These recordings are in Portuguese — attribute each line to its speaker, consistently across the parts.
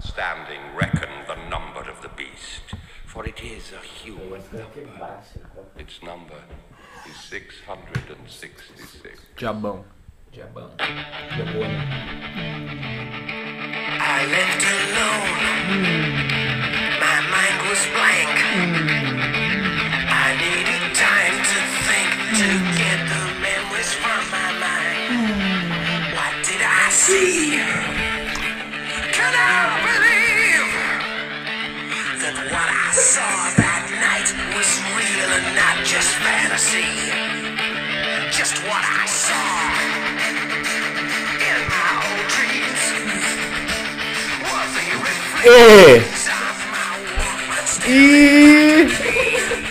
Speaker 1: standing reckon the number of the beast, for it is a human number. Its number is 666.
Speaker 2: Diabão.
Speaker 3: Diabão. Diabona.
Speaker 4: I left alone. My mind was blank. I needed time to think to get the memories from my mind. What did I see? Can I believe that what I saw that night was real and not just fantasy? Just what I saw in my old dreams. Were they
Speaker 2: E
Speaker 4: reflections of my walk?
Speaker 2: e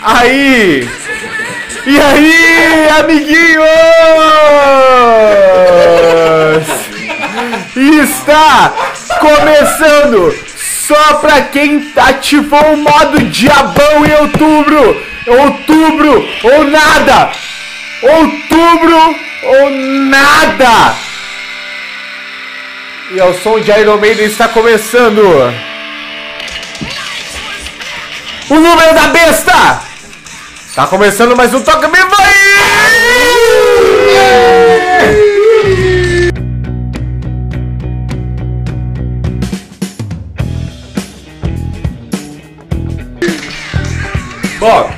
Speaker 2: aí e aí, amiguinhos! Está começando só pra quem ativou o modo diabão em outubro, outubro ou nada, outubro ou nada. E ao som de Iron Maiden está começando. O número da besta! Tá começando mais um Toca Me Vai! Bom,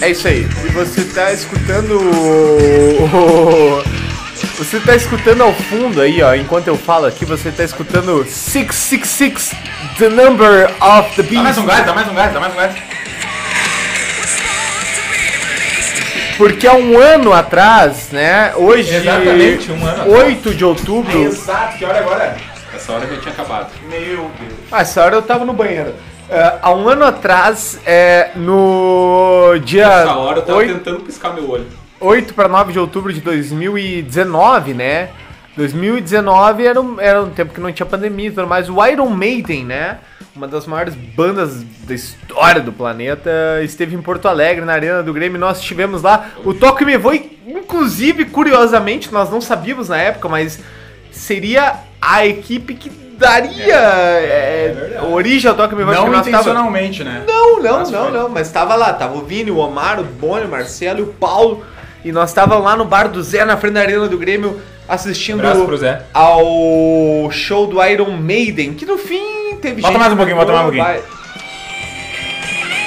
Speaker 2: é isso aí. E você tá escutando o- o- Você tá escutando ao fundo aí, ó, enquanto eu falo aqui, você tá escutando 666 The Number of the Beast.
Speaker 3: Dá mais um gás, dá mais um gás, dá mais um gás.
Speaker 2: Porque há um ano atrás, né? Hoje,
Speaker 3: Exatamente, um ano atrás.
Speaker 2: 8 de outubro.
Speaker 3: Exato, que hora agora? Essa hora já tinha acabado. Meu Deus.
Speaker 2: Ah, essa hora eu tava no banheiro. É, há um ano atrás, é, no dia
Speaker 3: Essa hora eu tava
Speaker 2: 8,
Speaker 3: tentando piscar meu olho.
Speaker 2: 8 para 9 de outubro de 2019, né? 2019 era um, era um tempo que não tinha pandemia, e tudo mais. o Iron Maiden, né? Uma das maiores bandas da história do planeta esteve em Porto Alegre, na Arena do Grêmio. Nós estivemos lá. O Toque Me Voe, inclusive, curiosamente, nós não sabíamos na época, mas seria a equipe que daria é,
Speaker 3: verdade.
Speaker 2: origem ao Toque Me Voe. porque nós tava-
Speaker 3: né?
Speaker 2: não, não,
Speaker 3: Mas
Speaker 2: não,
Speaker 3: foi.
Speaker 2: não. Mas tava lá, tava o Vini, o Omar, o Boni, o Marcelo e o Paulo. E nós tava lá no bar do Zé, na frente da Arena do Grêmio, assistindo
Speaker 3: Abraço pro Zé.
Speaker 2: ao show do Iron Maiden, que no fim teve
Speaker 3: Bota
Speaker 2: gente
Speaker 3: mais um
Speaker 2: que
Speaker 3: pouquinho, bota
Speaker 2: falou,
Speaker 3: mais um
Speaker 2: vai-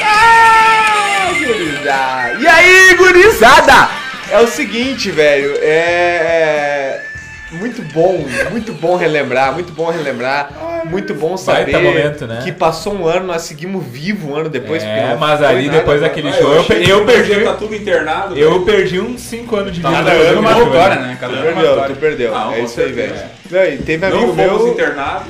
Speaker 2: Ah, gurizada. E aí, gurizada? É o seguinte, velho, é... é Muito bom, muito bom relembrar, muito bom relembrar, muito bom saber
Speaker 3: baita momento, né?
Speaker 2: que passou um ano, nós seguimos vivo um ano depois. porque
Speaker 3: É,
Speaker 2: não
Speaker 3: mas
Speaker 2: foi
Speaker 3: ali
Speaker 2: nada,
Speaker 3: depois
Speaker 2: né?
Speaker 3: daquele show eu, pe- eu perdi. Tá tudo internado. Eu perdi uns 5 anos
Speaker 5: Tá
Speaker 3: de vida.
Speaker 2: Cada ano uma vitória,
Speaker 3: né?
Speaker 2: Tu perdeu,
Speaker 5: tipo,
Speaker 2: tu perdeu. é isso aí, velho. Não, e teve amigo meu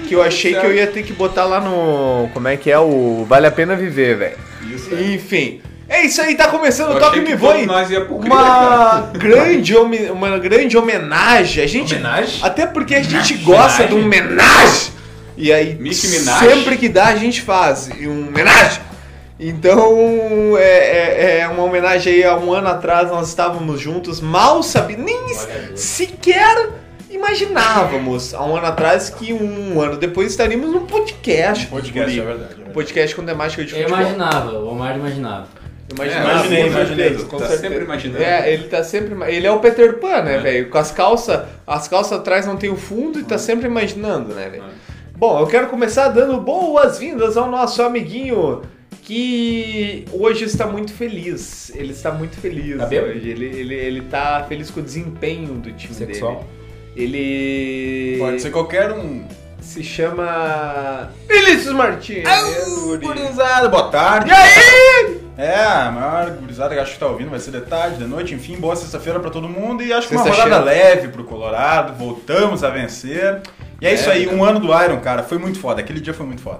Speaker 2: que eu achei que eu ia ter que botar lá no. Como é que é o. Vale a pena viver, velho.
Speaker 3: Isso, é.
Speaker 2: Enfim. É isso aí, tá começando
Speaker 3: Eu
Speaker 2: o Toque
Speaker 3: achei que
Speaker 2: Me Voe.
Speaker 3: todos nós ia pro Cria,
Speaker 2: Uma grande, homi- uma grande homenagem. A gente,
Speaker 3: Homenagem?
Speaker 2: Até porque a gente
Speaker 3: Homenagem?
Speaker 2: gosta de um homenagem. E aí,
Speaker 3: Mickey Minaj?
Speaker 2: sempre que dá, a gente faz e um homenagem. Então, é, é- é uma homenagem aí a um ano atrás, nós estávamos juntos, mal sabia, nem sequer imaginávamos há um ano atrás que um ano depois estaríamos num podcast.
Speaker 5: Um
Speaker 3: Podcast,
Speaker 2: guri.
Speaker 3: é verdade, é verdade.
Speaker 2: Um podcast com temática de
Speaker 6: Eu
Speaker 2: futebol.
Speaker 6: imaginava, o Omar imaginava.
Speaker 2: Imaginava,
Speaker 3: É, imaginei,
Speaker 2: com
Speaker 3: imaginei,
Speaker 2: certeza,
Speaker 3: tá sempre imaginando.
Speaker 2: É, ele tá sempre. ima- Ele é o Peter Pan, né, velho? Com as calças. As calças atrás não tem o fundo
Speaker 3: É.
Speaker 2: e tá sempre imaginando, né, velho? Bom, eu quero começar dando boas-vindas ao nosso amiguinho que hoje está muito feliz. Ele está muito feliz
Speaker 3: Tá bêbado?
Speaker 2: hoje. Ele, ele, ele tá feliz com o desempenho do time
Speaker 3: Sexual?
Speaker 2: dele. Ele.
Speaker 5: Pode ser qualquer um.
Speaker 2: Se chama. Vinícius Martins! é
Speaker 5: Gurizada, boa tarde.
Speaker 2: E aí?
Speaker 5: É, a maior gurizada que acho que tá ouvindo vai ser de tarde, de noite, enfim, boa sexta-feira pra todo mundo e acho que uma
Speaker 2: Sexta-feira.
Speaker 5: rodada leve pro Colorado, voltamos a vencer. E é, isso aí, um ano do Iron, cara, foi muito foda, aquele dia foi muito foda.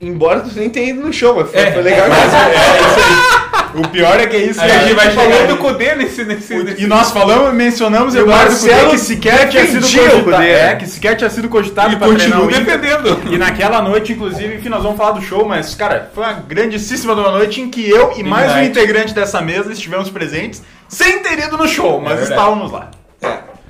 Speaker 2: Embora tu nem tenha ido no show, mas foi,
Speaker 3: É.
Speaker 2: foi legal.
Speaker 5: O pior é que é isso,
Speaker 3: A gente vai chegar
Speaker 5: falando
Speaker 3: no Cudê nesse... nesse,
Speaker 5: com-
Speaker 3: nesse...
Speaker 5: E nós falamos, mencionamos
Speaker 2: E o
Speaker 5: Eduardo Cudê,
Speaker 2: Marcelo
Speaker 5: que sequer tinha sido
Speaker 2: defendia o
Speaker 5: cogitado.
Speaker 2: Cudê, né?
Speaker 5: É, que sequer tinha sido
Speaker 2: tá
Speaker 5: cogitado
Speaker 3: E
Speaker 5: pra treinar
Speaker 3: continuo
Speaker 5: o Inter.
Speaker 3: defendendo.
Speaker 5: E naquela noite, inclusive, enfim, nós vamos falar do show, mas, cara, foi uma grandíssima de uma noite em que eu e mais um
Speaker 3: Night.
Speaker 5: integrante dessa mesa estivemos presentes, sem ter ido no show, mas
Speaker 3: verdade.
Speaker 5: estávamos lá.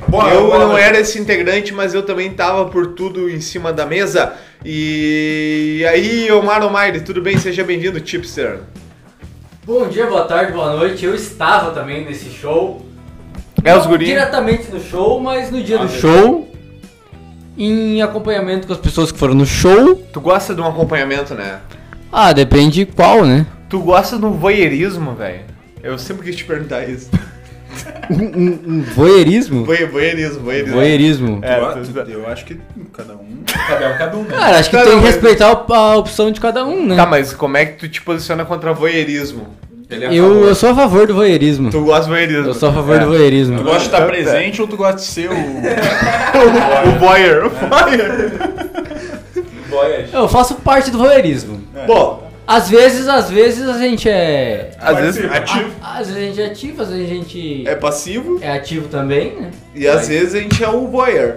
Speaker 5: Bora,
Speaker 2: eu
Speaker 5: bora.
Speaker 2: não era esse integrante, mas eu também tava por tudo em cima da mesa. E aí, Omar Omaire, tudo bem? Seja bem-vindo, Tipster.
Speaker 6: Bom dia, boa tarde, boa noite. Eu estava também nesse show.
Speaker 2: É os
Speaker 6: Não
Speaker 2: guris.
Speaker 6: Diretamente no show, mas no dia do show. Em acompanhamento com as pessoas que foram no show.
Speaker 2: Tu gosta de um acompanhamento, né?
Speaker 6: Ah, depende qual, né?
Speaker 2: Tu gosta de um voyeurismo, velho? Eu sempre quis te perguntar isso.
Speaker 6: Um, um- um voyeurismo?
Speaker 2: Voye- Voyeurismo, voyeurismo.
Speaker 6: Voyeurismo.
Speaker 2: É,
Speaker 5: eu,
Speaker 2: tu-
Speaker 5: tu- eu acho que cada um.
Speaker 7: Cada, cada um, né?
Speaker 6: Cara, acho que
Speaker 2: Cara,
Speaker 6: tem que
Speaker 2: mas-
Speaker 6: respeitar a a opção de cada um, né?
Speaker 2: Tá, mas como é que tu te posiciona contra voyeurismo?
Speaker 7: Ele é
Speaker 6: Eu,
Speaker 7: favor.
Speaker 6: eu sou a favor do voyeurismo.
Speaker 2: Tu gosta de voyeurismo?
Speaker 6: Eu sou a favor
Speaker 2: É.
Speaker 6: do voyeurismo.
Speaker 5: Tu gosta de estar presente ou tu gosta de ser o.
Speaker 2: O voyeur, o voyeur.
Speaker 7: Boia,
Speaker 6: Eu faço parte do voyeurismo.
Speaker 2: Bom,
Speaker 6: Às vezes, às vezes a gente é.
Speaker 2: às vezes
Speaker 5: Participa.
Speaker 2: ativo,
Speaker 6: Às vezes a gente é ativo, às vezes a gente
Speaker 2: é passivo
Speaker 6: é ativo também, né?
Speaker 2: e às vezes a gente é um voyeur.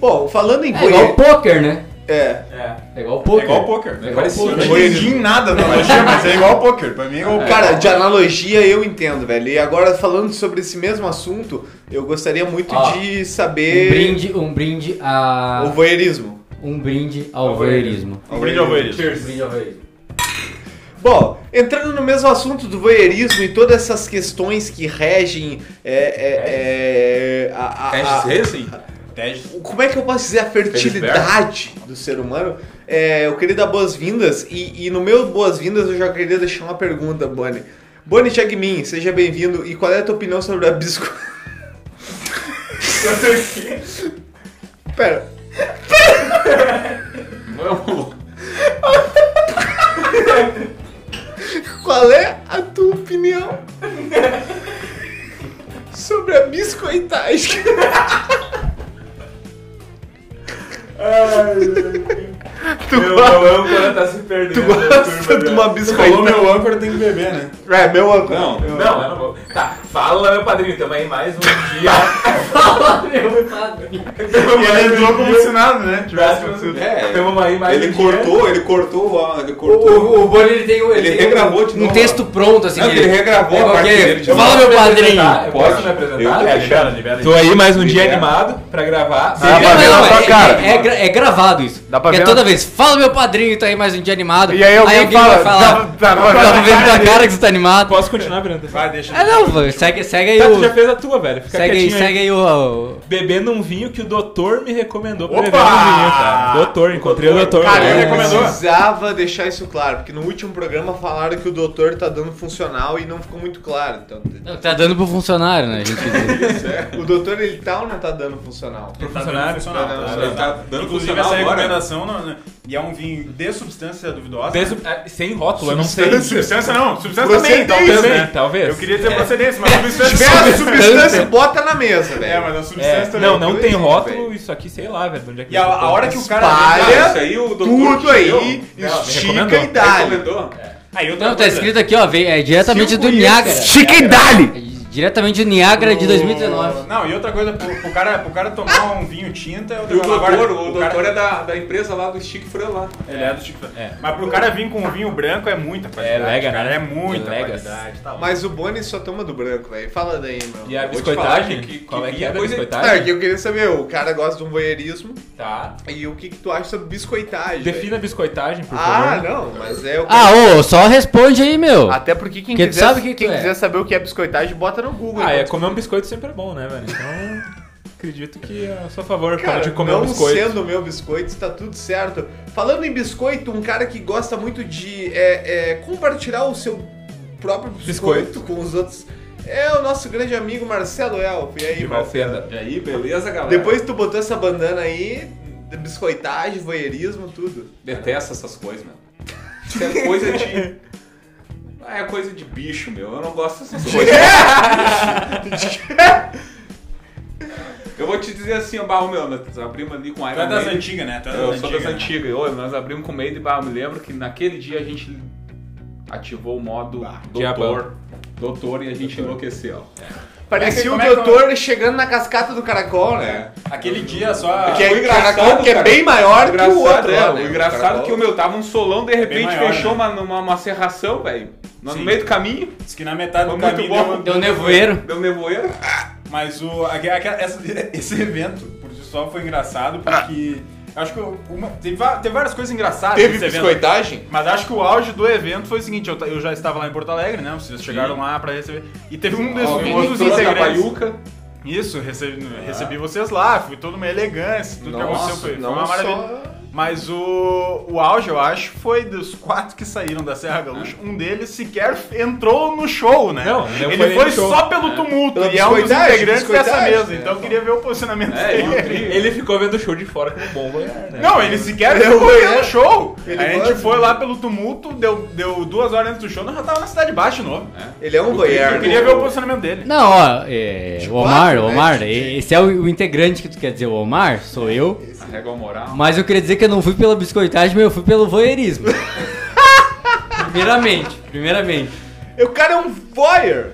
Speaker 2: Bom, falando em
Speaker 6: É igual
Speaker 2: voyeur...
Speaker 6: poker, né?
Speaker 2: É,
Speaker 7: É.
Speaker 6: É igual
Speaker 7: É
Speaker 6: poker.
Speaker 7: igual poker. É
Speaker 6: igual
Speaker 7: parecido.
Speaker 6: poker.
Speaker 5: Não entendi em nada na analogia, mas é igual ao poker. Pra mim é igual ao
Speaker 2: Cara, de analogia eu entendo, velho. E agora, falando sobre esse mesmo assunto, eu gostaria muito
Speaker 6: Ó,
Speaker 2: de
Speaker 6: Um
Speaker 2: saber
Speaker 6: brinde, tá? um brinde a.
Speaker 2: o voyeurismo.
Speaker 6: Um brinde ao
Speaker 7: Ao
Speaker 6: voyeurismo.
Speaker 5: Um brinde ao voyeurismo.
Speaker 6: Um brinde ao voyeurismo.
Speaker 2: Bom, entrando no mesmo assunto do voyeurismo e todas essas questões que regem é, é, é, a- a-
Speaker 5: Ah.
Speaker 2: a-
Speaker 7: Teste sim.
Speaker 5: Teste.
Speaker 2: como é que eu posso dizer a fertilidade do ser humano? É, eu queria dar boas-vindas e, e no meu boas-vindas eu já queria deixar uma pergunta, Bonnie. Bonnie Jagmin, seja bem-vindo. E qual é a tua opinião sobre a bisco? Pera. Qual é a tua opinião sobre a biscoitagem? tu
Speaker 7: Meu âncora tá se
Speaker 2: Tu
Speaker 7: perdendo.
Speaker 2: gosta de uma biscoita?
Speaker 5: Falou meu âncora tem que beber, né?
Speaker 2: É, meu âncora.
Speaker 5: Não, eu-
Speaker 7: Então, Não, eu não vou. Tá, fala, meu padrinho. Tamo aí mais um dia.
Speaker 6: Fala, meu padrinho.
Speaker 5: E ele entrou como se nada,
Speaker 7: Tá,
Speaker 5: né? Tivesse acontecido.
Speaker 7: É, Tamo aí mais um
Speaker 5: Ele
Speaker 7: dia.
Speaker 5: cortou, ele cortou, ó, ele
Speaker 6: O,
Speaker 5: cortou.
Speaker 6: o, o Boni ele tem um,
Speaker 5: Ele
Speaker 6: tem um-
Speaker 5: regravou de
Speaker 6: um,
Speaker 5: novo,
Speaker 6: texto pronto, assim.
Speaker 5: Não,
Speaker 6: que
Speaker 5: ele regravou
Speaker 6: é
Speaker 5: a parte
Speaker 6: qualquer-
Speaker 5: dele de
Speaker 6: Fala,
Speaker 7: Eu
Speaker 6: meu
Speaker 7: posso me
Speaker 6: padrinho.
Speaker 7: apresentar? Eu Posso
Speaker 5: Pode.
Speaker 7: me
Speaker 6: né?
Speaker 7: apresentar?
Speaker 5: Eu-
Speaker 7: É,
Speaker 5: libera,
Speaker 7: libera. Tô aí mais um dia
Speaker 5: Libera.
Speaker 7: animado pra gravar.
Speaker 5: Dá pra ver tá na
Speaker 6: é-
Speaker 5: sua
Speaker 6: é,
Speaker 5: cara.
Speaker 6: É, gra- é gravado isso.
Speaker 2: Dá pra
Speaker 6: Porque
Speaker 2: ver
Speaker 6: toda
Speaker 2: na-
Speaker 6: vez, fala meu padrinho, tá aí mais um dia animado.
Speaker 2: E aí alguém fala,
Speaker 6: vai falar,
Speaker 2: dá- dá- dá-
Speaker 6: tá
Speaker 2: dá-
Speaker 6: vendo tua cara que você tá animado.
Speaker 8: Posso continuar, Brenda?
Speaker 5: Vai, deixa.
Speaker 6: É, não, pô, segue, segue aí
Speaker 8: Tá, tu já
Speaker 6: o...
Speaker 8: fez a tua, velho. Fica
Speaker 6: Segue aí,
Speaker 8: quietinho aí.
Speaker 6: segue aí o... o-
Speaker 8: Bebendo um vinho que o doutor me recomendou pra
Speaker 5: Opa!
Speaker 8: beber um vinho, cara. Doutor, encontrei o doutor.
Speaker 5: Cara,
Speaker 8: Ele
Speaker 5: ele
Speaker 2: eu
Speaker 5: recomendou.
Speaker 2: precisava deixar isso claro, porque no último programa falaram que o doutor tá dando funcional e não ficou muito claro. Então,
Speaker 6: Não, tá dando pro funcionário, né? A gente
Speaker 2: o doutor ele tá ou não tá dando funcional?
Speaker 8: Funcionário.
Speaker 5: Funcional,
Speaker 2: Não,
Speaker 5: tá-
Speaker 2: não, não.
Speaker 5: tá dando
Speaker 7: Inclusive,
Speaker 5: funcional
Speaker 7: essa
Speaker 5: agora.
Speaker 7: recomendação né?
Speaker 5: não- não- E é um vinho de substância duvidosa.
Speaker 8: Desde
Speaker 5: né?
Speaker 8: o- ah, Sem rótulo, eu não sei.
Speaker 5: Substância não, substância
Speaker 2: Procedência.
Speaker 5: também, talvez,
Speaker 8: Também,
Speaker 5: né?
Speaker 8: talvez.
Speaker 5: Eu queria
Speaker 7: É.
Speaker 5: ter procedência, mas substância.
Speaker 2: Tiver a substância, bota na mesa,
Speaker 5: É,
Speaker 2: velho.
Speaker 5: mas a substância
Speaker 8: É,
Speaker 5: também.
Speaker 8: não, não tem
Speaker 2: Tudo
Speaker 8: rótulo,
Speaker 2: bem.
Speaker 8: isso aqui, sei lá, velho. de Onde é que
Speaker 5: E a, a hora que o cara
Speaker 2: Espalha
Speaker 5: Ah, isso aí, o doutor
Speaker 2: Tudo aí,
Speaker 5: Não,
Speaker 2: estica
Speaker 8: recomendou.
Speaker 2: e dá.
Speaker 5: recomendou. Aí outra
Speaker 6: Não, tá
Speaker 5: coisa.
Speaker 6: escrito aqui, ó, vem- é diretamente
Speaker 5: Cinco
Speaker 6: do
Speaker 5: litros.
Speaker 6: Niagara. É
Speaker 2: Estica e dá-lhe!
Speaker 6: Diretamente do Niagara de 2019.
Speaker 5: Não, e outra coisa, pro, pro cara, pro cara tomar um vinho tinta, eu
Speaker 7: E o doutor,
Speaker 5: agora,
Speaker 7: o doutor é da, da empresa lá do Chique Frelá.
Speaker 5: Ele é do tipo.
Speaker 8: É.
Speaker 5: Mas pro cara vir com um vinho branco é muita qualidade.
Speaker 8: Lega,
Speaker 5: cara,
Speaker 8: né?
Speaker 5: É muita
Speaker 8: Legas.
Speaker 5: qualidade. Tá
Speaker 2: Mas o Boni só toma do branco, velho. Fala daí, meu.
Speaker 8: E a
Speaker 7: Eu vou te
Speaker 8: biscoitagem?
Speaker 7: falar que- que-
Speaker 8: Qual é que
Speaker 7: que
Speaker 8: é a
Speaker 7: coisa-
Speaker 2: Tá, é
Speaker 8: biscoitagem?
Speaker 2: que eu queria saber, o cara gosta de um voyeurismo
Speaker 8: Tá.
Speaker 2: e o que, que tu acha sobre biscoitagem? velho?
Speaker 8: Defina a biscoitagem, por
Speaker 2: Ah,
Speaker 8: favor.
Speaker 2: não, mas é o
Speaker 6: Ah, ô, só responde aí, meu.
Speaker 2: Até porque quem,
Speaker 6: Porque tu
Speaker 2: quiser,
Speaker 6: sabe o que
Speaker 2: quem
Speaker 6: tu é.
Speaker 2: quiser saber o que é biscoitagem, bota no Google.
Speaker 8: Ah, é,
Speaker 2: enquanto-
Speaker 8: comer um biscoito sempre é bom, né, velho? Então, acredito que eu sou a favor cara,
Speaker 2: Cara,
Speaker 8: de comer
Speaker 2: não
Speaker 8: um biscoito.
Speaker 2: sendo o meu biscoito, está tudo certo. Falando em biscoito, um cara que gosta muito de é, é, compartilhar o seu próprio biscoito, com os outros é o nosso grande amigo Marcelo Elf. E aí,
Speaker 8: De
Speaker 2: Marcelo?
Speaker 8: Valfenda.
Speaker 7: E aí, beleza, galera?
Speaker 2: Depois que tu botou essa bandana aí, de biscoitagem, voyeurismo, tudo.
Speaker 7: Detesto essas coisas, meu. Isso é coisa de. Ah, é coisa de bicho, meu. Eu não gosto dessas coisas. Eu vou te dizer assim, ó, barro meu, nós abrimos ali com
Speaker 5: Tu é
Speaker 7: Iron
Speaker 5: das
Speaker 7: Maiden.
Speaker 5: antigas, né? Tu é
Speaker 7: Eu sou das
Speaker 5: antigas.
Speaker 7: antigas. Ô, nós abrimos com Maiden, barro. Me lembro que naquele dia a gente ativou o modo doutor.
Speaker 8: diabão.
Speaker 7: Doutor e a gente enlouqueceu.
Speaker 2: Parecia
Speaker 5: que-
Speaker 2: o
Speaker 5: como é que-
Speaker 2: doutor chegando na cascata do caracol, né?
Speaker 5: Aquele dia só.
Speaker 2: Que
Speaker 5: É. Ah, o
Speaker 2: é
Speaker 5: engraçado,
Speaker 2: caracol que é
Speaker 5: cara,
Speaker 2: bem maior que
Speaker 7: engraçado,
Speaker 2: o outro.
Speaker 7: é,
Speaker 2: lá,
Speaker 7: o
Speaker 2: né?
Speaker 7: engraçado
Speaker 2: Caracol.
Speaker 7: é que o meu tava um solão, de repente
Speaker 5: maior,
Speaker 7: fechou
Speaker 5: né?
Speaker 7: uma, uma, uma serração, velho. No
Speaker 5: Sim.
Speaker 7: meio do caminho,
Speaker 5: Diz que na metade
Speaker 7: Foi
Speaker 5: do
Speaker 7: muito
Speaker 5: caminho
Speaker 7: bom.
Speaker 5: deu uma-
Speaker 6: Deu um nevoeiro.
Speaker 7: deu nevoeiro.
Speaker 5: Mas o, aque- aque- essa- esse evento, por si só, foi engraçado porque. Acho que eu- uma, teve, va- teve várias coisas engraçadas
Speaker 2: Teve
Speaker 5: nesse evento.
Speaker 2: biscoitagem?
Speaker 5: Mas acho que o auge do evento foi o seguinte: eu, ta- eu já estava lá em Porto Alegre, né? Vocês chegaram lá pra receber. E teve um dos,
Speaker 7: Alguém
Speaker 5: um dos
Speaker 7: mostrou na
Speaker 5: integrantes.
Speaker 7: baiuca.
Speaker 5: Isso, recebi, recebi vocês lá, fui toda uma elegância, tudo que
Speaker 7: Nossa,
Speaker 5: aconteceu foi, foi
Speaker 9: não
Speaker 5: uma maravilha. Mas o, o auge, eu acho, foi dos quatro que saíram da Serra Gaúcha, um deles sequer entrou no show, né?
Speaker 10: Não, não
Speaker 5: ele
Speaker 10: foi
Speaker 5: foi,
Speaker 10: nem no show.
Speaker 5: só pelo tumulto,
Speaker 2: Pela
Speaker 5: e é um dos
Speaker 2: biscoitagem,
Speaker 5: integrantes dessa
Speaker 2: biscoitagem,
Speaker 5: mesa,
Speaker 2: né?
Speaker 5: então eu queria ver o posicionamento
Speaker 7: É,
Speaker 5: dele.
Speaker 7: ele, ele ficou vendo o show de fora como bom voyeur, né?
Speaker 5: Não, ele sequer
Speaker 2: Ele
Speaker 5: ficou
Speaker 2: foi,
Speaker 5: vendo
Speaker 2: né?
Speaker 5: o show.
Speaker 2: Ele
Speaker 5: a gente
Speaker 2: gosta,
Speaker 5: foi lá pelo tumulto, deu, deu duas horas antes do show, nós já tava na Cidade Baixa de novo.
Speaker 2: Ele é um voyeur.
Speaker 5: Eu queria ver o posicionamento dele.
Speaker 6: Não, ó, é, o Omar,
Speaker 2: quatro,
Speaker 6: o
Speaker 2: né,
Speaker 6: Omar,
Speaker 2: de- de-
Speaker 6: esse é o, o integrante que tu quer dizer, o Omar, sou eu.
Speaker 7: A régua moral.
Speaker 6: Mas eu queria dizer que eu não fui pela biscoitagem, mas eu fui pelo voyeurismo. primeiramente, primeiramente.
Speaker 2: O cara é um voyeur.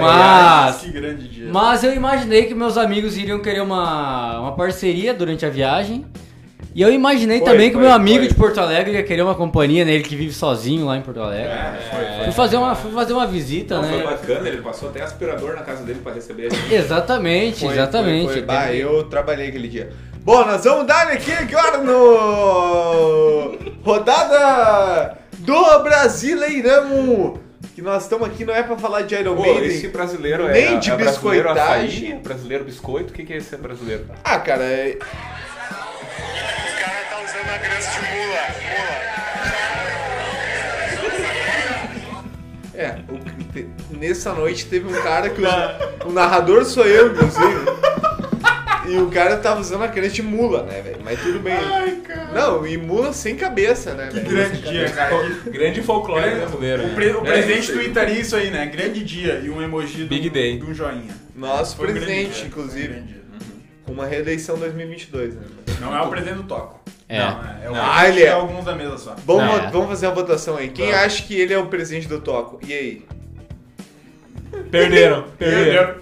Speaker 6: Mas,
Speaker 5: Que grande dia.
Speaker 6: mas eu imaginei que meus amigos iriam querer uma, uma parceria durante a viagem. E eu imaginei também que o meu amigo de Porto Alegre ia querer uma companhia nele que vive sozinho lá em Porto Alegre. fui, fazer uma, fui fazer uma visita,
Speaker 7: Não,
Speaker 6: né?
Speaker 7: foi bacana, ele passou até aspirador na casa dele pra receber a gente.
Speaker 6: Exatamente,
Speaker 2: Foi,
Speaker 6: exatamente.
Speaker 2: foi, foi. Bah, eu trabalhei aquele dia. Bom, nós vamos dar aqui agora no rodada do Brasileirão. Que nós estamos aqui não é pra falar de Iron
Speaker 7: Pô,
Speaker 2: Maiden.
Speaker 7: esse brasileiro é,
Speaker 2: Nem de
Speaker 7: é brasileiro
Speaker 2: biscoitagem.
Speaker 7: açaí, brasileiro biscoito, o que, que é esse brasileiro?
Speaker 2: Ah, cara, é-
Speaker 4: O cara tá usando a criança de mula. Mula.
Speaker 2: É, o- te- nessa noite teve um cara que usa, o narrador sou eu, inclusive. E o cara tava usando a crente de mula, né, velho? Mas tudo bem. Não, e mula sem cabeça, né, velho?
Speaker 5: Grande dia, cara.
Speaker 7: Grande folclore brasileiro.
Speaker 10: né?
Speaker 5: O, pre- o
Speaker 10: É.
Speaker 5: presidente twittaria isso aí, né? Grande dia e um emoji do,
Speaker 7: Big day.
Speaker 5: de um joinha.
Speaker 2: Nosso
Speaker 5: Foi um grande
Speaker 2: presidente,
Speaker 5: dia, foi um
Speaker 2: inclusive.
Speaker 5: grande dia.
Speaker 2: Com uma reeleição 2022, né?
Speaker 5: Não é o presidente do Toco.
Speaker 6: É.
Speaker 5: Não, é, é o
Speaker 2: Ah,
Speaker 5: presidente
Speaker 2: ele é.
Speaker 5: de alguns da mesa só.
Speaker 2: Vamos,
Speaker 6: Não, é.
Speaker 2: vamos fazer a votação aí. Quem acha que ele é o presidente do Toco? E aí?
Speaker 10: Perderam, perderam.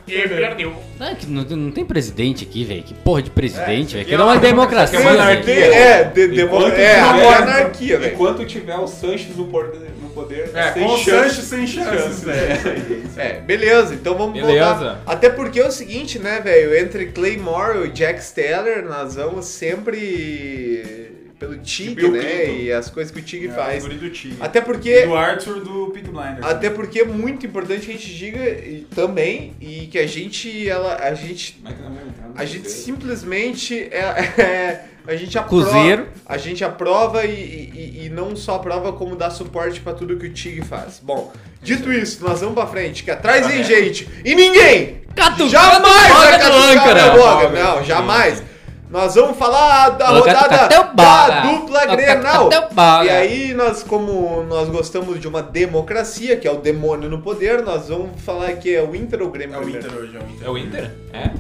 Speaker 6: Não, é que não, não tem presidente aqui, velho. Que porra de presidente, velho. Que não é
Speaker 7: Que
Speaker 6: democracia.
Speaker 7: é
Speaker 6: velho.
Speaker 7: monarquia.
Speaker 2: É, de, de,
Speaker 7: Enquanto
Speaker 2: é,
Speaker 7: tiver-
Speaker 2: agora é anarquia, velho.
Speaker 7: Enquanto tiver o Sanches no poder, no poder
Speaker 5: É,
Speaker 7: sem
Speaker 5: com o
Speaker 7: chance.
Speaker 5: Sanches sem chances, velho.
Speaker 2: É, beleza, então vamos
Speaker 10: Beleza.
Speaker 2: voltar. Até porque é o seguinte, né, velho? Entre Clay Morrow e Jack Steller, nós vamos sempre pelo Tig,
Speaker 5: Bill
Speaker 2: né?
Speaker 5: Clinton.
Speaker 2: E as coisas que o Tig
Speaker 5: É, o
Speaker 2: faz.
Speaker 5: guri do time.
Speaker 2: Até porque.
Speaker 5: E do Arthur do Pink Blinders.
Speaker 2: Até porque é muito importante que a gente diga e- também e que a gente ela a gente
Speaker 7: Como é que nós vamos entrar no
Speaker 2: a gente
Speaker 7: Cruzeiro?
Speaker 2: simplesmente é, é- a gente aprova
Speaker 6: Cruzeiro.
Speaker 2: a gente aprova e, e- e não só aprova como dá suporte pra tudo que o Tig faz. Bom, dito isso, nós vamos pra frente, que atrás vem gente e ninguém
Speaker 6: Catucando
Speaker 2: Jamais
Speaker 6: boga
Speaker 2: vai
Speaker 6: do
Speaker 2: catucar
Speaker 6: âncora.
Speaker 2: minha boga. Não, jamais. Nós vamos falar da
Speaker 6: Boga
Speaker 2: rodada
Speaker 6: catucateu
Speaker 2: da
Speaker 6: boga.
Speaker 2: dupla
Speaker 6: Boga
Speaker 2: Grenal.
Speaker 6: catucateu boga.
Speaker 2: E aí nós, como nós gostamos de uma democracia, que é o demônio no poder, nós vamos falar que é o Inter ou o Grêmio
Speaker 5: É o
Speaker 2: primeiro?
Speaker 5: Inter hoje, é o Inter.
Speaker 7: É o Inter? É?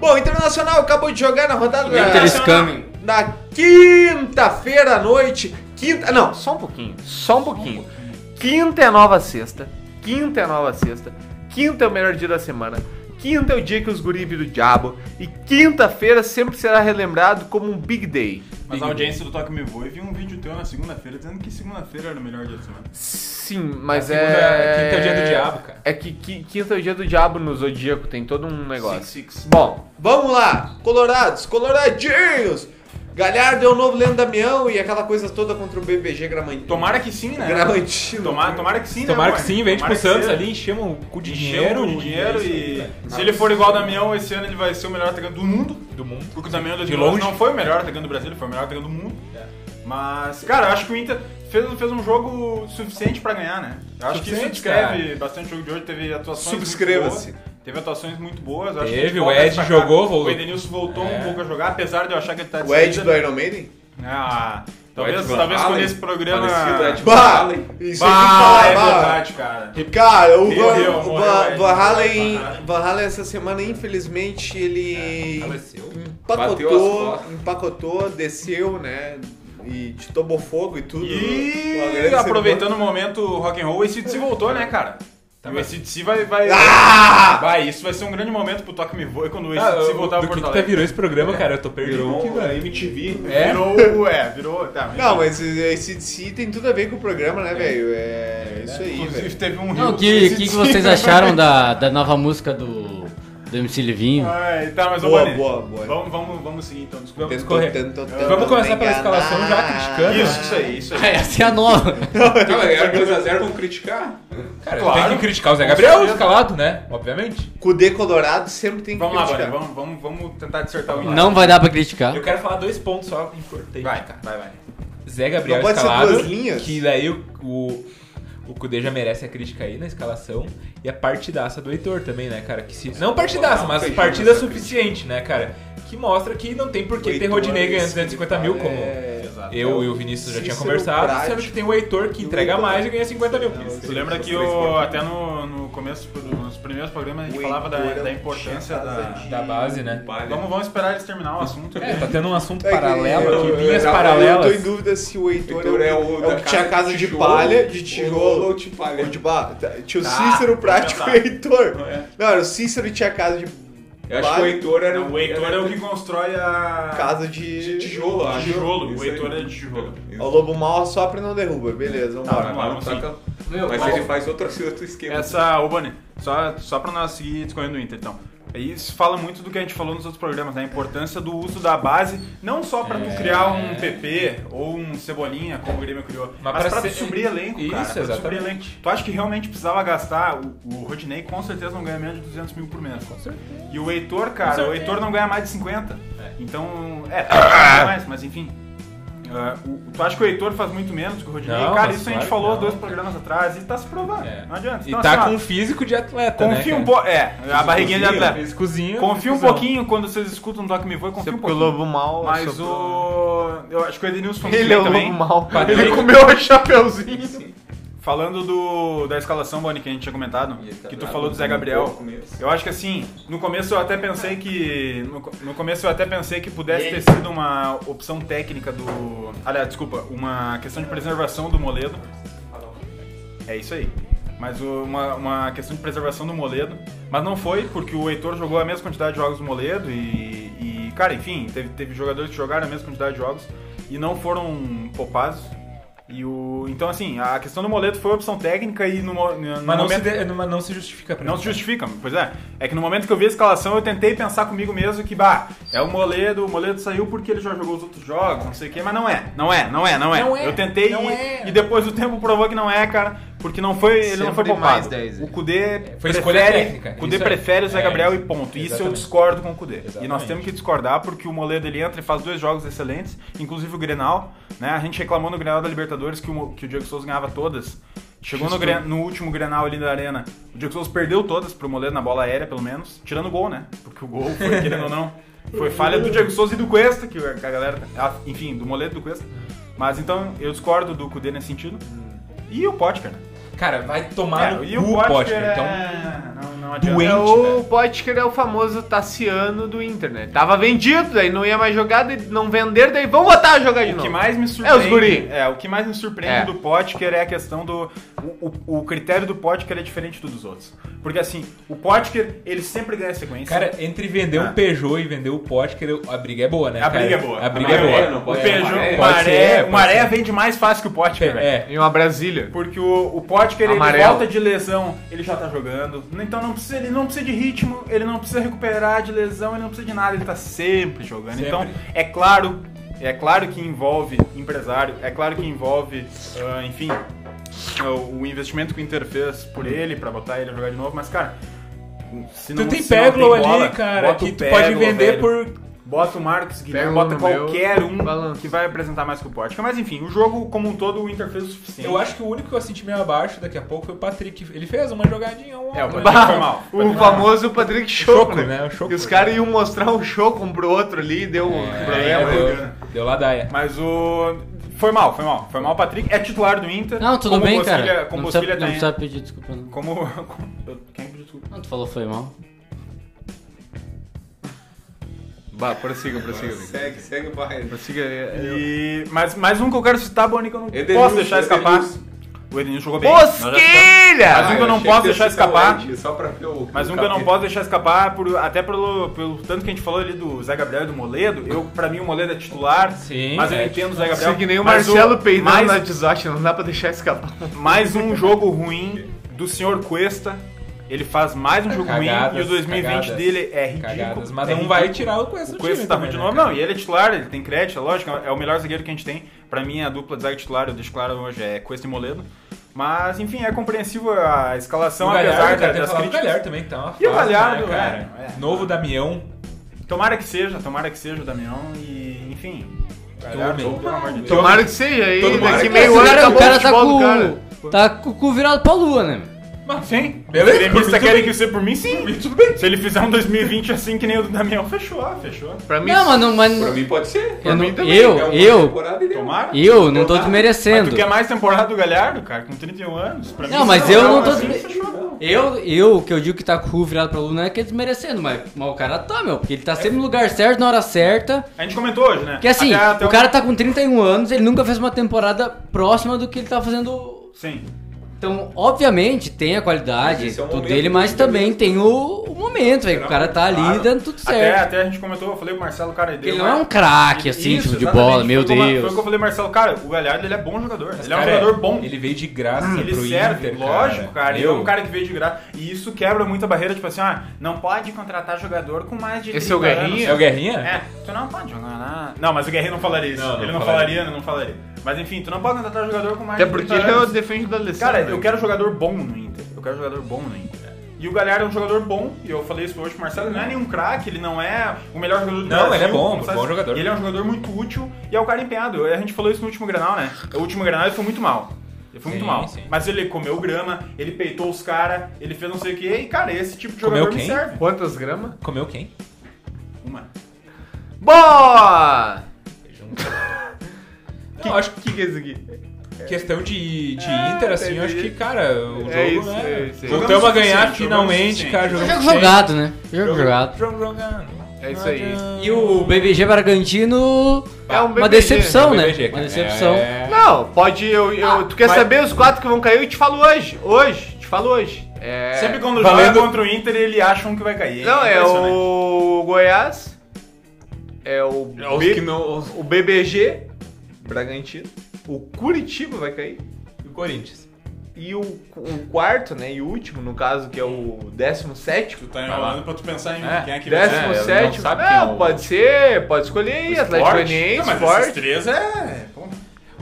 Speaker 2: Bom, o Internacional acabou de jogar na rodada da-
Speaker 6: Inter is coming.
Speaker 2: na quinta-feira à noite. Quinta, não,
Speaker 9: Só um pouquinho, só um pouquinho. Quinta é nova sexta. Quinta é nova sexta. Quinta é o melhor dia da semana. Quinta é o dia que os guri viram o diabo. E quinta-feira sempre será relembrado como um big day.
Speaker 5: Mas a audiência do Toque Me Voa e vi um vídeo teu na segunda-feira dizendo que segunda-feira era o melhor dia da semana.
Speaker 9: Sim, mas
Speaker 7: segunda-
Speaker 9: é.
Speaker 7: quinta é o dia do diabo, cara.
Speaker 9: É que qui- quinta é o dia do diabo no zodíaco, tem todo um negócio.
Speaker 5: Six, six.
Speaker 9: Bom,
Speaker 2: Vamos lá, colorados, coloradinhos. Galhardo é o novo Leandro Damião e aquela coisa toda contra o BBG Gramantino.
Speaker 5: Tomara que sim, né?
Speaker 2: Gramantino.
Speaker 5: Tomara, tomara que sim,
Speaker 10: Tomara
Speaker 5: né,
Speaker 10: que
Speaker 5: mano?
Speaker 10: sim, vende
Speaker 5: Tomara
Speaker 10: pro
Speaker 5: que
Speaker 10: Santos
Speaker 5: seja.
Speaker 10: ali, enchemos o cu de
Speaker 5: Dinheiro,
Speaker 10: dinheiro. é
Speaker 5: de dinheiro e. Se ele for igual o Damião, esse ano ele vai ser o melhor atacante do mundo.
Speaker 10: Do mundo.
Speaker 5: Porque o Damião
Speaker 10: De
Speaker 5: 2011
Speaker 10: longe.
Speaker 5: não foi o melhor atacante do Brasil, ele foi o melhor atacante do mundo. Mas, cara, eu acho que o Inter fez, fez um jogo suficiente pra ganhar, né? Eu acho que isso
Speaker 10: Suficiente,
Speaker 5: descreve bastante o jogo de hoje, teve atuações
Speaker 2: Subscreva-se.
Speaker 5: muito boas. Teve atuações muito boas. eu Acho
Speaker 10: Teve,
Speaker 5: que a gente
Speaker 10: o
Speaker 5: volta a
Speaker 10: Ed
Speaker 5: destacar.
Speaker 10: jogou, voltou.
Speaker 5: O Edenilson voltou um pouco a jogar, apesar de eu achar que ele tá de
Speaker 2: O Ed
Speaker 5: saída.
Speaker 2: do Iron Maiden?
Speaker 5: Ah, talvez,
Speaker 7: Van
Speaker 5: talvez quando
Speaker 7: Halen,
Speaker 5: esse programa...
Speaker 7: parecido Ed
Speaker 2: Bah!
Speaker 7: Van Halen.
Speaker 2: Isso aí
Speaker 5: Bah,
Speaker 2: que fala,
Speaker 5: é
Speaker 2: bah.
Speaker 5: verdade, cara.
Speaker 2: Cara, o
Speaker 5: Meu
Speaker 2: Van,
Speaker 5: Deus,
Speaker 2: o
Speaker 5: morreu,
Speaker 2: Van,
Speaker 5: Ed.
Speaker 2: Van Halen,
Speaker 5: Van Halen.
Speaker 2: Van Halen essa semana, infelizmente,
Speaker 5: É,
Speaker 2: ele
Speaker 6: faleceu.
Speaker 2: empacotou,
Speaker 7: Bateu as costas.
Speaker 2: empacotou, desceu, né? E te tomou fogo e tudo. Uma grande
Speaker 5: E
Speaker 2: cerimônia.
Speaker 5: aproveitando o momento rock and roll, o ACDC voltou, né, cara? E o ACDC vai... vai...
Speaker 2: Ah!
Speaker 5: Vai, isso vai ser um grande momento pro Toque Me Voe quando o
Speaker 10: Ah,
Speaker 5: ACDC
Speaker 10: o-
Speaker 5: voltar
Speaker 10: do que,
Speaker 5: pro Porto
Speaker 10: que tá
Speaker 5: Alegre.
Speaker 10: virou esse programa, cara? Eu tô perdido.
Speaker 5: um-
Speaker 10: aqui,
Speaker 7: Virou
Speaker 10: velho.
Speaker 7: a MTV.
Speaker 10: É?
Speaker 5: Virou, é, virou. Tá, mas-
Speaker 2: Não, mas esse DC tem tudo a ver com o programa, né, velho? É isso aí, velho.
Speaker 5: Inclusive teve um
Speaker 6: Não,
Speaker 5: rio
Speaker 6: o que,
Speaker 5: desse
Speaker 6: que, que
Speaker 5: dia.
Speaker 6: vocês acharam da, da nova música do do MC Livinho.
Speaker 5: Ai, tá, mas ô,
Speaker 11: Boa,
Speaker 5: Boni,
Speaker 11: boa, boa.
Speaker 5: Vamos, vamos, vamos seguir então, desculpa.
Speaker 11: Tentou,
Speaker 7: correr.
Speaker 11: tentou, tentou
Speaker 7: Vamos começar pela
Speaker 11: enganar.
Speaker 7: escalação já criticando.
Speaker 5: Isso, isso aí, isso aí.
Speaker 6: Essa é a nova.
Speaker 4: Não, era 2x0, vamos criticar?
Speaker 7: Cara,
Speaker 5: Claro.
Speaker 7: tem que criticar o Zé Gabriel escalado, né? Obviamente.
Speaker 11: Cudê colorado sempre tem que
Speaker 5: Vamos lá, Boni,
Speaker 11: criticar.
Speaker 5: vamos, vamos, vamos tentar dissertar o
Speaker 6: Não vai dar pra criticar.
Speaker 11: Ah.
Speaker 7: Eu quero falar dois pontos só importantes.
Speaker 5: Vai, tá, vai, vai.
Speaker 7: Zé Gabriel
Speaker 11: Não pode ser
Speaker 7: escalado,
Speaker 11: duas linhas?
Speaker 7: que daí o, o, o Kudê já merece a crítica aí na escalação. E a partidaça do Heitor também, né, cara? Que se, não partidaça,
Speaker 4: um
Speaker 7: mas
Speaker 4: feijão
Speaker 7: partida
Speaker 4: nessa
Speaker 7: suficiente, né, cara? Que mostra que não tem por
Speaker 11: O
Speaker 7: que ter
Speaker 11: Heitor,
Speaker 7: Rodinei ganhando
Speaker 11: esse é
Speaker 7: 250 mil, como
Speaker 5: Exato.
Speaker 7: eu e o Vinícius já tinha
Speaker 11: Cícero
Speaker 7: conversado,
Speaker 11: Prati.
Speaker 7: sendo que tem o Heitor que
Speaker 11: é E o
Speaker 7: entrega
Speaker 11: Heitor.
Speaker 7: mais e ganha 50 mil.
Speaker 5: Tu lembra que eu, até no, no começo, nos primeiros programas, a gente
Speaker 11: O
Speaker 5: falava da,
Speaker 11: Heitor é um
Speaker 5: da importância da...
Speaker 11: chazadinho.
Speaker 7: Da base, né?
Speaker 5: Vamos, vamos esperar eles terminar o assunto.
Speaker 7: É, tá tendo um assunto
Speaker 11: É que-
Speaker 7: paralelo aqui,
Speaker 11: eu-
Speaker 7: linhas
Speaker 11: eu- Eu tô em
Speaker 7: paralelas.
Speaker 11: dúvida se o Heitor,
Speaker 4: Heitor
Speaker 11: é, o,
Speaker 4: é o
Speaker 11: é o
Speaker 4: da
Speaker 11: que tinha
Speaker 4: casa
Speaker 11: casa
Speaker 4: de
Speaker 11: de
Speaker 4: tijolo,
Speaker 11: palha, de
Speaker 4: ou-
Speaker 11: tijolo
Speaker 4: ou
Speaker 11: ou
Speaker 4: de
Speaker 11: de
Speaker 4: palha.
Speaker 11: palha. Ou de ba... tá, Tinha o
Speaker 5: Tá,
Speaker 11: Cícero prático
Speaker 5: tá.
Speaker 11: e o Heitor.
Speaker 5: É.
Speaker 11: Não, era o Cícero e tinha casa de
Speaker 4: Eu acho que o Heitor era
Speaker 5: O Heitor é o que constrói a...
Speaker 11: casa de...
Speaker 4: tijolo, acho.
Speaker 5: Tijolo,
Speaker 4: Isso
Speaker 5: o
Speaker 4: aí.
Speaker 5: Heitor é de tijolo.
Speaker 11: O Lobo Mal sopra e não derruba, beleza,
Speaker 2: Tá,
Speaker 11: vamos
Speaker 5: Tá, vamos lá.
Speaker 11: lá.
Speaker 4: Mas, não
Speaker 5: sim.
Speaker 4: toca-
Speaker 6: Meu,
Speaker 4: mas ele faz outro, outro esquema.
Speaker 2: É.
Speaker 5: Essa, ô Boni, só, só pra nós seguir discorrendo do Inter, então. Aí se fala muito do que a gente falou nos outros programas, da importância do uso da base, não só pra
Speaker 7: É.
Speaker 5: tu criar um PP ou um Cebolinha, como o Grêmio criou, mas,
Speaker 7: Mas
Speaker 5: pra,
Speaker 7: pra
Speaker 5: tu
Speaker 7: ser-
Speaker 5: subir elenco,
Speaker 7: Isso,
Speaker 5: cara. pra tu subir
Speaker 7: exatamente.
Speaker 5: elenco. Tu acha que realmente precisava gastar, o, o Rodinei com certeza não ganha menos de 200 mil por mês. Com certeza. E o Heitor, cara, o Heitor não ganha mais de 50. Então, é, tá ganhando mais, mas enfim... Ah, o- tu acha que o Heitor faz muito menos que o Rodinei?
Speaker 7: Não,
Speaker 5: cara,
Speaker 7: mas
Speaker 5: isso a gente
Speaker 7: claro que
Speaker 5: falou
Speaker 7: não.
Speaker 5: dois programas atrás e tá se provando.
Speaker 7: É.
Speaker 5: Não adianta.
Speaker 7: E
Speaker 5: Então,
Speaker 7: tá
Speaker 5: assim, ó,
Speaker 7: com um físico de atleta, né?
Speaker 5: Confia um pouco. É, a barriguinha de atleta.
Speaker 7: Físicozinho.
Speaker 5: Confia um pouquinho quando vocês escutam um Toque Me Voe, confia um
Speaker 2: Porque o
Speaker 5: pouquinho.
Speaker 2: Lobo Mal.
Speaker 5: Mas
Speaker 2: soprou.
Speaker 5: o. Eu acho que o Edenilson foi muito
Speaker 2: Ele
Speaker 5: bem
Speaker 2: é o Lobo
Speaker 5: também.
Speaker 2: Mal.
Speaker 7: Patrick.
Speaker 2: Ele comeu o chapeuzinho.
Speaker 5: Falando do, da escalação, Boni, que a gente tinha comentado, que tu falou do Zé Gabriel. Eu acho que assim, no começo eu até pensei que. No, co- no começo eu até pensei que pudesse ter sido uma opção técnica do. Aliás, desculpa, uma questão de preservação do Moledo. É isso aí. Mas o- uma, uma questão de preservação do Moledo. Mas não foi, porque o Heitor jogou a mesma quantidade de jogos do Moledo e. e, cara, enfim, teve, teve jogadores que jogaram a mesma quantidade de jogos e não foram poupados. E o. Então, assim, a questão do Moledo foi opção técnica e no, mo- no
Speaker 7: Mas não,
Speaker 5: momento-
Speaker 7: se de- mas não se justifica pra
Speaker 5: não
Speaker 7: mim.
Speaker 5: se justifica, pois é. É que no momento que eu vi a escalação, eu tentei pensar comigo mesmo que, bah, é o Moledo, o Moledo saiu porque ele já jogou os outros jogos, não sei o quê, mas não é, não é, não é, não é.
Speaker 7: Não é,
Speaker 5: eu tentei
Speaker 7: não
Speaker 5: e,
Speaker 7: é.
Speaker 5: e depois o tempo provou que não é, cara, porque não foi, ele não foi
Speaker 2: Sempre mais
Speaker 5: poupado.
Speaker 2: 10,
Speaker 5: o
Speaker 2: é.
Speaker 5: Cudê
Speaker 7: né? Foi escolha
Speaker 5: prefere,
Speaker 7: técnica,
Speaker 5: Cudê
Speaker 7: isso é.
Speaker 5: prefere o Zé
Speaker 7: É,
Speaker 5: Gabriel e ponto. E Isso eu
Speaker 7: exatamente.
Speaker 5: discordo com o Cudê. E nós
Speaker 7: Exatamente.
Speaker 5: temos que discordar porque o Moledo ele entra e faz dois jogos excelentes, inclusive o Grenal, né? A gente reclamou no Grenal da Libertadores que o, Mo- que o Diego Souza ganhava todas. Chegou no, Gre- no último Grenal ali da arena. O Diego Souza perdeu todas pro Moledo na bola aérea, pelo menos. Tirando o gol, né? Porque o gol foi, querendo ou não, foi falha do Diego Souza e do Cuesta, que a que a galera... ah, Enfim, do Moledo e do Cuesta. Mas então, eu discordo do Cudê nesse sentido. E o Potker, né?
Speaker 7: Cara, vai tomar
Speaker 5: É,
Speaker 7: no
Speaker 5: e
Speaker 7: cu
Speaker 5: o
Speaker 7: o
Speaker 5: Potker,
Speaker 7: Potker.
Speaker 5: é...
Speaker 7: Então,
Speaker 5: não, não adianta.
Speaker 7: doente, né?
Speaker 2: É o
Speaker 7: velho.
Speaker 2: Potker é o famoso Tassiano do Inter, né? Tava vendido, daí não ia mais jogar, daí não vender, daí vão botar a jogar de
Speaker 5: O
Speaker 2: novo.
Speaker 5: que mais me
Speaker 2: É
Speaker 5: surpreende.
Speaker 2: os guri.
Speaker 5: é, o que mais me surpreende
Speaker 2: É.
Speaker 5: do Potker é a questão do. O, o- o critério do Potker é diferente do dos outros. Porque assim, o Potker, ele sempre ganha sequência.
Speaker 7: cara, entre vender
Speaker 5: Ah.
Speaker 7: um Peugeot e vender o Potker, eu- a briga é boa, né?
Speaker 5: a
Speaker 7: cara?
Speaker 5: briga é boa.
Speaker 7: A briga é
Speaker 4: maré
Speaker 7: boa.
Speaker 4: não
Speaker 5: O
Speaker 4: pode-
Speaker 5: Peugeot,
Speaker 7: é,
Speaker 5: o Maré,
Speaker 7: pode ser,
Speaker 5: o
Speaker 7: pode
Speaker 5: Maré
Speaker 7: ser.
Speaker 5: vende mais fácil que o Potker, velho.
Speaker 7: É.
Speaker 2: Em uma Brasília.
Speaker 5: Porque o, o Potker, ele
Speaker 2: Amarelo.
Speaker 5: volta de lesão, ele já tá jogando. Então não precisa, ele não precisa de ritmo, ele não precisa recuperar de lesão, ele não precisa de nada, ele tá sempre jogando.
Speaker 7: Sempre.
Speaker 5: Então, é claro, é claro que envolve empresário, é claro que envolve, ah, enfim, o, o investimento que o Inter fez por ele, pra botar ele a jogar de novo, mas, cara. Se
Speaker 7: Tu tem
Speaker 5: se não
Speaker 7: Peglo ali,
Speaker 5: tem bola,
Speaker 7: cara,
Speaker 5: bota o
Speaker 7: que tu
Speaker 5: Peglo,
Speaker 7: pode vender
Speaker 5: velho.
Speaker 7: por
Speaker 5: Bota o Marcos Guilherme,
Speaker 2: Pega
Speaker 5: bota
Speaker 2: um no meu,
Speaker 5: qualquer um
Speaker 2: balança.
Speaker 5: que vai apresentar mais que o Pótica. Mas enfim, o jogo como um todo o Inter fez o suficiente.
Speaker 7: Eu acho que o único que eu senti meio abaixo daqui a pouco foi o Patrick. Ele fez uma jogadinha, um
Speaker 5: É, o Patrick foi mal.
Speaker 2: Bah, o famoso Patrick Choco,
Speaker 7: Choco, né? O Choco.
Speaker 2: E os caras iam mostrar um choco um pro outro ali, deu um
Speaker 7: É,
Speaker 2: problema.
Speaker 7: deu, deu ladaia.
Speaker 5: Mas o. Foi mal, foi mal. Foi mal o Patrick. É titular do Inter.
Speaker 6: Não, tudo
Speaker 5: Como
Speaker 6: bem,
Speaker 5: Bosquilha-
Speaker 6: cara.
Speaker 5: Como tá
Speaker 6: Não
Speaker 5: Bosquilha
Speaker 6: precisa,
Speaker 5: tem.
Speaker 6: não precisa pedir desculpa, não.
Speaker 5: Como. como- eu- Quem pediu desculpa?
Speaker 6: Não, tu falou foi mal.
Speaker 2: Bah, prossiga, prossiga.
Speaker 5: um
Speaker 2: amigo.
Speaker 4: Segue, segue o baile.
Speaker 2: Prossiga. é-
Speaker 5: E... Mas mais um que eu quero citar, Boni, que eu não
Speaker 4: Edenilson,
Speaker 5: posso deixar escapar.
Speaker 4: Edenilson.
Speaker 5: O Edenilson jogou bem. Nós já citamos.
Speaker 2: Bosquilha!
Speaker 5: Mas um que eu não posso deixar escapar.
Speaker 4: Só pra ver o,
Speaker 5: Mas
Speaker 4: o
Speaker 5: um que eu não
Speaker 4: capítulo.
Speaker 5: posso deixar escapar, por- até pelo, pelo tanto que a gente falou ali do Zé Gabriel e do Moledo, eu, pra mim o Moledo é titular,
Speaker 7: Sim,
Speaker 5: mas eu
Speaker 7: é
Speaker 5: entendo o Zé Gabriel.
Speaker 2: Sei que nem o
Speaker 5: mas
Speaker 2: Marcelo peidando
Speaker 5: mais,
Speaker 2: na desoste, não dá pra deixar escapar.
Speaker 5: mais um jogo ruim do senhor Cuesta, Ele faz mais um jogo ruim
Speaker 7: Cagadas,
Speaker 5: e o 2020
Speaker 7: cagadas,
Speaker 5: dele é ridículo.
Speaker 7: Cagadas, mas
Speaker 5: é
Speaker 7: não vai
Speaker 5: ridículo.
Speaker 7: tirar o Cuesta do
Speaker 5: O Cuesta
Speaker 7: time
Speaker 5: tá ruim
Speaker 7: também,
Speaker 5: de
Speaker 7: né,
Speaker 5: novo.
Speaker 7: cara?
Speaker 5: Não, e ele é titular, ele tem crédito, é lógico, é o melhor zagueiro que a gente tem. Pra mim, a dupla de zaga titular, eu deixo claro hoje, é Cuesta e Moledo. Mas, enfim, é compreensível a escalação,
Speaker 7: o
Speaker 5: apesar da-
Speaker 7: Galhardo, cara, tem que
Speaker 5: das
Speaker 7: falar do
Speaker 5: críticas.
Speaker 7: Galhardo também, que tá uma
Speaker 5: E o
Speaker 7: fase,
Speaker 5: Galhardo,
Speaker 7: né, cara?
Speaker 5: é, é.
Speaker 7: Novo Damião.
Speaker 5: Tomara que seja, tomara que seja o Damião e, enfim... Galhardo,
Speaker 7: Homem.
Speaker 5: pelo amor de Deus.
Speaker 2: Tomara que seja aí,
Speaker 7: Todo mundo-
Speaker 2: daqui
Speaker 7: Esse
Speaker 6: Esse
Speaker 2: meio ano
Speaker 6: cara,
Speaker 2: acabou
Speaker 6: o cara tá
Speaker 2: futebol do cara.
Speaker 6: com, tá com o cu virado pra lua, né? meu?
Speaker 5: Mas, sim,
Speaker 7: Beleza,
Speaker 5: beleza. Os gremistas
Speaker 7: tudo
Speaker 5: querem
Speaker 7: bem.
Speaker 5: que seja por mim, sim.
Speaker 7: Tudo bem.
Speaker 5: Se ele fizer um 2020 assim que nem o do Damião, fechou, fechou.
Speaker 2: Pra mim,
Speaker 6: Não, mas não.
Speaker 7: é
Speaker 6: Mas,
Speaker 4: Pra mim pode ser.
Speaker 6: eu,
Speaker 2: mim
Speaker 6: não-
Speaker 2: também,
Speaker 6: eu,
Speaker 4: É
Speaker 7: um
Speaker 4: uma
Speaker 6: eu,
Speaker 4: temporada ideal.
Speaker 5: Tomara.
Speaker 6: eu não tô
Speaker 5: Mas tu
Speaker 6: desmerecendo.
Speaker 5: quer mais temporada do Galhardo, cara, com 31 anos? Pra
Speaker 6: Não,
Speaker 5: mim,
Speaker 6: mas
Speaker 5: se
Speaker 6: eu
Speaker 5: jogar
Speaker 6: não tô
Speaker 5: assim,
Speaker 6: desme-
Speaker 5: fechou.
Speaker 6: Eu, eu que eu digo que tá com o cu virado pra lua não é que é desmerecendo, mas, mas o cara tá, meu. Porque ele tá sempre no lugar certo, na hora certa.
Speaker 5: A gente comentou hoje, né?
Speaker 6: Porque assim,
Speaker 5: Até- até
Speaker 6: o cara tá com 31 anos, ele nunca fez uma temporada próxima do que ele tá fazendo.
Speaker 5: Sim.
Speaker 6: Então, obviamente, tem a qualidade,
Speaker 4: Mas esse é o
Speaker 6: tudo
Speaker 4: momento
Speaker 6: dele, mas
Speaker 4: dele.
Speaker 6: também tem o, o momento, velho. que O cara tá ali
Speaker 5: Claro.
Speaker 6: dando tudo
Speaker 5: Até,
Speaker 6: certo.
Speaker 5: até a gente comentou, eu falei com o Marcelo, cara, ele, deu
Speaker 6: Ele
Speaker 5: uma-
Speaker 6: não é um craque, assim,
Speaker 5: Isso,
Speaker 6: tipo, de
Speaker 5: exatamente.
Speaker 6: bola, meu
Speaker 5: Foi como- Foi o que eu
Speaker 6: Deus.
Speaker 5: falei, Marcelo, cara, o Galhardo ele é bom jogador. ele é um
Speaker 7: Cara,
Speaker 5: jogador bom.
Speaker 7: Hum. Ele veio de graça
Speaker 6: é
Speaker 5: Ele
Speaker 7: pro
Speaker 5: serve,
Speaker 7: Inter,
Speaker 5: lógico, cara. Ele é um
Speaker 7: Meu,
Speaker 5: cara que veio de graça. E isso quebra muita barreira, tipo assim, ah, não pode contratar jogador com mais de.
Speaker 2: Esse é o
Speaker 5: 30 anos.
Speaker 2: Guerrinha?
Speaker 7: É o Guerrinha?
Speaker 5: É, tu não pode jogar lá. Não, mas o Guerrinha não falaria isso.
Speaker 7: Não, não
Speaker 5: ele não
Speaker 7: falaria.
Speaker 5: falaria, não falaria. Mas enfim, tu não pode contratar jogador com mais
Speaker 2: até
Speaker 5: de
Speaker 2: porque
Speaker 5: 30
Speaker 2: ele é o
Speaker 5: anos.
Speaker 2: defende do Alessandro.
Speaker 5: Cara, eu quero jogador bom no Inter. Eu quero jogador bom no Inter. E o Galhardo é um jogador bom, e eu falei isso hoje pro Marcelo, ele não é nenhum craque, ele não é o melhor jogador do
Speaker 7: Não,
Speaker 5: Brasil.
Speaker 7: ele é bom,
Speaker 5: como sabe?
Speaker 7: bom jogador.
Speaker 5: Ele é um jogador muito útil e é o cara empenhado. A gente falou isso no último Granal, né? O último Granal ele foi muito mal. Ele foi
Speaker 7: Sim,
Speaker 5: muito mal.
Speaker 7: sim.
Speaker 5: Mas ele comeu grama, ele peitou os caras, ele fez não sei o que. E, cara, esse tipo de
Speaker 7: Comeu
Speaker 5: jogador me
Speaker 7: quem?
Speaker 5: serve.
Speaker 2: Quantas gramas?
Speaker 7: Comeu quem?
Speaker 5: Uma.
Speaker 2: Boa!
Speaker 7: Não, acho
Speaker 2: O que, que é isso aqui?
Speaker 7: que questão de, de Inter, assim, eu acho que, cara, o jogo,
Speaker 2: É isso,
Speaker 7: né?
Speaker 2: é isso, é isso.
Speaker 7: Voltamos a ganhar
Speaker 5: Jogamos
Speaker 7: finalmente,
Speaker 5: suficiente,
Speaker 7: cara.
Speaker 6: Jogo
Speaker 7: Jogamos suficiente.
Speaker 6: jogado, né? Jogo jogado.
Speaker 7: Jogo jogando.
Speaker 2: É isso aí.
Speaker 6: E o BBG Bragantino.
Speaker 2: É um
Speaker 6: uma
Speaker 2: BBG,
Speaker 6: decepção,
Speaker 7: é um
Speaker 6: né?
Speaker 7: BBG,
Speaker 6: uma
Speaker 7: cara.
Speaker 6: decepção.
Speaker 7: É.
Speaker 2: Não, pode. Eu, eu- tu quer
Speaker 5: mas-
Speaker 2: saber os quatro que vão cair? Eu te falo hoje. Hoje. Te falo hoje. É.
Speaker 5: Sempre quando
Speaker 7: Valendo-
Speaker 5: joga contra o Inter, ele acha um que vai cair.
Speaker 2: Não, é
Speaker 5: impressionante.
Speaker 2: o Goiás. É o.
Speaker 12: É os
Speaker 2: B-
Speaker 12: que não. Os
Speaker 2: O BBG.
Speaker 12: Bragantino.
Speaker 2: O Curitiba vai cair.
Speaker 7: E o Corinthians.
Speaker 2: E o, o quarto, né? E o último, no caso, que é o 17.
Speaker 4: Tu tá enrolando pra tu pensar em quem é que vai ser.
Speaker 7: é,
Speaker 2: 17.
Speaker 7: não
Speaker 2: Não,
Speaker 7: sabe quem é o-
Speaker 2: pode ser. Pode escolher aí. Atlético
Speaker 4: Forte?
Speaker 2: Goianiense,
Speaker 4: Não, mas esses
Speaker 2: forte.
Speaker 4: três é. pô,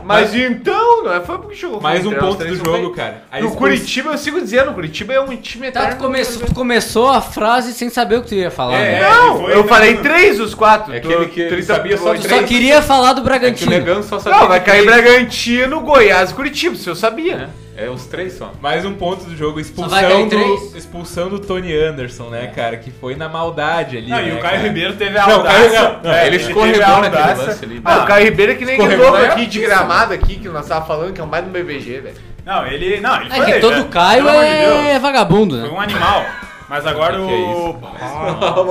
Speaker 2: Mas então, não é? Foi porque jogou
Speaker 7: Mais um
Speaker 2: contra, os
Speaker 7: ponto do
Speaker 2: três né? não ganham.
Speaker 7: jogo, cara. A
Speaker 2: No
Speaker 7: expulsão-
Speaker 2: Curitiba, eu sigo dizendo, o Curitiba é um time
Speaker 6: Tá, tu,
Speaker 2: eterno.
Speaker 6: começou, tu começou a frase sem saber o que tu ia falar.
Speaker 4: É,
Speaker 6: né?
Speaker 2: Não,
Speaker 4: ele foi-
Speaker 2: eu falei três dos quatro.
Speaker 12: É
Speaker 2: Tu-
Speaker 12: aquele que ele
Speaker 2: trinta-
Speaker 12: sabia só
Speaker 2: oito-
Speaker 6: Tu só queria falar do
Speaker 12: É que o
Speaker 6: Bragantino.
Speaker 12: Negão só sabia.
Speaker 2: Não, vai
Speaker 12: de
Speaker 2: cair
Speaker 12: três.
Speaker 2: Bragantino, Goiás e Curitiba, se eu sabia.
Speaker 12: É os três só.
Speaker 7: Mais um ponto do jogo,
Speaker 6: vai cair
Speaker 7: expulsão
Speaker 6: três.
Speaker 7: do, expulsão do Tony Anderson, né, cara? Que foi na maldade ali.
Speaker 5: Não, e
Speaker 7: né,
Speaker 5: o Caio
Speaker 7: cara?
Speaker 5: Ribeiro teve a
Speaker 7: Não, o Caio-
Speaker 5: audácia.
Speaker 7: não, não,
Speaker 5: É,
Speaker 12: ele
Speaker 5: teve
Speaker 12: escorregou
Speaker 5: a
Speaker 12: naquele
Speaker 5: audácia.
Speaker 12: lance ali.
Speaker 2: Ah, o
Speaker 5: Ah,
Speaker 2: Caio Ribeiro é que nem aquele
Speaker 7: Escorregou,
Speaker 2: novo
Speaker 7: é?
Speaker 2: aqui de gramado aqui, que nós tava falando, que é o mais do BBG, velho.
Speaker 5: não, ele. Não, ele
Speaker 6: É
Speaker 5: foi.
Speaker 6: que todo
Speaker 5: velho.
Speaker 6: Caio
Speaker 5: Pelo amor de
Speaker 6: é
Speaker 5: Deus.
Speaker 6: vagabundo, né?
Speaker 5: Foi um animal. Mas agora
Speaker 7: Que que é
Speaker 5: o.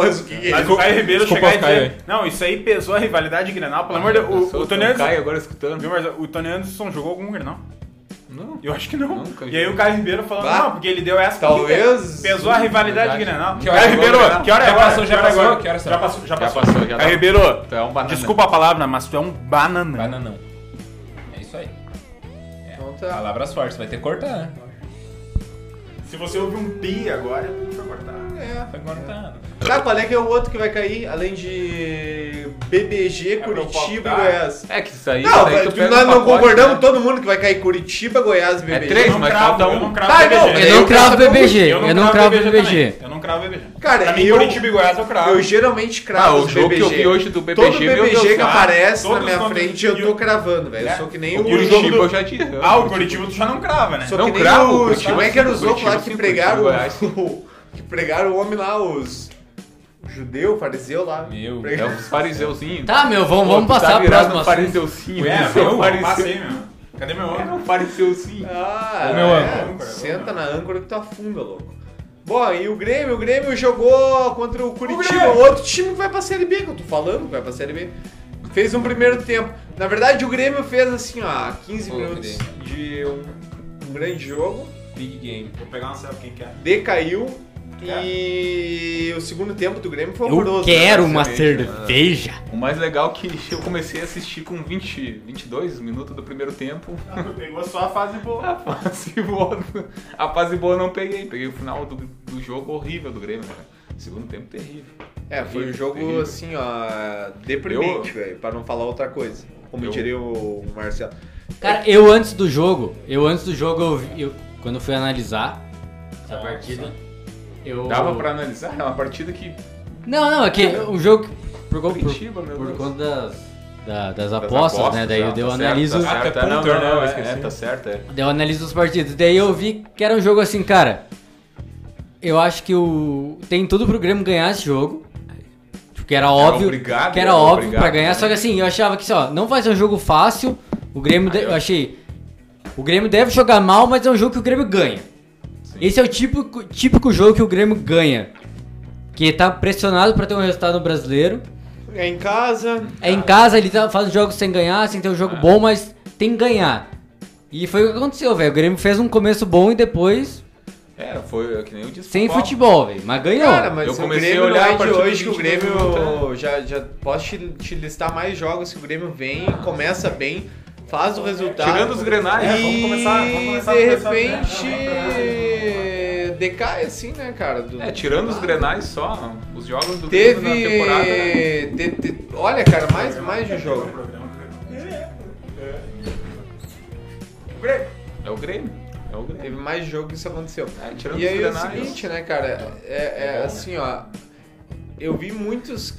Speaker 12: mas o que que é
Speaker 5: Mas o Caio Ribeiro
Speaker 7: Desculpa
Speaker 5: chegar e
Speaker 7: o Caio Tá é
Speaker 5: dizer. Não, isso aí pesou a rivalidade de Grenal. Pelo amor de Deus. O, o Tony Anderson.
Speaker 12: Caio agora escutando.
Speaker 5: Viu, mas o Tony Anderson jogou algum Grenal?
Speaker 12: Não.
Speaker 5: Eu acho que não.
Speaker 12: Nunca
Speaker 5: e
Speaker 12: jogou.
Speaker 5: aí o Caio Ribeiro falando,
Speaker 12: Bah.
Speaker 5: não, porque ele deu essa.
Speaker 12: Talvez.
Speaker 5: Pesou a rivalidade de Grenal.
Speaker 7: Que hora
Speaker 5: Caio
Speaker 7: jogou o
Speaker 5: Ribeiro,
Speaker 7: Grenal?
Speaker 5: que hora é
Speaker 7: Já
Speaker 5: agora?
Speaker 7: passou, já
Speaker 5: Que hora é
Speaker 7: passou,
Speaker 5: agora?
Speaker 7: que horas são?
Speaker 5: Já passou, já
Speaker 12: Já
Speaker 5: passou.
Speaker 12: passou, já
Speaker 5: Caio
Speaker 12: tá.
Speaker 5: Ribeiro,
Speaker 12: Tu é um banana.
Speaker 5: desculpa a palavra, mas tu é um banana.
Speaker 7: Bananão. É isso aí.
Speaker 2: Então tá.
Speaker 7: Palavras fortes, vai ter que cortar, né?
Speaker 5: Se você ouvir um pi agora, tá. foi cortado.
Speaker 7: Foi cortado.
Speaker 12: Tá, qual é que é o outro que vai cair? Além de BBG, Curitiba e
Speaker 5: palpitar.
Speaker 12: Goiás.
Speaker 7: É que isso aí.
Speaker 2: Não,
Speaker 12: Daí tu
Speaker 2: tu-
Speaker 12: pega
Speaker 2: nós
Speaker 12: um
Speaker 2: não
Speaker 12: pacote,
Speaker 2: concordamos
Speaker 12: né?
Speaker 2: todo mundo que vai cair Curitiba, Goiás e BBG.
Speaker 12: três,
Speaker 5: Eu não
Speaker 12: mas
Speaker 5: cravo,
Speaker 12: falta um.
Speaker 5: eu não cravo
Speaker 2: Tá,
Speaker 5: BBG.
Speaker 2: não,
Speaker 6: Eu não cravo
Speaker 2: Eu
Speaker 6: BBG, eu não cravo
Speaker 5: também.
Speaker 6: BBG.
Speaker 5: Eu não cravo BBG.
Speaker 2: Cara,
Speaker 5: pra mim,
Speaker 2: eu-
Speaker 5: Curitiba e Goiás eu cravo.
Speaker 2: Eu geralmente cravo
Speaker 12: Ah, o
Speaker 2: os
Speaker 12: jogo que eu
Speaker 2: BBG.
Speaker 12: vi hoje do BBG,
Speaker 2: Todo
Speaker 12: meu
Speaker 2: BBG
Speaker 12: Deus,
Speaker 2: que
Speaker 12: ah,
Speaker 2: aparece na
Speaker 5: todos
Speaker 2: minha
Speaker 5: estão-
Speaker 2: frente,
Speaker 5: e
Speaker 2: eu tô
Speaker 5: o-
Speaker 2: cravando, velho.
Speaker 5: É.
Speaker 2: Eu sou que nem
Speaker 5: E
Speaker 2: o...
Speaker 5: o
Speaker 12: E o
Speaker 5: jogo
Speaker 12: jogo
Speaker 5: do-
Speaker 12: eu já tinha.
Speaker 5: Ah, o Curitiba tu já não crava, né?
Speaker 2: Sou
Speaker 12: Não
Speaker 2: que nem
Speaker 12: cravo,
Speaker 2: os...
Speaker 12: Curitiba
Speaker 2: Como é que eram os
Speaker 12: sim,
Speaker 2: outros lá que
Speaker 12: Curitiba sim,
Speaker 2: pregaram
Speaker 12: Goiás.
Speaker 2: o... Que pregaram o homem lá, os... Judeu, fariseu lá.
Speaker 7: Meu, um
Speaker 2: Pregaram-
Speaker 12: É os fariseuzinhos.
Speaker 6: Tá, meu, vamos, vamos
Speaker 12: Pô, tu
Speaker 6: passar
Speaker 12: tá
Speaker 6: pro
Speaker 12: virado
Speaker 6: próximo
Speaker 12: um
Speaker 6: assunto.
Speaker 12: fariseuzinho.
Speaker 5: É,
Speaker 12: Você é um
Speaker 5: meu, passei,
Speaker 12: fariseu.
Speaker 5: meu. Cadê meu
Speaker 12: É
Speaker 5: outro?
Speaker 12: um fariseuzinho.
Speaker 2: Ah,
Speaker 7: Ô, meu
Speaker 2: é,
Speaker 5: âncora,
Speaker 2: senta
Speaker 5: ô, meu.
Speaker 2: na âncora que tu afunda, louco. Bom, e o Grêmio? O Grêmio jogou contra o Curitiba,
Speaker 5: Grêmio!
Speaker 2: outro time que vai pra Série B, que eu tô falando que vai pra Série B. Fez um primeiro tempo. Na verdade, o Grêmio fez assim, ó, 15
Speaker 7: Pô,
Speaker 2: minutos de um, um grande jogo.
Speaker 7: Big Game.
Speaker 5: Vou pegar uma selfie, quem quer.
Speaker 2: Decaiu, E o segundo tempo do Grêmio foi
Speaker 6: Eu
Speaker 2: horroroso.
Speaker 6: quero
Speaker 2: né,
Speaker 6: uma
Speaker 2: basicamente.
Speaker 6: cerveja.
Speaker 7: O mais legal é que eu comecei a assistir com 20, 22 minutos do primeiro tempo.
Speaker 5: Ah, Pegou só a fase boa.
Speaker 7: A fase boa, a fase boa eu não peguei. Peguei o final do, do jogo horrível do Grêmio, cara. Segundo tempo terrível.
Speaker 2: É, foi um
Speaker 7: Terrível,
Speaker 2: jogo
Speaker 7: terrível.
Speaker 2: assim, ó, deprimente,
Speaker 7: Eu-
Speaker 2: velho, pra não falar outra coisa. Como
Speaker 7: Eu-
Speaker 2: diria o Marcelo.
Speaker 6: Cara, eu antes do jogo, eu antes do jogo, eu, vi- eu- quando eu fui analisar essa partida, eu...
Speaker 7: Dava pra analisar, é uma partida que.
Speaker 6: Não, não, é que um jogo que por, por,
Speaker 7: Curitiba, meu
Speaker 6: por
Speaker 7: Deus.
Speaker 6: conta das, da- das, apostas, né? Daí eu,
Speaker 7: tá
Speaker 6: eu
Speaker 7: certo,
Speaker 6: analiso,
Speaker 7: Tá certo,
Speaker 10: Ah, tá
Speaker 7: não,
Speaker 10: ponto,
Speaker 7: não,
Speaker 10: né? Eu
Speaker 7: não, é,
Speaker 10: esqueci.
Speaker 7: é, tá certo, é.
Speaker 6: daí eu analiso os partidos. Daí eu vi que era um jogo assim, cara. Eu acho que o tem tudo pro Grêmio ganhar esse jogo. Tipo, que era óbvio,
Speaker 7: obrigado,
Speaker 6: que era
Speaker 7: era
Speaker 6: óbvio
Speaker 7: obrigado,
Speaker 6: pra ganhar,
Speaker 7: né?
Speaker 6: só que assim, eu achava que assim, ó, não vai ser um jogo fácil. O Grêmio, de- eu achei o Grêmio deve jogar mal, mas é um jogo que o Grêmio ganha. Esse é o típico, típico jogo que o Grêmio ganha. Que tá pressionado pra ter um resultado brasileiro.
Speaker 2: É em casa.
Speaker 6: É em casa, ele tá, faz os jogos sem ganhar, sem ter um jogo bom, mas tem que ganhar. E foi o que aconteceu, velho. O Grêmio fez um começo bom e depois
Speaker 7: É, foi é que nem eu disse.
Speaker 6: sem
Speaker 7: futebol.
Speaker 6: futebol, velho. Mas ganhou.
Speaker 2: Cara, mas
Speaker 7: Eu
Speaker 2: o
Speaker 7: comecei
Speaker 2: Grêmio
Speaker 7: a olhar
Speaker 2: não
Speaker 7: a
Speaker 2: é de
Speaker 7: partir
Speaker 2: hoje que
Speaker 7: do
Speaker 2: o
Speaker 7: 20
Speaker 2: Grêmio.
Speaker 7: minuto,
Speaker 2: Já, já posso te, te listar mais jogos que o Grêmio vem, começa bem, faz o resultado.
Speaker 7: Tirando os grenais, né?
Speaker 2: e
Speaker 7: vamos começar. Vamos começar
Speaker 2: de
Speaker 7: a pensar-
Speaker 2: repente. decai assim, né, cara? Do-
Speaker 7: É, tirando os grenais só, os jogos do
Speaker 2: Teve.
Speaker 7: Grêmio na temporada. né?
Speaker 2: te- te- Olha, cara, mais, mais de um jogo.
Speaker 7: É o Grêmio. É o Grêmio.
Speaker 2: Teve mais jogo que isso aconteceu.
Speaker 7: É, tirando
Speaker 2: E
Speaker 7: os
Speaker 2: aí é o
Speaker 7: grenais.
Speaker 2: seguinte, né, cara? É, é
Speaker 7: né?
Speaker 2: assim, ó. Eu vi muitos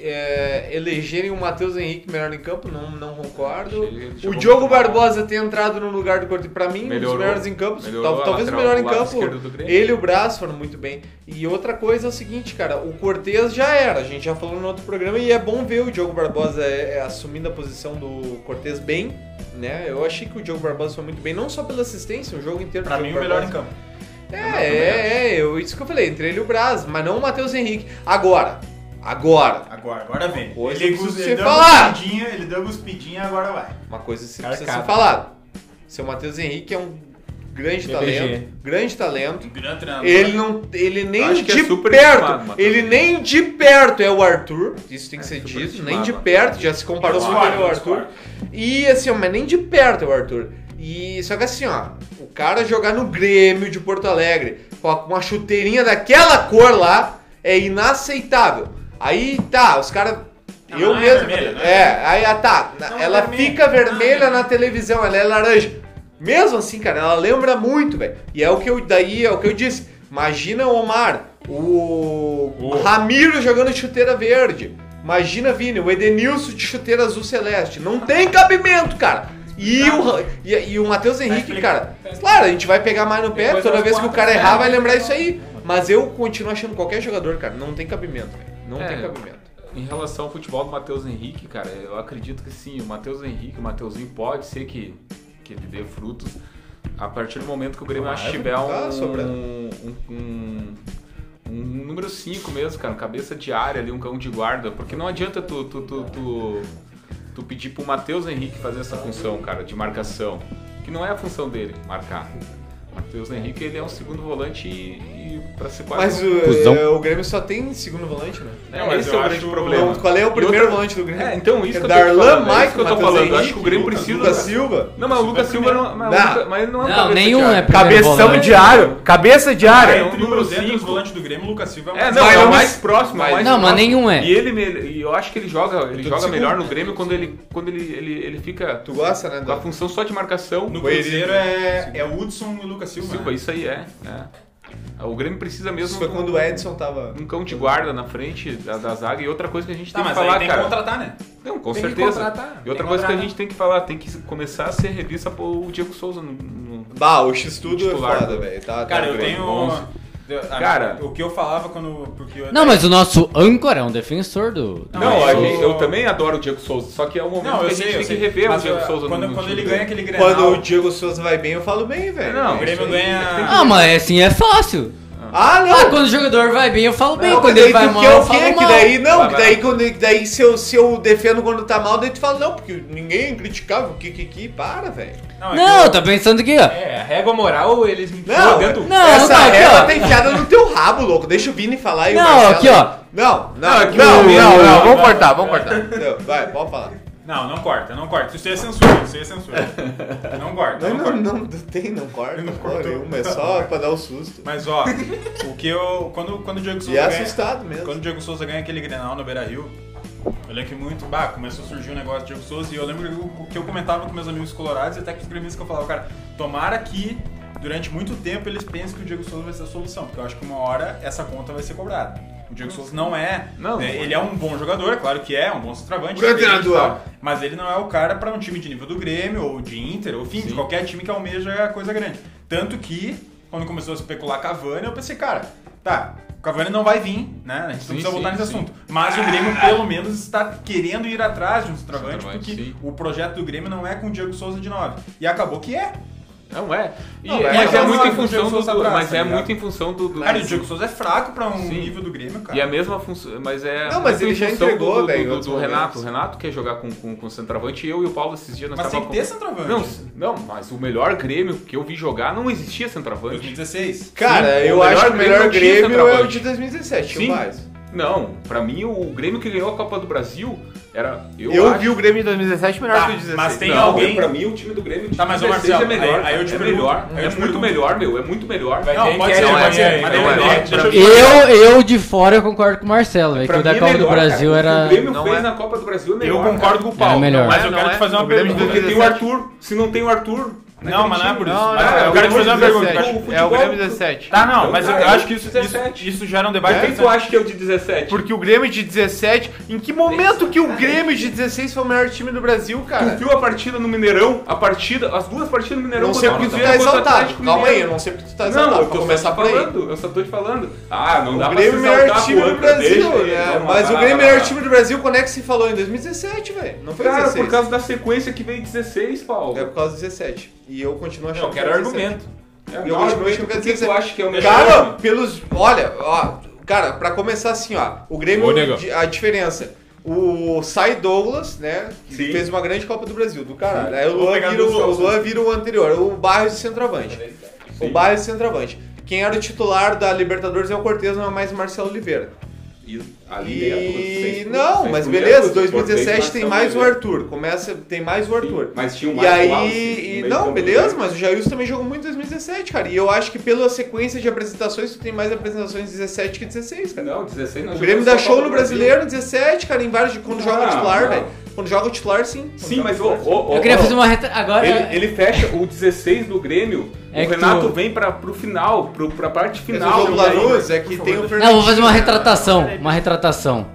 Speaker 2: é, elegerem o Matheus Henrique melhor em campo, não, não concordo.
Speaker 7: Ele- ele
Speaker 2: o
Speaker 7: jogou
Speaker 2: Diogo
Speaker 7: muito mal.
Speaker 2: Barbosa ter entrado no lugar do Corte, pra mim, um
Speaker 7: Melhorou.
Speaker 2: dos melhores em campo.
Speaker 7: Melhorou
Speaker 2: tal-
Speaker 7: a
Speaker 2: talvez o melhor
Speaker 7: lateral- o
Speaker 2: em
Speaker 7: lado
Speaker 2: campo.
Speaker 7: esquerdo do Grêmio.
Speaker 2: Ele e o Braço foram muito bem. E outra coisa é o seguinte, cara, o Cortez já era, a gente já falou no outro programa, e é bom ver o Diogo Barbosa é, é, assumindo a posição do Cortez bem. Né? Eu achei que o Diogo Barbosa foi muito bem, não só pela assistência, o jogo inteiro. do
Speaker 5: Pra
Speaker 2: Diogo
Speaker 5: mim, o melhor
Speaker 2: Barbosa.
Speaker 5: em campo.
Speaker 2: É, é, é, eu, isso que eu falei, entre ele e o Braz, mas não o Matheus Henrique. Agora, agora,
Speaker 5: Agora, agora vem.
Speaker 2: Hoje eu
Speaker 5: ele,
Speaker 2: preciso
Speaker 5: gus-
Speaker 2: você
Speaker 5: ele deu
Speaker 2: falar.
Speaker 5: uma cuspidinha, ele deu uma cuspidinha, agora vai.
Speaker 2: uma coisa se
Speaker 10: Cara,
Speaker 2: precisa ser
Speaker 10: cara.
Speaker 2: falado. Seu Matheus Henrique é um grande
Speaker 10: BBG.
Speaker 2: talento, grande talento.
Speaker 5: Um Grande treinador.
Speaker 2: Ele não, ele nem
Speaker 7: acho que é
Speaker 2: de
Speaker 7: superestimado,
Speaker 2: perto,
Speaker 7: Matheus
Speaker 2: ele
Speaker 7: Henrique.
Speaker 2: nem de perto é o Arthur, isso tem que ser dito,
Speaker 7: superestimado,
Speaker 2: nem de
Speaker 7: Matheus.
Speaker 2: perto, já se comparou muito
Speaker 5: Discordo,
Speaker 2: com o Arthur.
Speaker 5: discordo.
Speaker 2: E assim, ó, mas nem de perto é o Arthur. E só que assim, ó, o cara jogar no Grêmio de Porto Alegre com a- com uma chuteirinha daquela cor lá é inaceitável. Aí tá, os caras.
Speaker 5: Não,
Speaker 2: eu
Speaker 5: não é
Speaker 2: mesmo.
Speaker 5: vermelha, não é
Speaker 2: é, aí ah, tá. na-
Speaker 5: Não é
Speaker 2: ela
Speaker 5: vermelha,
Speaker 2: fica
Speaker 5: não é
Speaker 2: vermelha
Speaker 5: vermelha.
Speaker 2: na televisão, ela é laranja. Mesmo assim, cara, ela lembra muito, velho. E é o que eu. Daí é o que eu disse. Imagina o Omar, o Ramiro jogando de chuteira verde. Imagina, Vini, o Edenilson de chuteira azul celeste. Não tem cabimento, cara. E o, Ra- e, e o Matheus Henrique, cara. Claro, a gente vai pegar mais no pé.
Speaker 5: Depois
Speaker 2: Toda
Speaker 5: das
Speaker 2: vez que o
Speaker 5: quatro,
Speaker 2: cara
Speaker 5: né?
Speaker 2: errar, vai lembrar isso aí. Mas eu continuo achando qualquer jogador, cara. Não tem cabimento, velho. Não
Speaker 7: É.
Speaker 2: tem cabimento.
Speaker 7: Em relação ao futebol do Matheus Henrique, cara, eu acredito que sim, o Matheus Henrique, o Matheusinho pode ser que, que ele dê frutos a partir do momento que o Grêmio acho que tiver um,
Speaker 2: tá sobrando.
Speaker 7: um, um, um número 5 mesmo, cara, um cabeça de área ali, um cão de guarda, porque não adianta tu, tu, tu, tu, tu pedir pro Matheus Henrique fazer essa função, cara, de marcação, que não é a função dele, marcar. Matheus Henrique, ele é um segundo volante e, e pra ser quase...
Speaker 2: Mas
Speaker 7: um-
Speaker 2: o,
Speaker 6: Cusão.
Speaker 2: é, o Grêmio só tem segundo volante, né?
Speaker 7: É,
Speaker 5: Não, mas
Speaker 7: esse é
Speaker 5: eu
Speaker 7: o grande
Speaker 5: acho-
Speaker 7: problema.
Speaker 2: Qual é o
Speaker 7: E
Speaker 2: primeiro
Speaker 7: outra-
Speaker 2: volante do Grêmio?
Speaker 7: É, então isso que eu tô te
Speaker 2: Darlan,
Speaker 7: falando. é
Speaker 2: Mike,
Speaker 7: isso que eu tô
Speaker 2: Matheus
Speaker 7: falando. Eu acho
Speaker 2: Henrique,
Speaker 7: que o Grêmio
Speaker 5: Lucas,
Speaker 7: precisa.
Speaker 2: Lucas Silva.
Speaker 7: Não, mas o Lucas Silva não. Mas, o
Speaker 2: Não.
Speaker 7: Lucas- mas ele não é um
Speaker 6: Não,
Speaker 7: cabeça
Speaker 6: nenhum
Speaker 7: de área.
Speaker 6: é primeiro
Speaker 9: Cabeção
Speaker 7: né?
Speaker 6: volante.
Speaker 9: de área, cabeça de
Speaker 5: Cara,
Speaker 9: área.
Speaker 5: entre o
Speaker 7: um número
Speaker 5: Cruzeiro e os
Speaker 7: cinco.
Speaker 5: volantes do Grêmio, o Lucas Silva é o
Speaker 7: É,
Speaker 5: mais-
Speaker 7: não,
Speaker 2: Mas
Speaker 7: é
Speaker 2: não-
Speaker 7: o mais próximo, é o mais
Speaker 6: Não, mas
Speaker 7: próximo.
Speaker 6: nenhum é.
Speaker 7: E ele, me- e eu acho que ele joga,
Speaker 5: Então,
Speaker 7: ele joga
Speaker 2: segundo.
Speaker 7: melhor no Grêmio quando ele, quando ele, ele, ele fica
Speaker 2: Tu gosta, né?
Speaker 7: Tá com a
Speaker 2: Dan?
Speaker 7: função só de marcação.
Speaker 5: No
Speaker 2: Coelho.
Speaker 5: Cruzeiro é, é Hudson e Lucas Silva.
Speaker 7: Silva,
Speaker 5: né?
Speaker 7: isso aí é. é. O Grêmio precisa
Speaker 2: Isso
Speaker 7: mesmo
Speaker 2: foi quando
Speaker 5: é.
Speaker 2: o Edson tava.
Speaker 7: um cão de guarda na frente da, da zaga. E outra coisa que a gente
Speaker 5: Tá,
Speaker 7: tem que
Speaker 5: mas
Speaker 7: falar,
Speaker 5: aí tem que
Speaker 7: cara.
Speaker 5: contratar, né?
Speaker 7: Não, com
Speaker 10: Tem que
Speaker 7: certeza.
Speaker 10: contratar,
Speaker 7: E outra
Speaker 10: tem que
Speaker 7: coisa que a
Speaker 10: contratar.
Speaker 7: gente tem que falar, tem que começar a ser revista pro Diego Souza no- no,
Speaker 2: Bah, o X-Tudo é
Speaker 7: Titular,
Speaker 2: foda,
Speaker 7: né?
Speaker 2: velho. Tá, tá
Speaker 5: Cara, eu
Speaker 2: bem.
Speaker 5: tenho.
Speaker 7: onze.
Speaker 5: eu- a-
Speaker 7: Cara.
Speaker 5: o que eu falava quando. Porque eu-
Speaker 6: Não, mas o nosso âncora é um defensor do. do
Speaker 7: Não, é
Speaker 5: mas
Speaker 7: a
Speaker 5: eu-
Speaker 7: gente- eu também adoro o Diego Souza, só que é um momento
Speaker 5: Não,
Speaker 7: que
Speaker 5: eu
Speaker 7: a
Speaker 5: sei,
Speaker 7: gente
Speaker 5: eu
Speaker 7: tem que
Speaker 5: sei.
Speaker 7: rever
Speaker 5: Mas
Speaker 7: o Diego
Speaker 5: eu-
Speaker 7: Souza
Speaker 5: quando,
Speaker 7: no
Speaker 5: quando
Speaker 7: time
Speaker 5: ele
Speaker 7: do
Speaker 5: ganha aquele
Speaker 7: Grêmio.
Speaker 5: Grenal.
Speaker 2: Quando o Diego Souza vai bem, eu falo bem, velho.
Speaker 7: Não,
Speaker 5: O Grêmio ganha.
Speaker 6: Ah, mas assim é fácil.
Speaker 7: Ah,
Speaker 2: Ah, não!
Speaker 6: Ah, quando o jogador vai bem, eu falo bem.
Speaker 2: Não,
Speaker 6: quando
Speaker 2: que daí
Speaker 6: ele vai
Speaker 2: tu
Speaker 6: mal,
Speaker 7: é
Speaker 2: quer
Speaker 6: eu
Speaker 2: o quê?
Speaker 6: falo
Speaker 2: Que
Speaker 6: mal.
Speaker 2: daí, não,
Speaker 7: Vai,
Speaker 2: que
Speaker 7: vai.
Speaker 2: daí, quando, que daí se, eu, se eu defendo quando tá mal, daí tu fala, não, porque ninguém é criticável, que, que, que, para, velho.
Speaker 5: Não, é que
Speaker 6: Não, tá pensando que, ó.
Speaker 10: É, a régua moral, eles me
Speaker 2: Não,
Speaker 10: dentro do...
Speaker 6: Não,
Speaker 2: essa
Speaker 6: tá, aqui,
Speaker 2: régua
Speaker 6: ó.
Speaker 2: tá enfiada no teu rabo, louco, deixa o Vini falar e o
Speaker 6: Não,
Speaker 2: Marcelo-
Speaker 6: aqui, ó.
Speaker 2: Não,
Speaker 7: Não,
Speaker 2: não,
Speaker 7: aqui
Speaker 9: Não,
Speaker 2: não,
Speaker 7: o-
Speaker 9: não, não, vamos
Speaker 7: vai,
Speaker 9: cortar, vamos cortar.
Speaker 2: não, vai, pode falar.
Speaker 5: Não, não corta, não corta. Isso aí é censura, isso aí é censura. Não corta,
Speaker 2: Não,
Speaker 5: não,
Speaker 2: não,
Speaker 5: corta.
Speaker 2: não, não tem, não corta, não
Speaker 5: cortou.
Speaker 2: nenhuma, é só pra dar o susto.
Speaker 5: Mas ó, o que eu. Quando, quando o Diego
Speaker 2: E
Speaker 5: Souza
Speaker 2: é
Speaker 5: ganha-
Speaker 2: assustado mesmo.
Speaker 5: Quando o Diego Souza ganha aquele Grenal no Beira Rio, eu lembro que muito, bah, começou a surgir um negócio do Diego Souza e eu lembro que eu- que eu comentava com meus amigos colorados e até com os gremistas que eu falava, cara, tomara que durante muito tempo eles pensem que o Diego Souza vai ser a solução, porque eu acho que uma hora essa conta vai ser cobrada. O Diego Souza não é.
Speaker 7: Não,
Speaker 5: é,
Speaker 7: não.
Speaker 5: ele é um bom jogador, claro que é, um bom centroavante.
Speaker 2: Grande
Speaker 5: experiente e
Speaker 2: treinador.
Speaker 5: tal, Mas ele não é o cara pra um time de nível do Grêmio ou de Inter, ou enfim, de qualquer time que almeja coisa grande. Tanto que, quando começou a especular Cavani, eu pensei, cara, tá, o Cavani não vai vir, né? A gente não
Speaker 7: Sim,
Speaker 5: precisa voltar
Speaker 7: sim,
Speaker 5: nesse
Speaker 7: sim.
Speaker 5: assunto. Mas o Grêmio, pelo menos, está querendo ir atrás de um centroavante,
Speaker 7: Centroavante,
Speaker 5: porque
Speaker 7: sim.
Speaker 5: o projeto do Grêmio não é com o Diego Souza de 9. E acabou que é.
Speaker 7: Não é. E-
Speaker 5: Não,
Speaker 7: mas
Speaker 5: mas
Speaker 7: é
Speaker 5: eu não
Speaker 7: muito em
Speaker 5: acho que o
Speaker 7: função
Speaker 5: Diego
Speaker 7: do.
Speaker 5: Souza abraça,
Speaker 7: mas é
Speaker 5: tá ligado?
Speaker 7: muito em função do. do-
Speaker 5: Cara, o Diego Souza é fraco pra um
Speaker 7: Sim.
Speaker 5: nível do Grêmio, cara.
Speaker 7: E a mesma função, mas é.
Speaker 2: Não, mas
Speaker 7: muito
Speaker 2: ele
Speaker 7: em
Speaker 2: já
Speaker 7: função
Speaker 2: entregou,
Speaker 7: do- do-
Speaker 2: velho, em
Speaker 7: do-
Speaker 2: outros
Speaker 7: Do, Renato.
Speaker 2: momentos.
Speaker 7: O Renato quer jogar com, com, com o centroavante. Eu e o Paulo esses dias nós
Speaker 5: Mas tem que
Speaker 7: estávamos.
Speaker 5: ter centroavante.
Speaker 9: É,
Speaker 7: Não, s- não, mas o melhor Grêmio que eu vi jogar não existia centroavante.
Speaker 5: 2016.
Speaker 2: Cara,
Speaker 7: Sim,
Speaker 2: eu
Speaker 7: o
Speaker 2: acho que
Speaker 7: melhor
Speaker 2: o melhor
Speaker 7: Grêmio tinha
Speaker 2: Grêmio é o
Speaker 7: centroavante.
Speaker 2: de 2017,
Speaker 7: Sim.
Speaker 2: eu mais.
Speaker 7: Não, pra mim o Grêmio que ganhou a Copa do Brasil era. Eu,
Speaker 9: Eu
Speaker 7: acho-
Speaker 9: vi o Grêmio de 2017 melhor
Speaker 5: Tá,
Speaker 9: que o 17.
Speaker 5: mas tem
Speaker 7: não,
Speaker 5: alguém-
Speaker 7: eu- Pra mim o time do Grêmio. o time
Speaker 5: Tá, mas
Speaker 7: do
Speaker 5: ô,
Speaker 7: 16
Speaker 5: Marcelo,
Speaker 7: é melhor.
Speaker 5: aí- aí eu te
Speaker 7: é
Speaker 5: pergunto,
Speaker 7: melhor.
Speaker 5: aí eu te
Speaker 7: É muito
Speaker 5: pergunto.
Speaker 7: melhor, meu. É muito melhor.
Speaker 10: Vai
Speaker 5: Não,
Speaker 10: ter
Speaker 5: pode
Speaker 10: enquete
Speaker 5: ser,
Speaker 10: amanhã
Speaker 5: pode ser.
Speaker 10: aí, vai
Speaker 5: Mas daí-
Speaker 10: ter
Speaker 5: daí-
Speaker 10: enquete.
Speaker 5: deixa eu-
Speaker 6: Eu, eu de fora, eu concordo com o Marcelo, velho. Que
Speaker 7: é Pra
Speaker 6: o
Speaker 7: mim é
Speaker 6: da Copa do
Speaker 7: melhor, cara.
Speaker 6: Brasil
Speaker 7: O que
Speaker 6: era.
Speaker 7: O Grêmio
Speaker 9: Não
Speaker 7: fez
Speaker 9: é.
Speaker 7: na Copa do Brasil é melhor.
Speaker 5: Eu concordo
Speaker 7: cara.
Speaker 5: com o Paulo,
Speaker 6: Era melhor.
Speaker 5: mas eu
Speaker 9: Não,
Speaker 5: quero
Speaker 9: não
Speaker 5: te
Speaker 9: é.
Speaker 5: fazer uma
Speaker 9: O Grêmio
Speaker 5: pergunta.
Speaker 7: Porque tem o Arthur. Se não tem o Arthur.
Speaker 5: Não, mas não é por isso. Mas
Speaker 7: não, é
Speaker 5: eu
Speaker 7: o
Speaker 5: quero te
Speaker 7: Grêmio
Speaker 5: fazer uma pergunta.
Speaker 7: 17.
Speaker 5: cara.
Speaker 9: É o Grêmio
Speaker 7: futebol-
Speaker 9: 17.
Speaker 5: Tá, não, mas eu
Speaker 7: Cara,
Speaker 5: acho que isso, isso,
Speaker 7: 17.
Speaker 5: isso gera um
Speaker 7: Por
Speaker 5: debate
Speaker 7: que que tu
Speaker 5: interessante.
Speaker 7: acha que é o de 17?
Speaker 9: Porque o Grêmio de 17. Em que momento que o Grêmio de 16 foi o melhor time do Brasil,
Speaker 7: Tu
Speaker 9: cara?
Speaker 7: viu a partida no Mineirão? A partida, as duas partidas no Mineirão
Speaker 2: Não sei porque tu tá exaltado. Calma aí, eu não sei porque tu tá exaltado.
Speaker 7: Não, eu
Speaker 2: pra
Speaker 7: tô
Speaker 2: começar
Speaker 7: só
Speaker 2: por aí.
Speaker 7: falando, eu só tô te falando. Ah, não dá
Speaker 2: O
Speaker 7: pra
Speaker 2: Grêmio é o
Speaker 7: se
Speaker 2: melhor
Speaker 7: exaltar
Speaker 2: time
Speaker 7: com
Speaker 2: do
Speaker 7: outra,
Speaker 2: Brasil,
Speaker 7: deixa,
Speaker 2: né?
Speaker 7: vamos lá,
Speaker 2: Mas
Speaker 7: vai
Speaker 2: o
Speaker 7: lá,
Speaker 2: Grêmio é o
Speaker 7: vai
Speaker 2: melhor
Speaker 7: lá.
Speaker 2: time do Brasil quando é que se falou em 2017, velho? Não foi
Speaker 7: Cara,
Speaker 2: 16.
Speaker 7: por causa da sequência que veio 16, Paulo.
Speaker 2: É por causa do 17. E eu continuo achando
Speaker 10: Eu quero
Speaker 2: que é 17.
Speaker 10: argumento.
Speaker 7: É,
Speaker 2: Eu
Speaker 7: não,
Speaker 2: acho que
Speaker 7: mas
Speaker 2: eu
Speaker 7: por
Speaker 2: quero
Speaker 7: que
Speaker 2: dizer-
Speaker 7: tu acha que é o melhor?
Speaker 2: Cara, pelos. Olha, ó. Cara, pra começar assim, ó. O Grêmio,
Speaker 10: Ô, nego.
Speaker 2: di- a diferença. O Sai Douglas, né? que
Speaker 7: Sim.
Speaker 2: Fez uma grande Copa do Brasil, do caralho. Aí o
Speaker 7: Vou
Speaker 2: Luan
Speaker 7: pegar
Speaker 2: vira,
Speaker 7: duas
Speaker 2: o- o
Speaker 7: calças.
Speaker 2: Luan vira o anterior, o Barros de centroavante. O Barros de centroavante. Quem era o titular da Libertadores é o Cortez, não é mais o Marcelo Oliveira.
Speaker 7: E- ali é tudo
Speaker 2: E
Speaker 7: seis-
Speaker 2: não,
Speaker 7: seis
Speaker 2: mas
Speaker 7: primeiros,
Speaker 2: beleza,
Speaker 7: depois seis,
Speaker 2: 2017 tem
Speaker 7: mas
Speaker 2: mais o
Speaker 7: também.
Speaker 2: Arthur. Começa, tem mais o Arthur.
Speaker 7: mas tinha um
Speaker 2: E
Speaker 7: Marcos
Speaker 2: aí.
Speaker 7: Alves, no
Speaker 2: e-
Speaker 7: meio
Speaker 2: não,
Speaker 7: campo
Speaker 2: beleza,
Speaker 7: dele.
Speaker 2: mas o Jailson também jogou muito em 2017, cara. E eu acho que pela sequência de apresentações, tu tem mais apresentações em 17 que 16, cara.
Speaker 7: Não, 16 nós
Speaker 2: o Grêmio
Speaker 7: jogamos
Speaker 2: dá
Speaker 7: só
Speaker 2: show
Speaker 7: Copa
Speaker 2: no
Speaker 7: do Brasil.
Speaker 2: brasileiro em 17, cara, em vários. de- Quando joga o
Speaker 7: Não,
Speaker 2: titular,
Speaker 7: não.
Speaker 2: velho. Quando joga o titular, sim.
Speaker 7: Sim, mas ô, ô, ô,
Speaker 6: Eu queria
Speaker 7: ô,
Speaker 6: fazer uma reta. Agora.
Speaker 7: Ele, ele fecha o 16 do Grêmio,
Speaker 6: É
Speaker 7: o
Speaker 6: que
Speaker 7: Renato
Speaker 6: tu-
Speaker 7: vem pra, pro final, pro, pra parte
Speaker 2: Mas
Speaker 7: final.
Speaker 2: é
Speaker 7: né?
Speaker 2: o jogo do
Speaker 7: e aí-
Speaker 2: Lanús é que tem o Fernandinho.
Speaker 6: Não, vou fazer uma
Speaker 2: né?
Speaker 6: retratação. Uma retratação.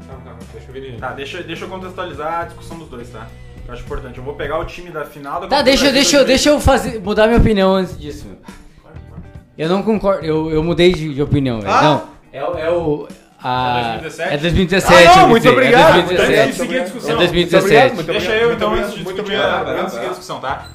Speaker 5: Tá, deixa, deixa eu contextualizar a discussão dos dois, tá? Eu acho importante. Eu vou pegar o time da final da
Speaker 6: Tá,
Speaker 5: Copa do
Speaker 6: deixa,
Speaker 5: Brasil
Speaker 6: deixa, eu-
Speaker 5: 2020.
Speaker 6: deixa eu fazer, mudar minha opinião antes disso, meu. Eu não concordo, eu, eu mudei de, de opinião, velho.
Speaker 2: Ah?
Speaker 6: Não. É, o- é o. a-
Speaker 5: É 2017?
Speaker 6: É 2017.
Speaker 9: Ah, não,
Speaker 6: eu
Speaker 9: muito
Speaker 6: disse, É
Speaker 9: obrigado.
Speaker 5: Antes de
Speaker 6: 2017.
Speaker 5: seguir a discussão,
Speaker 6: É 2017.
Speaker 9: Muito
Speaker 5: deixa
Speaker 9: obrigado.
Speaker 5: eu então
Speaker 2: obrigado,
Speaker 5: antes de
Speaker 2: muito
Speaker 5: discutir
Speaker 2: obrigado.
Speaker 5: a-
Speaker 7: Vai lá,
Speaker 5: antes de seguir
Speaker 7: vai
Speaker 5: a
Speaker 7: lá.
Speaker 5: discussão, tá?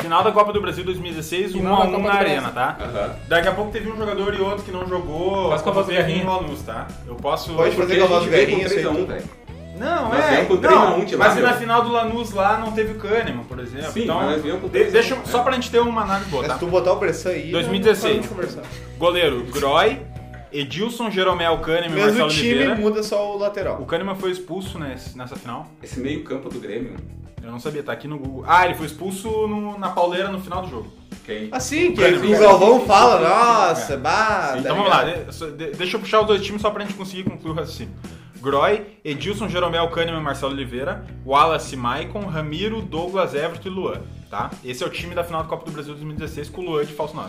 Speaker 5: Final da Copa do Brasil 2016, 1
Speaker 10: Final
Speaker 5: a
Speaker 10: da
Speaker 5: 1
Speaker 10: Copa
Speaker 5: na
Speaker 10: do
Speaker 5: arena,
Speaker 10: Brasil.
Speaker 5: tá?
Speaker 7: Aham.
Speaker 5: Daqui a pouco teve um jogador e outro que não jogou.
Speaker 10: Faz com a voz do
Speaker 5: ver aqui
Speaker 10: Guerrinha.
Speaker 5: em Lanús, tá? Eu posso.
Speaker 2: Pode fazer
Speaker 7: Porque
Speaker 2: com
Speaker 7: a
Speaker 2: a voz
Speaker 7: gente
Speaker 2: do
Speaker 7: veio com
Speaker 2: Guerrinha, isso aí
Speaker 7: 3 a 1,
Speaker 2: tudo.
Speaker 7: velho.
Speaker 5: Não,
Speaker 7: Nós
Speaker 5: é.
Speaker 7: viemos com três a
Speaker 5: não,
Speaker 7: um de lá,
Speaker 5: mas e
Speaker 7: meu.
Speaker 5: na final do Lanús lá não teve Kahneman, por exemplo.
Speaker 7: Sim,
Speaker 5: então,
Speaker 7: mas viemos com
Speaker 5: de-
Speaker 7: três a um,
Speaker 5: deixa eu-
Speaker 7: né?
Speaker 5: só pra gente ter uma análise boa,
Speaker 2: Mas
Speaker 5: tá?
Speaker 2: se tu botar o pressão aí. não-
Speaker 5: 2016.
Speaker 2: não para de conversar.
Speaker 5: Goleiro, Groy, Edilson, Jeromel, Kahneman, e
Speaker 2: Mesmo
Speaker 5: Marcelo
Speaker 2: time,
Speaker 5: Oliveira.
Speaker 2: muda só o lateral.
Speaker 5: O Kahneman foi expulso nesse- nessa final.
Speaker 7: Esse meio campo do Grêmio,
Speaker 5: Eu não sabia, tá aqui no Google. Ah, ele foi expulso no- na pauleira no final do jogo.
Speaker 7: quem?
Speaker 2: Assim, que
Speaker 5: Sim,
Speaker 2: o Galvão
Speaker 7: sim,
Speaker 2: fala,
Speaker 7: sim, É.
Speaker 2: nossa, bah. tá
Speaker 5: então vamos lá,
Speaker 2: ligado?
Speaker 5: de- só- de- deixa eu puxar os dois times só pra gente conseguir concluir o raciocínio. Groy, Edilson, Jeromel, Kahneman, Marcelo Oliveira, Wallace, Maicon, Ramiro, Douglas, Everton e Luan, tá? Esse é o time da final da Copa do Brasil 2016 com o Luan de falso 9.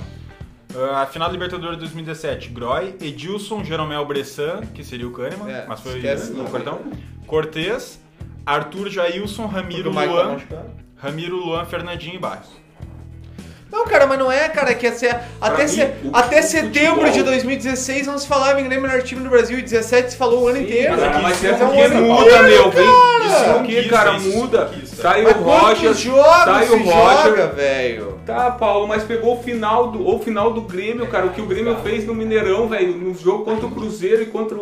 Speaker 5: a final da Libertadores 2017, Groy, Edilson, Jeromel, Bressan, que seria o Kahneman,
Speaker 2: É,
Speaker 5: mas foi
Speaker 2: esquece
Speaker 5: no
Speaker 2: não.
Speaker 5: cartão. Cortez, Arthur, Jailson, Ramiro,
Speaker 2: Porque o Michael tá
Speaker 5: Luan,
Speaker 2: machucado.
Speaker 5: Ramiro, Luan, Fernandinho e Barros.
Speaker 2: Não, cara, mas não é, cara, que essa, até,
Speaker 7: mim,
Speaker 2: se-
Speaker 7: o-
Speaker 2: até
Speaker 7: o
Speaker 2: setembro
Speaker 7: futebol-
Speaker 2: de 2016 não se falava em Grêmio melhor time do Brasil e 17 se falou o ano inteiro.
Speaker 7: Mas
Speaker 5: mas
Speaker 7: é
Speaker 5: isso é um
Speaker 7: porque
Speaker 5: ano
Speaker 7: muda,
Speaker 5: inteiro,
Speaker 7: meu, vem.
Speaker 5: cara.
Speaker 7: Isso porque, cara,
Speaker 5: Isso, isso,
Speaker 7: muda.
Speaker 5: isso.
Speaker 7: Sai
Speaker 2: Mas
Speaker 7: o Roger,
Speaker 2: quantos jogos
Speaker 7: sai
Speaker 2: se
Speaker 7: o Roger.
Speaker 2: joga, velho?
Speaker 7: Tá, Paulo, mas pegou o final do, o final do Grêmio, cara. O que o Grêmio fez no Mineirão, velho, no jogo contra o Cruzeiro e contra o,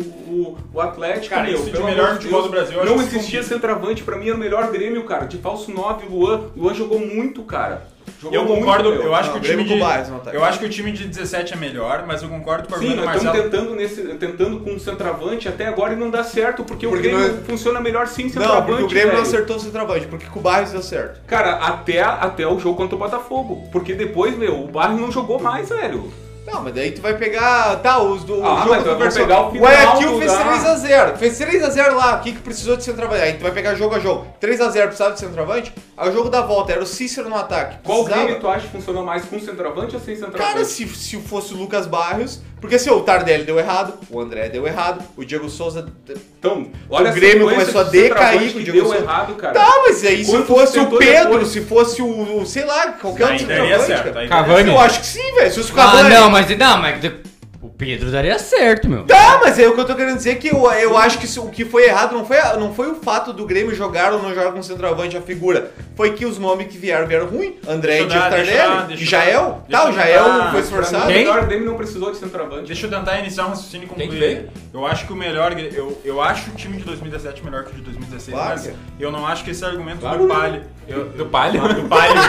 Speaker 7: o, o Atlético,
Speaker 5: Cara,
Speaker 7: meu.
Speaker 5: isso de
Speaker 7: pelo
Speaker 5: melhor
Speaker 7: amor
Speaker 5: futebol
Speaker 7: Deus.
Speaker 5: do Brasil, eu
Speaker 7: Não
Speaker 5: acho assim que
Speaker 7: existia
Speaker 5: escondido.
Speaker 7: centroavante, pra mim era o melhor Grêmio, cara. De falso 9, Luan. Luan jogou muito, cara. Jogou
Speaker 5: Eu
Speaker 7: muito,
Speaker 5: concordo,
Speaker 7: meu.
Speaker 5: eu acho
Speaker 2: Não,
Speaker 5: que o time
Speaker 2: Grêmio com
Speaker 5: de
Speaker 2: Barros no ataque.
Speaker 5: Eu acho que o time de 17 é melhor, mas eu concordo com o
Speaker 7: Sim,
Speaker 5: argumento do
Speaker 7: nós estamos
Speaker 5: Marcelo.
Speaker 7: tentando, nesse, tentando com um centroavante até agora e não dá certo, porque,
Speaker 2: Porque
Speaker 7: o Grêmio
Speaker 2: nós-
Speaker 7: funciona melhor sem centroavante.
Speaker 2: Não, porque o Grêmio não
Speaker 7: velho.
Speaker 2: acertou o centroavante, porque com o Barros deu certo.
Speaker 7: Cara, até, até o jogo contra o Botafogo. Porque depois, meu, o Barros não jogou mais, velho.
Speaker 2: Não, mas daí tu vai pegar. Tá, os do.
Speaker 7: Ah,
Speaker 2: o jogo
Speaker 7: mas tu
Speaker 2: do
Speaker 7: vai
Speaker 2: Barcelona-
Speaker 7: pegar o final
Speaker 2: Guayaquil
Speaker 7: do-
Speaker 2: fez
Speaker 7: da-
Speaker 2: 3x0. Fez 3x0 lá. O que, que precisou de centroavante? Aí tu vai pegar jogo a jogo. 3x0 precisava de centroavante. Aí o jogo da volta era o Cícero no ataque.
Speaker 7: Qual
Speaker 2: Precisava.
Speaker 7: game tu acha que funciona mais com centroavante ou sem centroavante?
Speaker 2: Cara, se, se fosse o Lucas Barrios. Porque assim, o Tardelli deu errado, o André deu errado, o Diego Souza.
Speaker 7: então, olha a
Speaker 2: Grêmio
Speaker 7: sequência
Speaker 2: começou a
Speaker 7: de centroavante
Speaker 2: decair com o
Speaker 7: que
Speaker 2: Diego
Speaker 7: deu
Speaker 2: Souza.
Speaker 7: errado, cara.
Speaker 2: Tá, mas aí se
Speaker 7: Quantos
Speaker 2: fosse o
Speaker 7: tentou
Speaker 2: Pedro,
Speaker 7: depois?
Speaker 2: se fosse o, o- sei lá, qualquer outro
Speaker 5: Aí daria
Speaker 2: centroavante.
Speaker 5: certo.
Speaker 2: cara.
Speaker 5: aí-
Speaker 10: Cavani.
Speaker 2: Eu acho que sim, velho. Se fosse o
Speaker 6: Ah,
Speaker 2: Cavani.
Speaker 6: não, mas não, mas de- o Pedro daria certo, meu.
Speaker 2: Tá, mas é o que eu tô querendo dizer que eu, eu acho que isso- o que foi errado não foi, a- não foi o fato do Grêmio jogar ou não jogar com o centroavante a figura. Foi que os nomes que vieram vieram ruim. André e
Speaker 5: Deixa eu
Speaker 2: Diego
Speaker 5: dar, deixa eu dar,
Speaker 2: Tardelli.
Speaker 5: deixa
Speaker 2: E
Speaker 5: eu
Speaker 2: Jael.
Speaker 5: dar.
Speaker 2: Tá, o
Speaker 5: Deixa eu
Speaker 2: Jael
Speaker 5: dar.
Speaker 2: não foi
Speaker 7: Pra mim,
Speaker 2: esforçado.
Speaker 7: o melhor Grêmio não precisou de centroavante.
Speaker 5: Deixa eu tentar iniciar um raciocínio e
Speaker 10: Quem que
Speaker 5: concluir.
Speaker 10: veio?
Speaker 5: Eu acho que o melhor. Eu, eu acho o time de 2017 melhor que o de 2016,
Speaker 2: Claro
Speaker 5: mas
Speaker 2: que é.
Speaker 5: eu não acho que esse argumento do Palio. Eu,
Speaker 10: Do palho?
Speaker 5: do Palio.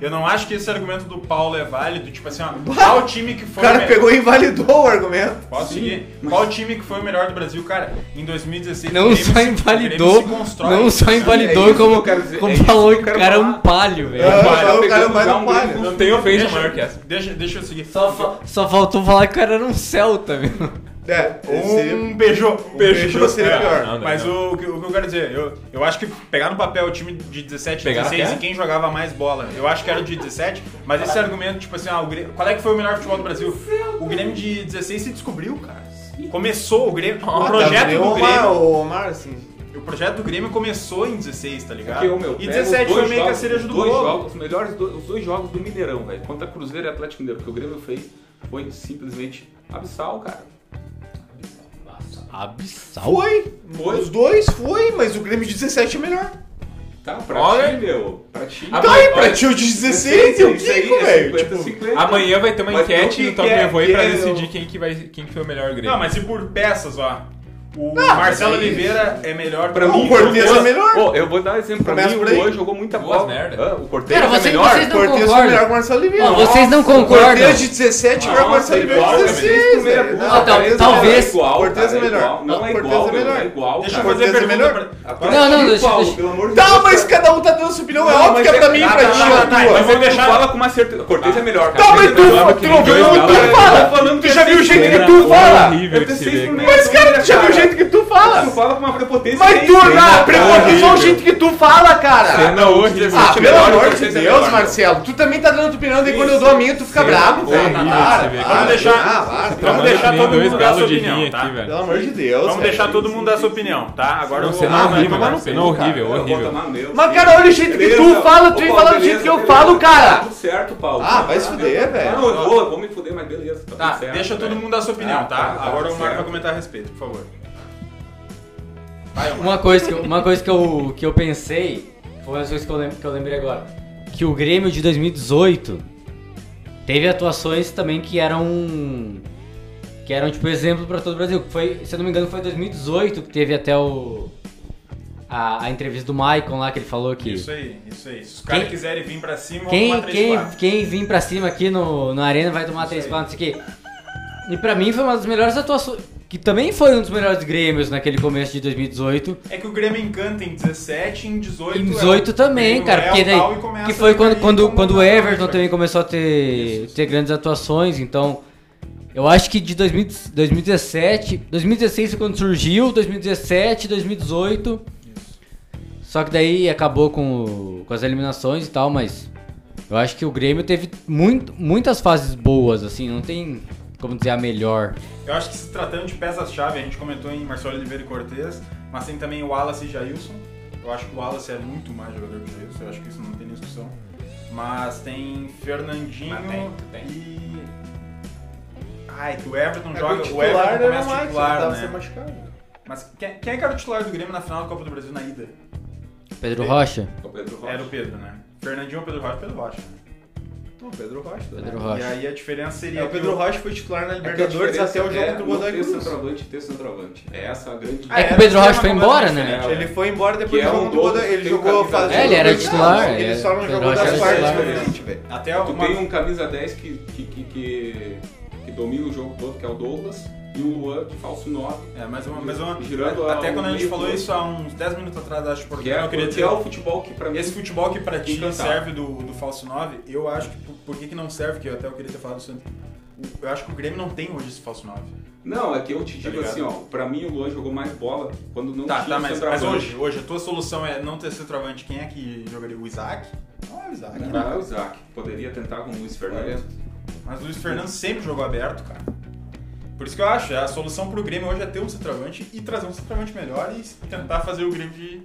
Speaker 5: eu não acho que esse argumento do Paulo é válido. Tipo assim, ó, qual time que
Speaker 2: O
Speaker 5: foi. o
Speaker 2: cara
Speaker 5: me-
Speaker 2: pegou e invalidou o argumento.
Speaker 5: Posso seguir? Qual time que foi o melhor do Brasil, cara? Em 2016 o
Speaker 6: Não
Speaker 5: Grêmio
Speaker 6: só
Speaker 5: se- o
Speaker 6: invalidou,
Speaker 5: Grêmio se constrói.
Speaker 6: não só
Speaker 7: É
Speaker 6: invalidou,
Speaker 7: isso que
Speaker 6: como,
Speaker 7: eu quero dizer,
Speaker 6: como
Speaker 7: é isso
Speaker 6: falou
Speaker 7: que eu
Speaker 6: que o
Speaker 7: quero
Speaker 6: cara é um
Speaker 7: falar.
Speaker 6: palho, velho.
Speaker 2: É,
Speaker 7: Palio
Speaker 2: o cara
Speaker 7: pegando
Speaker 2: mais
Speaker 7: lugar,
Speaker 2: um
Speaker 7: um
Speaker 2: palio.
Speaker 7: grupo-
Speaker 10: Não tem ofensa
Speaker 5: Deixa-
Speaker 10: maior que essa.
Speaker 5: Deixa, deixa eu seguir.
Speaker 6: Só,
Speaker 7: Ah.
Speaker 6: fa- só faltou falar que o cara era um celta, meu.
Speaker 2: É, seria-
Speaker 5: Um beijô. Um
Speaker 2: beijô seria pior.
Speaker 10: não, não,
Speaker 5: Mas
Speaker 10: não.
Speaker 5: O, o que o que eu quero dizer, eu, eu acho que pegar no papel o time de 17
Speaker 10: Pegar na
Speaker 5: 16 e
Speaker 10: terra?
Speaker 5: quem jogava mais bola, eu acho que era o de 17, mas esse argumento, tipo assim, ah, o Grêmio, qual é que foi o melhor futebol do Brasil? O Grêmio de 16 se descobriu, cara. Começou o Grêmio,
Speaker 10: Ah, tá
Speaker 2: tá,
Speaker 5: o projeto
Speaker 2: Gabriel
Speaker 5: do
Speaker 2: Omar,
Speaker 5: Grêmio,
Speaker 2: o Omar, assim.
Speaker 5: o projeto do Grêmio começou em 16, tá
Speaker 10: É
Speaker 5: ligado?
Speaker 7: Porque, ô, meu,
Speaker 5: e
Speaker 7: pega
Speaker 5: 17
Speaker 7: os
Speaker 5: foi
Speaker 7: dois
Speaker 5: meio que a
Speaker 7: jogos-
Speaker 5: cereja do
Speaker 7: dois
Speaker 5: bolo.
Speaker 7: jogos, os melhores do- os dois jogos do Mineirão, velho. Contra Cruzeiro e Atlético Mineiro, que o Grêmio fez foi simplesmente abissal, cara.
Speaker 6: Abissal.
Speaker 2: Foi.
Speaker 7: Foi?
Speaker 2: Os dois foi, mas o Grêmio de 17 é melhor.
Speaker 7: Tá, pra
Speaker 10: Olha.
Speaker 7: ti, meu. Pra ti.
Speaker 10: Ah,
Speaker 2: Tá aí,
Speaker 10: olha,
Speaker 2: pra ti o de 16 e o
Speaker 7: Isso aí
Speaker 2: Kiko,
Speaker 7: é
Speaker 2: velho.
Speaker 7: 50,
Speaker 2: Tipo,
Speaker 7: 50.
Speaker 10: Amanhã vai ter uma
Speaker 7: Mas
Speaker 10: enquete então
Speaker 7: não
Speaker 10: no Top
Speaker 7: quer-
Speaker 10: Meu Voe pra
Speaker 7: quer-
Speaker 10: decidir quem que, vai, quem que foi o melhor Grêmio.
Speaker 5: Não, mas é- e por peças, ó. O
Speaker 2: Não,
Speaker 5: Marcelo
Speaker 2: mas é isso.
Speaker 5: Oliveira é melhor
Speaker 2: Pra mim, o Cortez é melhor.
Speaker 7: Ô, eu vou dar um exemplo pra
Speaker 2: Começa
Speaker 7: mim.
Speaker 2: por aí.
Speaker 7: O Luan jogou muita
Speaker 10: Duas
Speaker 7: bola.
Speaker 10: merda.
Speaker 7: Ah, o Cortez
Speaker 6: Cara,
Speaker 7: é
Speaker 6: vocês,
Speaker 7: melhor.
Speaker 6: vocês não
Speaker 2: Cortez é melhor que o
Speaker 6: concordam.
Speaker 2: Marcelo Oliveira.
Speaker 6: Ó, vocês não concordam.
Speaker 2: Cortez de 17 melhor que o
Speaker 7: Nossa,
Speaker 2: Marcelo Oliveira
Speaker 7: igual,
Speaker 2: de
Speaker 7: cara.
Speaker 2: 16,
Speaker 7: Primeira
Speaker 2: velho.
Speaker 7: bola.
Speaker 2: Não,
Speaker 6: Ah, tá,
Speaker 2: Cortez é
Speaker 6: talvez.
Speaker 2: melhor. Cortez
Speaker 7: cara,
Speaker 2: é melhor.
Speaker 7: igual. Não é
Speaker 2: Cortez
Speaker 7: igual,
Speaker 2: é
Speaker 7: meu,
Speaker 2: melhor.
Speaker 7: não é igual,
Speaker 5: Deixa eu
Speaker 7: cara.
Speaker 5: fazer a
Speaker 2: Cortez é
Speaker 5: pergunta
Speaker 2: melhor.
Speaker 5: pra-
Speaker 7: Agora,
Speaker 6: Não, não,
Speaker 7: tira o
Speaker 6: deixa-
Speaker 7: Paulo,
Speaker 6: deixa-
Speaker 7: Pelo amor de
Speaker 2: Tá,
Speaker 7: Deus,
Speaker 2: mas
Speaker 7: cara.
Speaker 2: cada um tá dando sua opinião. É
Speaker 7: Não,
Speaker 2: óbvio
Speaker 7: mas
Speaker 2: que é pra mim,
Speaker 7: tá,
Speaker 2: pra
Speaker 7: tá,
Speaker 2: ti,
Speaker 7: tá,
Speaker 2: a
Speaker 7: tá, tá,
Speaker 2: tua.
Speaker 7: Mas eu deixar... fala com uma certeza. Cortez é melhor, cara.
Speaker 2: Tá, mas tu,
Speaker 7: Cortez é melhor do
Speaker 2: tu,
Speaker 7: que
Speaker 2: não
Speaker 7: os dois
Speaker 2: viu como
Speaker 7: jogos.
Speaker 2: tu
Speaker 7: Eu tô
Speaker 2: fala.
Speaker 7: falando
Speaker 2: Tu
Speaker 7: que
Speaker 2: já
Speaker 7: é
Speaker 2: viu o jeito que
Speaker 10: Era
Speaker 2: tu fala.
Speaker 10: horrível de se ver, cara.
Speaker 2: Mas, cara, tu já viu o jeito que tu
Speaker 7: Tu
Speaker 2: fala.
Speaker 7: fala com uma prepotência.
Speaker 2: Mas
Speaker 7: que
Speaker 2: tu,
Speaker 7: é isso,
Speaker 2: na
Speaker 7: né?
Speaker 2: prepotência, o jeito que tu fala, cara.
Speaker 10: Cena horrível.
Speaker 2: Ah, pelo
Speaker 7: melhor,
Speaker 2: amor
Speaker 7: Cortez
Speaker 2: de
Speaker 7: é
Speaker 2: Deus,
Speaker 7: melhor.
Speaker 2: Marcelo. Tu também tá dando tua opinião, daí quando eu dou a minha, tu fica
Speaker 10: Cena
Speaker 2: bravo, velho.
Speaker 10: horrível de se
Speaker 2: Para,
Speaker 10: ver,
Speaker 2: para.
Speaker 10: cara.
Speaker 5: Vamos deixar,
Speaker 2: Ah, para.
Speaker 5: vamos deixar
Speaker 10: Nem
Speaker 5: todo
Speaker 10: dois
Speaker 5: mundo dar
Speaker 10: galos
Speaker 5: sua
Speaker 10: de
Speaker 5: opinião,
Speaker 10: vinho
Speaker 5: tá?
Speaker 10: aqui, velho.
Speaker 2: Pelo amor de Deus,
Speaker 5: Vamos
Speaker 2: velho.
Speaker 5: deixar todo mundo dar sua opinião, tá? Agora eu vou...
Speaker 7: é
Speaker 10: Cena
Speaker 2: Ah, vai
Speaker 10: horrível,
Speaker 2: tomar
Speaker 10: cara.
Speaker 2: no
Speaker 10: Cena
Speaker 2: cu,
Speaker 10: horrível,
Speaker 7: Eu vou
Speaker 10: horrível.
Speaker 7: tomar no meu,
Speaker 2: Mas,
Speaker 7: sim.
Speaker 2: cara, olha o jeito que tu
Speaker 7: Beleza.
Speaker 2: fala, tu
Speaker 7: Ô,
Speaker 2: tem falado do jeito
Speaker 7: beleza,
Speaker 2: que eu
Speaker 7: beleza. Tá
Speaker 2: falo, cara.
Speaker 7: Tudo certo, Paulo. Tá
Speaker 2: Ah, vai se fuder, velho.
Speaker 7: Não, eu vou, eu vou me fuder, mas beleza. Tá,
Speaker 5: Tá,
Speaker 7: tudo certo,
Speaker 5: deixa todo
Speaker 7: velho.
Speaker 5: mundo dar sua opinião,
Speaker 7: Ah,
Speaker 5: tá?
Speaker 7: tá, tá,
Speaker 5: Agora o
Speaker 7: certo.
Speaker 5: Marco vai comentar a respeito, por favor.
Speaker 6: Uma coisa, que eu, uma coisa que, eu, que eu pensei, foi uma das coisas que eu, lem- que eu lembrei agora, que o Grêmio de 2018 teve atuações também que eram que eram tipo exemplo pra todo o Brasil. que Foi, se eu não me engano, foi 2018 que teve até o a, a entrevista do Maicon lá que ele falou que
Speaker 5: Isso aí, isso aí. Se os caras
Speaker 6: Quem-
Speaker 5: quiserem vir pra cima,
Speaker 6: quem,
Speaker 5: vamos
Speaker 6: quem,
Speaker 5: tomar 3-4.
Speaker 6: quem vir pra cima aqui no, na arena vai tomar três palos, não sei o quê. E pra mim foi uma das melhores atuações, que também foi um dos melhores Grêmios naquele começo de 2018.
Speaker 5: É que o Grêmio encanta em 17 em 18. é
Speaker 6: Em
Speaker 5: o-
Speaker 6: 18
Speaker 5: Grêmio
Speaker 6: também, cara.
Speaker 5: é o tal
Speaker 6: Porque
Speaker 5: e
Speaker 6: daí,
Speaker 5: começa
Speaker 6: que foi
Speaker 5: a
Speaker 6: quando,
Speaker 5: cair
Speaker 6: quando,
Speaker 5: como
Speaker 6: quando o
Speaker 5: tá,
Speaker 6: Everton
Speaker 5: cara.
Speaker 6: também começou a ter, ter grandes atuações. Então, eu acho que de 2000 2017, 2016 foi quando surgiu, 2017, 2018. Só que daí acabou com, o- com as eliminações e tal, mas eu acho que o Grêmio teve muito, muitas fases boas, assim, não tem como dizer a melhor.
Speaker 5: Eu acho que se tratando de peças-chave, a gente comentou em Marcelo Oliveira e Cortez, mas tem também o Wallace e Jailson. Eu acho que o Wallace é muito mais jogador que o Jailson, eu acho que isso não tem nem discussão. Mas tem Fernandinho
Speaker 10: Mas tem, tu tem.
Speaker 5: e. Ai, que o Everton
Speaker 2: É que
Speaker 5: joga.
Speaker 2: É o
Speaker 5: o Everton
Speaker 2: titular era
Speaker 5: começa
Speaker 2: o Mike,
Speaker 5: titular,
Speaker 2: tava
Speaker 5: né?
Speaker 2: sendo machucado.
Speaker 5: Mas quem, quem é que era o titular do Grêmio na final da Copa do Brasil na ida?
Speaker 6: Pedro Rocha.
Speaker 7: O Pedro Rocha.
Speaker 5: Era o Pedro, né? Fernandinho ou Pedro Rocha? Pedro Rocha.
Speaker 2: Pô, Pedro Rocha. né?
Speaker 6: Pedro
Speaker 5: E
Speaker 6: Rocha.
Speaker 5: aí a diferença seria.
Speaker 2: É, o
Speaker 5: que
Speaker 2: Pedro Rocha foi titular na
Speaker 7: É que É, a
Speaker 2: Libertadores
Speaker 7: diferença
Speaker 2: até o jogo
Speaker 7: é
Speaker 2: do
Speaker 7: o
Speaker 2: Godoy
Speaker 7: Ter
Speaker 2: Cruz.
Speaker 7: centroavante, ter centroavante. É essa a grande...
Speaker 5: Ah,
Speaker 6: É que
Speaker 5: era
Speaker 6: o Pedro
Speaker 5: um
Speaker 6: Rocha foi
Speaker 5: esquema
Speaker 6: embora,
Speaker 5: completamente
Speaker 6: né?
Speaker 7: diferente.
Speaker 2: Ele foi embora depois
Speaker 7: Que é
Speaker 2: do jogo
Speaker 7: um
Speaker 2: do Godoé.
Speaker 7: dobro,
Speaker 2: Ele
Speaker 7: tem
Speaker 2: jogou a
Speaker 7: camisa
Speaker 2: fase.
Speaker 7: dez.
Speaker 6: É, ele era
Speaker 2: do Godoy Cruz,
Speaker 6: titular,
Speaker 2: Ele
Speaker 6: é.
Speaker 2: só não
Speaker 6: Pedro
Speaker 2: jogou
Speaker 6: Rocha
Speaker 2: das
Speaker 6: era
Speaker 2: partes
Speaker 6: titular.
Speaker 2: diferentes, velho.
Speaker 5: Até
Speaker 7: Tu
Speaker 5: uma...
Speaker 7: tem um camisa 10 que, que, que, que, que domina o jogo todo, que é o Douglas, e o Luan, que falso 9.
Speaker 5: É, mais uma. Mais uma...
Speaker 7: Girando
Speaker 5: Até
Speaker 7: a-
Speaker 5: quando a gente
Speaker 7: meio
Speaker 5: falou
Speaker 7: todo.
Speaker 5: isso há uns 10 minutos atrás, acho, porque
Speaker 7: Que é,
Speaker 5: eu queria
Speaker 7: que
Speaker 5: dizer.
Speaker 7: é o futebol que pra mim...
Speaker 5: Esse futebol que pra ti
Speaker 7: Encantado.
Speaker 5: serve do, do falso 9, eu acho que. Por, por que, que não serve? Que eu até eu queria ter falado isso antes. O- Eu acho que o Grêmio não tem hoje esse falso 9.
Speaker 7: Não, é que eu te
Speaker 5: Tá
Speaker 7: digo
Speaker 5: ligado?
Speaker 7: assim, ó. Pra mim o Luan jogou mais bola quando não
Speaker 5: Tá,
Speaker 7: tinha
Speaker 5: tá, mas, mas
Speaker 7: centroavante.
Speaker 5: hoje, hoje a tua solução é não ter centroavante. Quem é que jogaria? O Isaac? Não é o Isaac,
Speaker 7: Não,
Speaker 5: né?
Speaker 7: é o Isaac. Poderia tentar com o Luiz Fernandes.
Speaker 5: Mas o Luiz Fernando sempre jogou aberto, cara. Por isso que eu acho, a solução pro Grêmio hoje é ter um centroavante e trazer um centroavante melhor e tentar fazer o Grêmio de,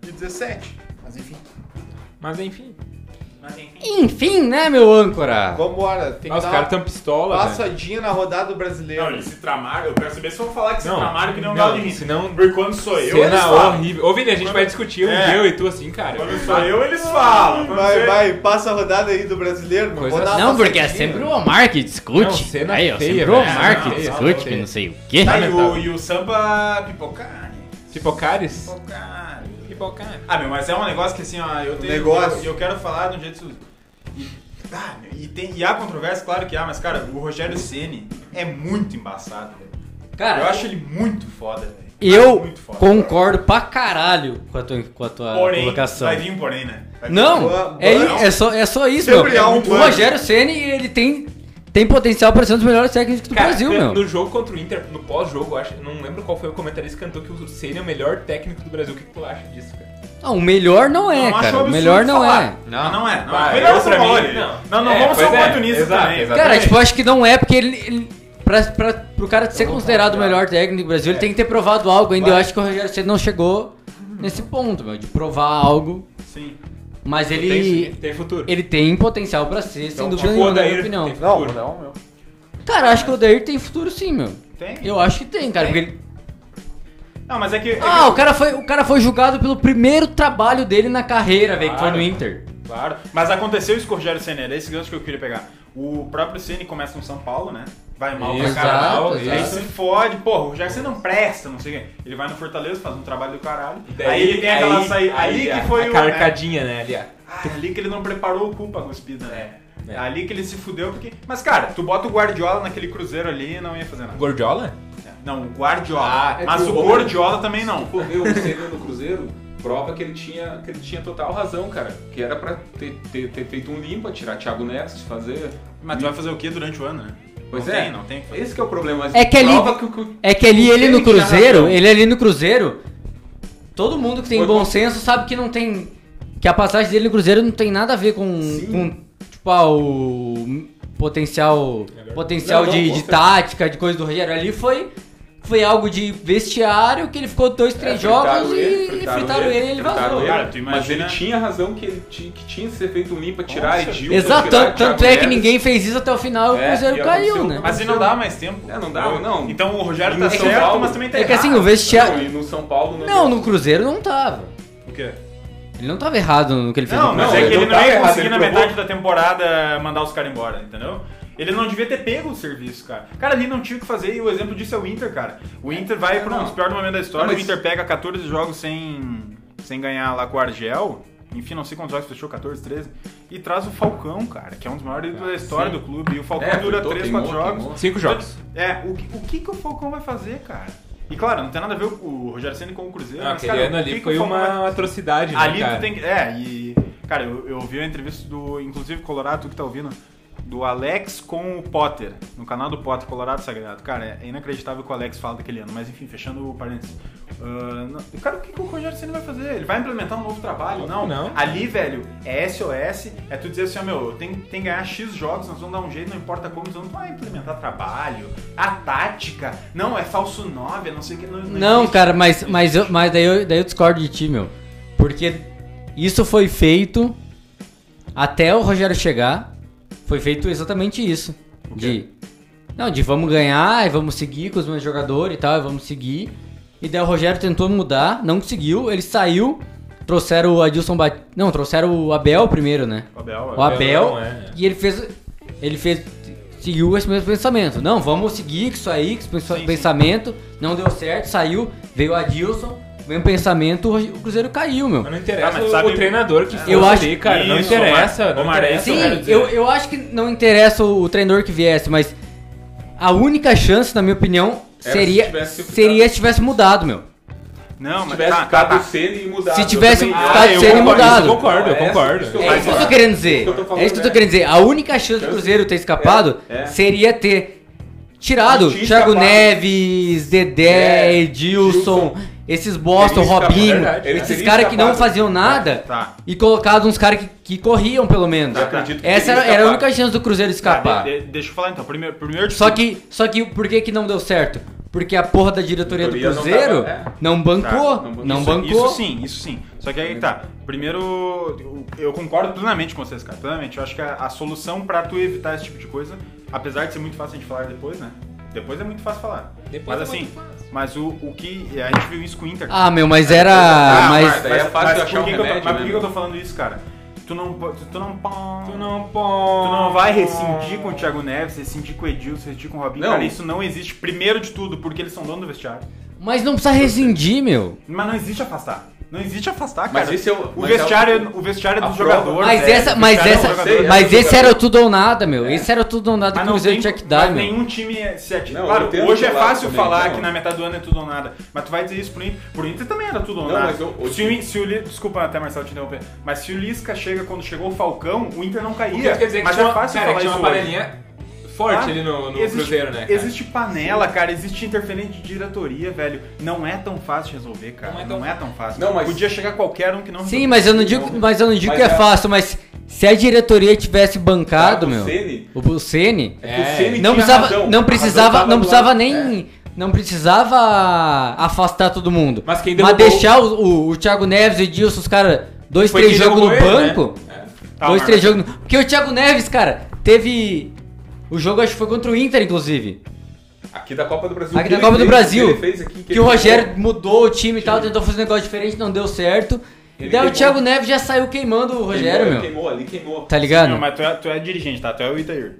Speaker 5: de 17. Mas enfim.
Speaker 10: Mas enfim.
Speaker 5: Mas enfim.
Speaker 6: Enfim, né, meu âncora?
Speaker 2: Vambora, tem
Speaker 10: Ah,
Speaker 2: que
Speaker 10: os caras
Speaker 2: dar uma
Speaker 10: tão pistola, velho.
Speaker 2: passadinha na rodada do
Speaker 5: Não,
Speaker 2: brasileiro.
Speaker 5: eles se tramaram. Eu quero saber se vão falar que se
Speaker 10: Não,
Speaker 5: tramaram que não,
Speaker 10: não,
Speaker 5: dá de mim.
Speaker 10: senão-
Speaker 5: Porque quando sou eu, eles
Speaker 10: Cena
Speaker 5: falam.
Speaker 10: horrível. Ô, Vini, a gente
Speaker 5: Quando-
Speaker 10: vai discutir um
Speaker 5: É.
Speaker 10: dia eu e tu assim, cara.
Speaker 5: Quando sou eu, eles falam. Quando
Speaker 2: Vai,
Speaker 5: você-
Speaker 2: vai, passa a rodada aí do brasileiro.
Speaker 10: Coisa
Speaker 2: vou dar uma
Speaker 6: Não, porque é
Speaker 2: passadinha.
Speaker 6: sempre o Omar que discute.
Speaker 10: Não, cena
Speaker 6: aí, ó,
Speaker 10: feia,
Speaker 6: sempre o
Speaker 10: velho.
Speaker 6: Omar
Speaker 10: Cena
Speaker 6: que
Speaker 10: feia,
Speaker 6: discute,
Speaker 10: feio.
Speaker 6: que não sei o quê.
Speaker 5: Tá, e, o, e o samba pipocar. né?
Speaker 10: Pipocares?
Speaker 5: Pipocar.
Speaker 10: Pipocares.
Speaker 5: Ah, meu, mas é um negócio que assim, ó, eu tenho.
Speaker 2: Negócio.
Speaker 5: Eu, eu quero falar de um jeito. E, ah, meu, e, tem, e há controvérsia, claro que há, mas cara, o Rogério Ceni é muito embaçado, velho.
Speaker 6: Cara,
Speaker 5: eu acho ele muito foda, velho.
Speaker 6: Eu
Speaker 5: Muito foda.
Speaker 6: concordo pra caralho com a tua, com a tua
Speaker 5: Porém,
Speaker 6: colocação.
Speaker 5: vai vir um porém, né? Vai vir um
Speaker 6: Não,
Speaker 5: porém.
Speaker 2: Boa-
Speaker 6: é,
Speaker 2: boa-
Speaker 6: i- é só, é só isso,
Speaker 2: Sempre
Speaker 6: meu.
Speaker 2: há um
Speaker 6: o
Speaker 2: plano.
Speaker 6: Rogério Ceni ele tem, tem potencial pra ser um dos melhores técnicos do
Speaker 10: Cara,
Speaker 6: Brasil,
Speaker 10: no,
Speaker 6: meu.
Speaker 10: no jogo contra o Inter, no pós-jogo, eu acho, eu não lembro qual foi o comentarista que cantou que o Senna é o melhor técnico do Brasil. O que que tu acha disso, cara?
Speaker 6: Não, o melhor não é,
Speaker 5: Não acho um
Speaker 6: cara. O
Speaker 5: absurdo
Speaker 6: melhor não
Speaker 5: falar.
Speaker 6: é.
Speaker 5: Não, não é. Não
Speaker 10: Vai,
Speaker 5: é. Melhor
Speaker 10: eu
Speaker 5: o São
Speaker 10: pra mim,
Speaker 5: Paulo.
Speaker 10: não.
Speaker 5: Não, não
Speaker 10: É,
Speaker 5: vamos ser
Speaker 10: pois é.
Speaker 5: muito nisso
Speaker 10: Exato,
Speaker 5: também.
Speaker 10: exato.
Speaker 6: Cara,
Speaker 10: Exatamente.
Speaker 6: tipo, eu acho que não é porque ele. ele pra, pra, pro cara ser considerado o melhor técnico do Brasil, ele
Speaker 10: É.
Speaker 6: tem que ter provado algo ainda. Eu acho que o Rogério Ceni não chegou nesse ponto, meu, de provar algo.
Speaker 5: Sim.
Speaker 6: Mas
Speaker 10: Tem,
Speaker 6: ele.
Speaker 10: né? tem futuro.
Speaker 6: Ele tem potencial pra ser, sem dúvida
Speaker 10: tipo,
Speaker 6: nenhuma, na
Speaker 10: Odair
Speaker 6: minha opinião.
Speaker 10: tem
Speaker 9: Não,
Speaker 10: futuro.
Speaker 9: não, meu.
Speaker 6: Cara, eu acho que o Odair tem futuro sim, meu.
Speaker 5: Tem?
Speaker 6: Eu acho que tem, cara. Porque ele,
Speaker 5: Não, mas é que. é que-
Speaker 6: Ah, o cara, foi, o cara foi julgado pelo primeiro trabalho dele na carreira, velho, que foi no Inter.
Speaker 5: Claro. Mas aconteceu isso com o Rogério Senna, era esse gancho que eu queria pegar. O próprio Ceni começa no São Paulo, né? Vai mal pra
Speaker 6: Exato,
Speaker 5: caralho.
Speaker 6: exato.
Speaker 5: Aí se fode, porra, o Rogério Senna não presta, não sei o quê. Ele vai no Fortaleza, faz um trabalho do caralho.
Speaker 10: Daí-
Speaker 5: aí ele tem aquela saída. Ali,
Speaker 10: a-
Speaker 5: que foi
Speaker 10: a
Speaker 5: o. né?
Speaker 10: carcadinha, né, ali, ó.
Speaker 5: Ah, ali que ele não preparou o cu pra cuspida, né?
Speaker 10: É.
Speaker 5: Ali que ele se fudeu porque. Mas cara, tu bota o Guardiola naquele Cruzeiro ali e não ia fazer nada. É.
Speaker 10: Gordiola?
Speaker 5: Não, o Guardiola.
Speaker 7: Ah, é
Speaker 5: mas
Speaker 7: que
Speaker 5: o
Speaker 7: o Romário-
Speaker 5: Gordiola também não.
Speaker 7: Pô, meu, o Senna no Cruzeiro prova que ele, tinha, que ele tinha total razão, cara. Que era pra ter, ter- ter feito um limpa, tirar Thiago Neves, fazer...
Speaker 5: Mas tu vai fazer o que durante o ano, né?
Speaker 7: Pois
Speaker 5: não
Speaker 7: é.
Speaker 5: Tem, não tem. o que fazer.
Speaker 7: Esse que é o problema. mas
Speaker 6: É que ali-
Speaker 7: prova o- o-
Speaker 6: É que ali
Speaker 7: o
Speaker 6: ele no
Speaker 7: Ceni tinha
Speaker 6: Cruzeiro,
Speaker 7: razão.
Speaker 6: ele ali no Cruzeiro, todo mundo que tem
Speaker 7: Foi
Speaker 6: bom
Speaker 7: com-
Speaker 6: senso sabe que não tem. Que a passagem dele no Cruzeiro não tem nada a ver com.
Speaker 7: Sim.
Speaker 6: com tipo, ah, o potencial. Potencial
Speaker 7: É Não, não,
Speaker 6: de,
Speaker 7: com
Speaker 6: de
Speaker 7: certeza.
Speaker 6: tática, de coisa do Rogério. Ali foi. Foi algo de vestiário que ele ficou dois, três
Speaker 7: É, fritaram
Speaker 6: jogos
Speaker 7: ele,
Speaker 6: e
Speaker 7: fritaram
Speaker 6: fritaram ele e ele
Speaker 7: fritaram
Speaker 6: vazou.
Speaker 7: ele.
Speaker 5: Cara, tu
Speaker 7: Mas
Speaker 5: imagina-
Speaker 7: ele tinha razão que, ele ti- que tinha que ser feito um limpa, tirar Edilson,
Speaker 6: Exato,
Speaker 7: tirar
Speaker 6: tanto, tanto
Speaker 7: Thiago
Speaker 6: é que
Speaker 7: Neves.
Speaker 6: ninguém fez isso até o final e o
Speaker 7: É,
Speaker 6: Cruzeiro
Speaker 7: e
Speaker 6: caiu,
Speaker 7: aconteceu
Speaker 6: né?
Speaker 7: o
Speaker 5: Mas e não dá mais tempo.
Speaker 7: É, não dá, não.
Speaker 5: Então o Rogério
Speaker 7: E
Speaker 5: tá
Speaker 7: o São
Speaker 5: certo,
Speaker 7: Paulo?
Speaker 5: mas também tá
Speaker 6: É que
Speaker 5: errado.
Speaker 6: assim, o
Speaker 7: Não,
Speaker 6: vestiário.
Speaker 7: e no São Paulo não
Speaker 6: Não,
Speaker 7: deu.
Speaker 6: no Cruzeiro não tava.
Speaker 5: O quê?
Speaker 6: Ele não tava errado no que ele fez
Speaker 5: Não,
Speaker 6: no
Speaker 5: mas
Speaker 7: não,
Speaker 5: é
Speaker 6: Cruzeiro.
Speaker 5: que ele
Speaker 7: não
Speaker 5: não
Speaker 7: tá
Speaker 5: ia
Speaker 7: errado,
Speaker 5: conseguir
Speaker 7: ele
Speaker 5: na
Speaker 7: provou.
Speaker 5: metade da temporada mandar os caras embora, entendeu? Ele não devia ter pego o serviço, cara. Cara, ali não tinha o que fazer e o exemplo disso é o Inter, cara. O Inter vai para um
Speaker 7: é, não.
Speaker 5: dos piores momentos da história,
Speaker 7: Não,
Speaker 5: o
Speaker 7: mas-
Speaker 5: Inter pega 14 jogos sem, sem ganhar lá com o Argel. Enfim, não sei quantos jogos fechou, 14, 13. E traz o Falcão, cara, que é um dos maiores ídolos da história do clube. E o Falcão
Speaker 7: É,
Speaker 5: dura
Speaker 7: voltou,
Speaker 5: 3,
Speaker 7: queimou,
Speaker 5: 4 jogos.
Speaker 7: queimou.
Speaker 10: Cinco jogos.
Speaker 5: É, o, que- o que, que o Falcão vai fazer, cara? E claro, não tem nada a ver o, o Rogério Senna com o Cruzeiro.
Speaker 10: Não,
Speaker 5: mas,
Speaker 10: Ah, aquele
Speaker 5: cara,
Speaker 10: ano
Speaker 5: o que
Speaker 10: ali
Speaker 5: que
Speaker 10: foi
Speaker 5: o Falcão vai-
Speaker 10: uma atrocidade, né,
Speaker 5: Ali
Speaker 10: cara?
Speaker 5: tu tem que. É, e. Cara, eu, eu vi a entrevista do. Inclusive, Colorado, tu que tá ouvindo. Do Alex com o Potter, no canal do Potter, Colorado Sagrado. Cara, é inacreditável o que o Alex fala daquele ano, mas enfim, fechando o parênteses. Ah, não- cara, o que, que o Rogério Senna vai fazer? Ele vai implementar um novo trabalho? Não.
Speaker 10: Não.
Speaker 5: Ali, velho, é SOS, é tu dizer assim, ó, meu, tem, tem que ganhar X jogos, nós vamos dar um jeito, não importa como, nós vamos vai implementar trabalho, a tática, não, é falso 9, não sei o que. Não,
Speaker 6: Não,
Speaker 5: existe.
Speaker 6: cara, mas, mas, eu, mas daí, eu, daí eu discordo de ti, meu. Porque isso foi feito até o Rogério chegar. Foi feito exatamente isso. De. Não, de vamos ganhar e vamos seguir com os meus jogadores e tal, e vamos seguir. E daí o Rogério tentou mudar, não conseguiu, ele saiu, trouxeram o Adilson Bat... Não, trouxeram o Abel primeiro, né?
Speaker 5: O Abel,
Speaker 6: O Abel.
Speaker 10: Abel, é.
Speaker 6: E ele fez. Ele fez. Seguiu esse mesmo pensamento. Não, vamos seguir com isso aí, com esse pensa- pensamento. Não deu certo, saiu, veio o Adilson, mesmo pensamento, o Cruzeiro caiu, meu.
Speaker 10: Mas não interessa
Speaker 5: Ah, mas
Speaker 10: o-
Speaker 5: sabe-
Speaker 10: o treinador que foi
Speaker 6: Eu acho-
Speaker 10: ali, cara. não
Speaker 5: Isso,
Speaker 10: interessa.
Speaker 5: Omar.
Speaker 10: não
Speaker 5: Omar, é
Speaker 10: interessa.
Speaker 5: isso que eu quero
Speaker 6: Sim,
Speaker 5: dizer.
Speaker 6: eu, eu acho que não interessa o, o treinador que viesse, mas a única chance, na minha opinião,
Speaker 7: Era se
Speaker 6: seria
Speaker 7: tivesse ficado-
Speaker 6: seria se tivesse mudado, meu.
Speaker 5: Não,
Speaker 7: Se
Speaker 5: mas
Speaker 7: tivesse
Speaker 5: tá, tá,
Speaker 7: ficado
Speaker 5: tá.
Speaker 7: o Ceni e mudado.
Speaker 6: Se
Speaker 7: eu
Speaker 6: tivesse
Speaker 7: também-
Speaker 6: ficado
Speaker 7: Ah, eu
Speaker 6: o Ceni
Speaker 7: concordo,
Speaker 6: mudado.
Speaker 7: Eu concordo, eu
Speaker 10: É,
Speaker 7: concordo.
Speaker 10: isso que eu
Speaker 6: É isso que eu tô querendo dizer.
Speaker 7: eu tô falando,
Speaker 6: É isso que eu tô
Speaker 7: né?
Speaker 6: querendo dizer. A única chance do Cruzeiro ter escapado
Speaker 7: É.
Speaker 6: seria ter tirado
Speaker 7: Tinha
Speaker 6: Thiago
Speaker 7: escapado.
Speaker 6: Neves,
Speaker 7: É,
Speaker 6: Dedé, Edilson,
Speaker 7: Gilson.
Speaker 6: esses bosta, o
Speaker 7: Teria escapado,
Speaker 6: Robinho,
Speaker 7: verdade, né?
Speaker 6: esses
Speaker 7: Teria
Speaker 6: caras que não
Speaker 7: escapado.
Speaker 6: faziam nada
Speaker 5: Tá.
Speaker 6: e colocado uns caras que, que corriam pelo menos.
Speaker 7: Eu acredito que
Speaker 6: Essa
Speaker 7: teria
Speaker 6: era, era a
Speaker 7: escapado.
Speaker 6: única chance do Cruzeiro escapar.
Speaker 5: Tá, de- de- deixa eu falar então. Primeiro, primeiro de
Speaker 6: Só
Speaker 5: tudo-
Speaker 6: que, só que por que que não deu certo? Porque a porra da diretoria do
Speaker 7: Diretoria não
Speaker 6: Cruzeiro
Speaker 7: tava- é.
Speaker 6: não
Speaker 7: Tá,
Speaker 6: bancou,
Speaker 7: não bancou.
Speaker 6: não
Speaker 5: isso,
Speaker 6: bancou.
Speaker 5: Isso sim, isso sim. Só que aí que tá. Primeiro, eu- eu concordo plenamente com vocês, cara. Plenamente. Eu acho que a, a solução pra tu evitar esse tipo de coisa, apesar de ser muito fácil a gente falar depois, né? Depois é muito fácil falar.
Speaker 10: Depois
Speaker 5: mas
Speaker 10: é
Speaker 5: assim,
Speaker 10: muito
Speaker 5: mas o, o que. A gente viu isso com o Inter. cara.
Speaker 6: Ah, meu, mas era,
Speaker 7: Ah,
Speaker 6: mas
Speaker 7: mas daí é fácil
Speaker 5: por
Speaker 7: achar um
Speaker 5: que que eu tô-
Speaker 7: remédio,
Speaker 5: Mas por
Speaker 7: né,
Speaker 5: que que eu
Speaker 7: meu?
Speaker 5: tô falando isso, cara? Tu não. po- Tu, tu não. pô-
Speaker 10: Tu não
Speaker 5: Tu
Speaker 10: pô.
Speaker 5: não vai rescindir com o Thiago Neves, rescindir com o Edilson, rescindir com o Robinho.
Speaker 7: Não.
Speaker 5: Cara, isso não existe. Primeiro de tudo, porque eles são dono do vestiário.
Speaker 6: mas não precisa rescindir, meu.
Speaker 5: Mas não existe afastar. Não existe afastar, cara.
Speaker 7: Mas esse é o-
Speaker 5: o,
Speaker 7: mas é o-
Speaker 5: vestiário, é- o vestiário é
Speaker 7: a
Speaker 5: dos
Speaker 7: prova.
Speaker 5: jogadores.
Speaker 6: Mas
Speaker 5: velho.
Speaker 6: essa,
Speaker 5: O
Speaker 6: mas
Speaker 5: vestiário é
Speaker 6: essa,
Speaker 5: dos
Speaker 7: sei,
Speaker 5: jogadores.
Speaker 6: mas
Speaker 7: jogador.
Speaker 6: esse era o tudo ou nada, meu. Esse era o tudo ou nada que o
Speaker 5: não
Speaker 6: Cruzeiro
Speaker 5: tem- um-
Speaker 6: tinha que dar,
Speaker 5: mas
Speaker 6: meu.
Speaker 5: nenhum time é- se ativa.
Speaker 7: Não, eu
Speaker 5: claro,
Speaker 7: entendo
Speaker 5: hoje é
Speaker 7: do lado
Speaker 5: fácil
Speaker 7: também, então.
Speaker 5: falar
Speaker 7: não.
Speaker 5: que na metade do ano é tudo ou nada. Mas tu vai dizer isso pro Inter. Pro Inter também era tudo ou
Speaker 7: Não,
Speaker 5: nada.
Speaker 7: mas eu-
Speaker 5: se o, In- se o Li- desculpa até Marcelo te interromper. Mas se o Lisca chega quando chegou o Falcão, o Inter não
Speaker 10: O que
Speaker 5: caía.
Speaker 10: isso quer dizer que
Speaker 5: mas
Speaker 10: tinha
Speaker 5: é
Speaker 10: uma-
Speaker 5: fácil
Speaker 10: cara,
Speaker 5: falar
Speaker 10: que tinha
Speaker 5: isso
Speaker 10: uma
Speaker 5: hoje.
Speaker 10: panelinha forte
Speaker 5: Tá?
Speaker 10: ali no, no
Speaker 5: Existe-
Speaker 10: Cruzeiro, né? cara?
Speaker 5: Existe panela, cara, existe interferente de diretoria, velho. Não é tão fácil de resolver, cara. Não é tão, fácil.
Speaker 7: Não, mas-
Speaker 5: Podia chegar qualquer um que não
Speaker 6: Sim, mas eu não digo, mas eu não digo
Speaker 7: Mas
Speaker 6: que é,
Speaker 7: é-
Speaker 6: fácil, mas se a diretoria tivesse bancado,
Speaker 7: Tá, o
Speaker 6: meu.
Speaker 7: Ceni-
Speaker 6: O o Ceni,
Speaker 7: O Ceni
Speaker 6: não
Speaker 7: tinha
Speaker 6: precisava,
Speaker 7: razão.
Speaker 6: não
Speaker 7: A
Speaker 6: precisava, não
Speaker 7: razão tava do
Speaker 6: precisava
Speaker 7: lado.
Speaker 6: nem não precisava afastar todo mundo.
Speaker 10: Mas quem derrubou-
Speaker 6: deixar o, o, o Thiago Neves e o Edilson, os caras, dois,
Speaker 10: Foi
Speaker 6: três
Speaker 10: quem
Speaker 6: jogos no
Speaker 10: derrubou ele,
Speaker 6: banco.
Speaker 10: né? É.
Speaker 5: Tá,
Speaker 6: dois,
Speaker 5: Marcos.
Speaker 6: três jogos. no- Porque o Thiago Neves, cara, teve o jogo acho que foi contra o Inter inclusive.
Speaker 7: Aqui da Copa do Brasil.
Speaker 6: Aqui
Speaker 7: que
Speaker 6: na
Speaker 7: ele
Speaker 6: Copa do
Speaker 7: fez, que
Speaker 6: Brasil.
Speaker 7: ele fez aqui,
Speaker 6: Que
Speaker 7: ele
Speaker 6: o Rogério mudou o time e tal, tentou fazer um negócio diferente, não deu certo. E daí
Speaker 7: Ele
Speaker 6: o
Speaker 7: queimou.
Speaker 6: Thiago Neves já saiu queimando o
Speaker 7: queimou,
Speaker 6: Rogério, meu.
Speaker 7: Queimou ali, queimou.
Speaker 6: Tá ligado?
Speaker 5: Não, mas tu é, tu é dirigente, tá? Tu é o Itair.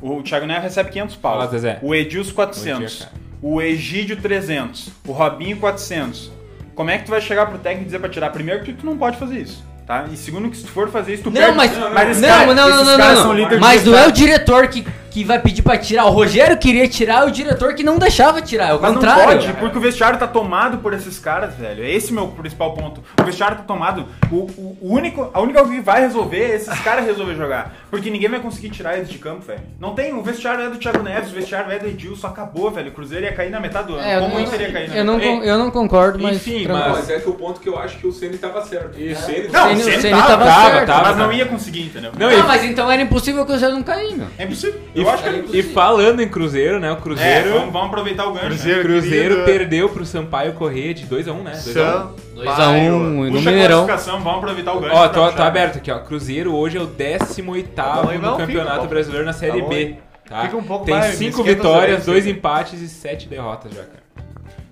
Speaker 5: O Thiago Neves recebe 500 pau.
Speaker 10: Fala, Ah, Zezé.
Speaker 5: O Edilson 400.
Speaker 10: Bom dia,
Speaker 5: o Egídio 300. O Robinho 400. Como é que tu vai chegar pro técnico e dizer pra tirar? Primeiro que tu não pode fazer isso, tá? E segundo que se tu for fazer isso, tu
Speaker 6: Não,
Speaker 5: perde.
Speaker 6: mas. Não,
Speaker 5: Não,
Speaker 6: não,
Speaker 5: esses
Speaker 6: não,
Speaker 5: caras-
Speaker 6: não,
Speaker 5: esses
Speaker 6: não,
Speaker 5: caras
Speaker 6: não.
Speaker 5: são líder de
Speaker 6: Mas não é o
Speaker 5: mercado.
Speaker 6: diretor que, que vai pedir pra tirar. O Rogério queria tirar, o diretor que não deixava tirar. É o
Speaker 5: Mas não
Speaker 6: contrário.
Speaker 5: pode, porque o vestiário tá tomado por esses caras, velho. Esse é meu principal ponto. O vestiário tá tomado. O, o- o único, a única coisa que vai resolver é esses caras resolver jogar. Porque ninguém vai conseguir tirar eles de campo, velho. Não tem. O vestiário é do Thiago Neves, o vestiário é do Edilson. Acabou, velho. O Cruzeiro ia cair na metade do ano.
Speaker 6: É, eu,
Speaker 5: Como
Speaker 6: não,
Speaker 5: o Inter ia cair né? na
Speaker 6: eu, não,
Speaker 5: metade?
Speaker 6: con- eu não concordo, mas. É.
Speaker 10: Enfim,
Speaker 6: tranquilo.
Speaker 7: Mas é que o ponto que eu acho que o Ceni tava certo. E o Ceni
Speaker 5: Não,
Speaker 6: Ceni-
Speaker 5: o Ceni
Speaker 6: Ceni
Speaker 5: tava,
Speaker 6: tava
Speaker 5: tava,
Speaker 6: certo.
Speaker 5: tava, mas
Speaker 10: tava.
Speaker 5: não ia conseguir, entendeu?
Speaker 10: Não,
Speaker 6: Ah,
Speaker 10: e-
Speaker 6: mas então era impossível que o Cruzeiro não cair, meu.
Speaker 5: É impossível.
Speaker 10: E,
Speaker 5: Eu acho que é
Speaker 10: e
Speaker 5: impossível.
Speaker 10: falando em Cruzeiro, né? O
Speaker 5: É,
Speaker 10: Cruzeiro.
Speaker 5: vamos, vamos aproveitar o gancho. né?
Speaker 10: o Cruzeiro perdeu pro Sampaio Corrêa de 2x1, né? 2x1.
Speaker 6: 2x1 no
Speaker 5: Puxa a
Speaker 6: Mineirão.
Speaker 5: classificação, vamos aproveitar o gancho.
Speaker 10: Ó,
Speaker 5: pra
Speaker 10: tá,
Speaker 5: puxar.
Speaker 7: né?
Speaker 10: tá aberto aqui, ó. Cruzeiro hoje é o 18
Speaker 9: Tá bom,
Speaker 10: do
Speaker 9: não,
Speaker 10: Campeonato
Speaker 9: fica,
Speaker 10: Brasileiro na Série
Speaker 9: Tá bom.
Speaker 10: B. Tá?
Speaker 9: Fica um pouco
Speaker 10: Tem
Speaker 9: mais,
Speaker 10: 5
Speaker 9: esquenta
Speaker 10: vitórias,
Speaker 9: os
Speaker 10: 2
Speaker 9: orelhas.
Speaker 10: empates e 7 derrotas já, cara.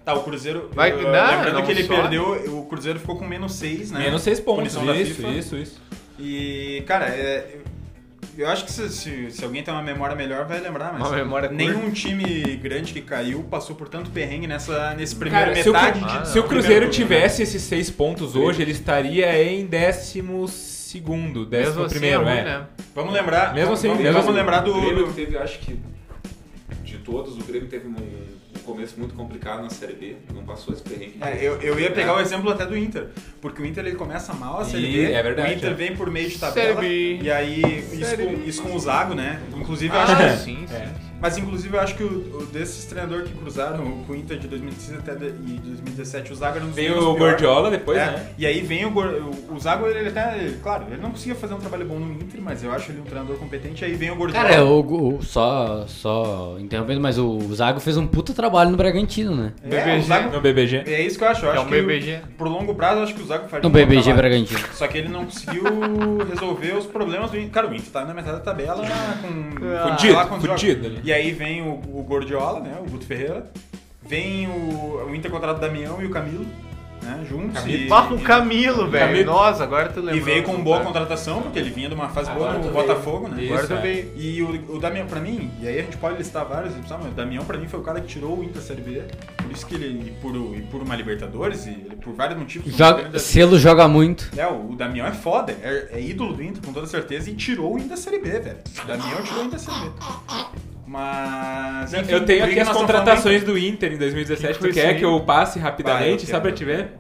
Speaker 5: Tá, o Cruzeiro.
Speaker 9: Vai-
Speaker 5: eh,
Speaker 9: não,
Speaker 5: lembrando
Speaker 9: não
Speaker 5: que ele
Speaker 9: só.
Speaker 5: perdeu, o Cruzeiro ficou com menos
Speaker 9: É.
Speaker 5: 6, né?
Speaker 10: Menos 6 pontos.
Speaker 5: Punição da
Speaker 10: Isso,
Speaker 5: FIFA.
Speaker 10: isso, isso.
Speaker 5: E, cara, é, eu acho que se, se- se alguém tem uma memória melhor, vai lembrar, mas
Speaker 9: Uma memória curta.
Speaker 5: nenhum time grande que caiu passou por tanto perrengue nessa, nesse primeiro
Speaker 10: Cara, se o,
Speaker 5: metade de.
Speaker 10: Cru-
Speaker 7: Ah,
Speaker 9: Ah,
Speaker 5: do
Speaker 10: se o
Speaker 5: primeiro
Speaker 10: Cruzeiro
Speaker 5: turno,
Speaker 10: tivesse esses 6 pontos hoje, ele estaria em 12 segundo,
Speaker 9: Mesmo
Speaker 10: décimo
Speaker 9: assim,
Speaker 10: primeiro,
Speaker 9: é ruim,
Speaker 10: é.
Speaker 9: né?
Speaker 5: né? Vamos lembrar.
Speaker 10: Mesmo
Speaker 5: vamos-
Speaker 10: assim,
Speaker 5: vamos,
Speaker 10: mesmo
Speaker 5: vamos
Speaker 10: assim,
Speaker 5: lembrar do.
Speaker 7: O Grêmio que
Speaker 5: do-
Speaker 7: teve, acho que de todos, o Grêmio teve um, um começo muito complicado na Série B. Não passou esse perrengue.
Speaker 5: é, eu, eu ia pegar o exemplo até do Inter, porque o Inter ele começa mal a Série
Speaker 10: E-
Speaker 5: B,
Speaker 10: é verdade,
Speaker 5: o Inter
Speaker 10: é.
Speaker 5: vem por meio de
Speaker 9: Série
Speaker 5: tabela,
Speaker 9: B.
Speaker 5: e aí isso com, isso com o Zago, né? Inclusive, eu acho que
Speaker 9: Ah, sim, sim.
Speaker 5: Mas inclusive eu acho que o, o desses treinadores que cruzaram com o Inter de 2016 até de- e 2017, o Zago era um dos
Speaker 10: Veio
Speaker 5: menos
Speaker 10: o
Speaker 5: pior.
Speaker 10: Guardiola depois,
Speaker 5: É,
Speaker 10: né?
Speaker 5: E aí vem o, Gor- o- o Zago, ele até, ele- claro, ele não conseguia fazer um trabalho bom no Inter, mas eu acho ele um treinador competente. Aí vem o Guardiola.
Speaker 6: Cara, é o, o- só, só interrompendo, mas o Zago fez um puta trabalho no Bragantino, né?
Speaker 5: é, o Zago-
Speaker 10: No BBG.
Speaker 5: é isso que eu acho. Eu
Speaker 9: É
Speaker 5: acho
Speaker 9: um
Speaker 5: que o-
Speaker 9: BBG.
Speaker 5: pro longo prazo, eu acho que o Zago faria
Speaker 6: No
Speaker 5: um bom
Speaker 6: BBG
Speaker 5: trabalho.
Speaker 6: Bragantino.
Speaker 5: Só que ele não conseguiu resolver os problemas do Inter. Cara, o Inter tá na metade da tabela com. com-
Speaker 9: Ah.
Speaker 5: sei lá
Speaker 10: Fudido,
Speaker 5: quantos jogos.
Speaker 10: fudido, né?
Speaker 5: E aí vem o, o Gordiola, né? O Guto Ferreira. Vem o, o Inter contrata o Damião e o Camilo, né? Juntos.
Speaker 9: Camilo.
Speaker 5: e-
Speaker 9: Ah, o
Speaker 5: e-
Speaker 9: Camilo, velho.
Speaker 5: Camilo.
Speaker 9: Nossa, agora tu lembrou.
Speaker 5: E veio com boa
Speaker 9: Tá.
Speaker 5: contratação, porque ele vinha de uma fase
Speaker 10: Agora
Speaker 5: boa no
Speaker 10: tu
Speaker 5: Botafogo, né?
Speaker 9: Agora tu veio.
Speaker 5: E o, o Damião, pra mim, e aí a gente pode listar vários, sabe, mas o Damião pra mim foi o cara que tirou o Inter da Série B, por isso que ele, e por, e por uma Libertadores, e ele- por vários motivos...
Speaker 6: Joga, selo joga muito.
Speaker 5: É, o Damião é foda, é, é ídolo do Inter, com toda certeza, e tirou o Inter da Série B, velho. O Damião tirou o Inter da Série B. Mas... enfim,
Speaker 10: Eu tenho
Speaker 5: por que
Speaker 10: aqui as
Speaker 5: nós estamos
Speaker 10: contratações do Inter em 2017.
Speaker 9: Que
Speaker 10: Tu quer
Speaker 9: coisa,
Speaker 10: que eu passe
Speaker 5: Vai, eu
Speaker 10: rapidamente,
Speaker 5: quero.
Speaker 10: só pra te ver?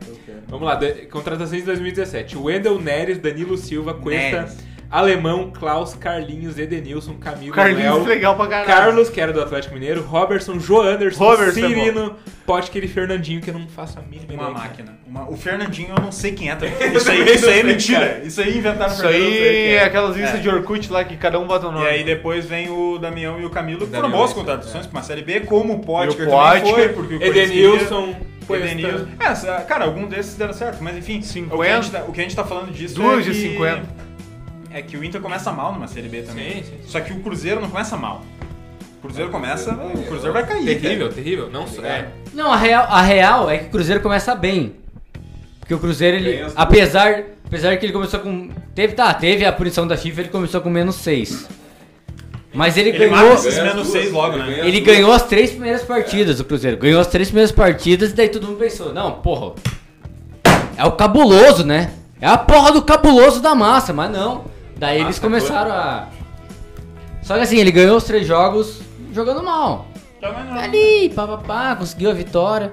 Speaker 10: Vamos lá, de- contratações de 2017. Wendel Neres, Danilo Silva, Cuesta,
Speaker 5: Neres.
Speaker 10: Alemão, Klaus, Carlinhos, Edenilson, Camilo,
Speaker 9: Carlinhos,
Speaker 10: Léo,
Speaker 9: legal pra caralho.
Speaker 10: Carlos, que era do Atlético Mineiro, Robertson, João Anderson,
Speaker 9: Robertson é
Speaker 10: Cirino, Potker e Fernandinho, que eu não faço a mínima
Speaker 5: Uma
Speaker 10: ideia.
Speaker 5: máquina. Uma- o Fernandinho eu não sei quem é também. Isso aí, isso aí é mentira. Isso aí inventaram o
Speaker 9: Isso
Speaker 5: Fernandinho, né? eu não sei
Speaker 9: aí
Speaker 5: quem
Speaker 9: é aquelas
Speaker 5: É.
Speaker 9: listas de Orkut lá que cada um bota o nome.
Speaker 5: E aí depois vem o Damião e o Camilo, que foram
Speaker 10: Damião,
Speaker 5: boas
Speaker 10: é.
Speaker 5: contratações pra uma Série B, como o Potker
Speaker 9: E o
Speaker 5: também
Speaker 9: Potker,
Speaker 5: foi, porque o
Speaker 10: Edenilson,
Speaker 5: Corinthians
Speaker 7: assim.
Speaker 10: Cuesta.
Speaker 5: queria- Edenilson. É, sa- cara, algum desses deram certo, mas enfim,
Speaker 9: 50.
Speaker 5: O, que a gente tá, o que a gente tá falando disso
Speaker 9: Duas
Speaker 5: é
Speaker 9: de
Speaker 5: que,
Speaker 9: 50.
Speaker 5: É que o Inter começa mal numa Série B também.
Speaker 10: Sim, sim, sim.
Speaker 5: Só que o Cruzeiro não começa mal. O Cruzeiro começa, o Cruzeiro vai cair.
Speaker 10: Terrível, terrível. Não só. É.
Speaker 6: Não, a real, a real é que o Cruzeiro começa bem. Porque o Cruzeiro, ele,
Speaker 7: Ganha as duas.
Speaker 6: apesar, apesar que ele começou com. Teve, tá, teve a punição da FIFA, ele começou com menos 6. Mas ele,
Speaker 5: Ele
Speaker 6: ganhou.
Speaker 5: mata esses menos
Speaker 7: duas,
Speaker 5: 6 logo,
Speaker 7: ele
Speaker 5: né?
Speaker 7: ganha
Speaker 6: Ele ganhou as três primeiras partidas, o Cruzeiro. Ganhou as três primeiras partidas e daí todo mundo pensou, não, porra. É o cabuloso, né? É a porra do cabuloso da massa, mas não. Daí eles começaram a. Só que assim, ele ganhou os três jogos jogando mal.
Speaker 5: é
Speaker 6: Ali, papapá, conseguiu a vitória.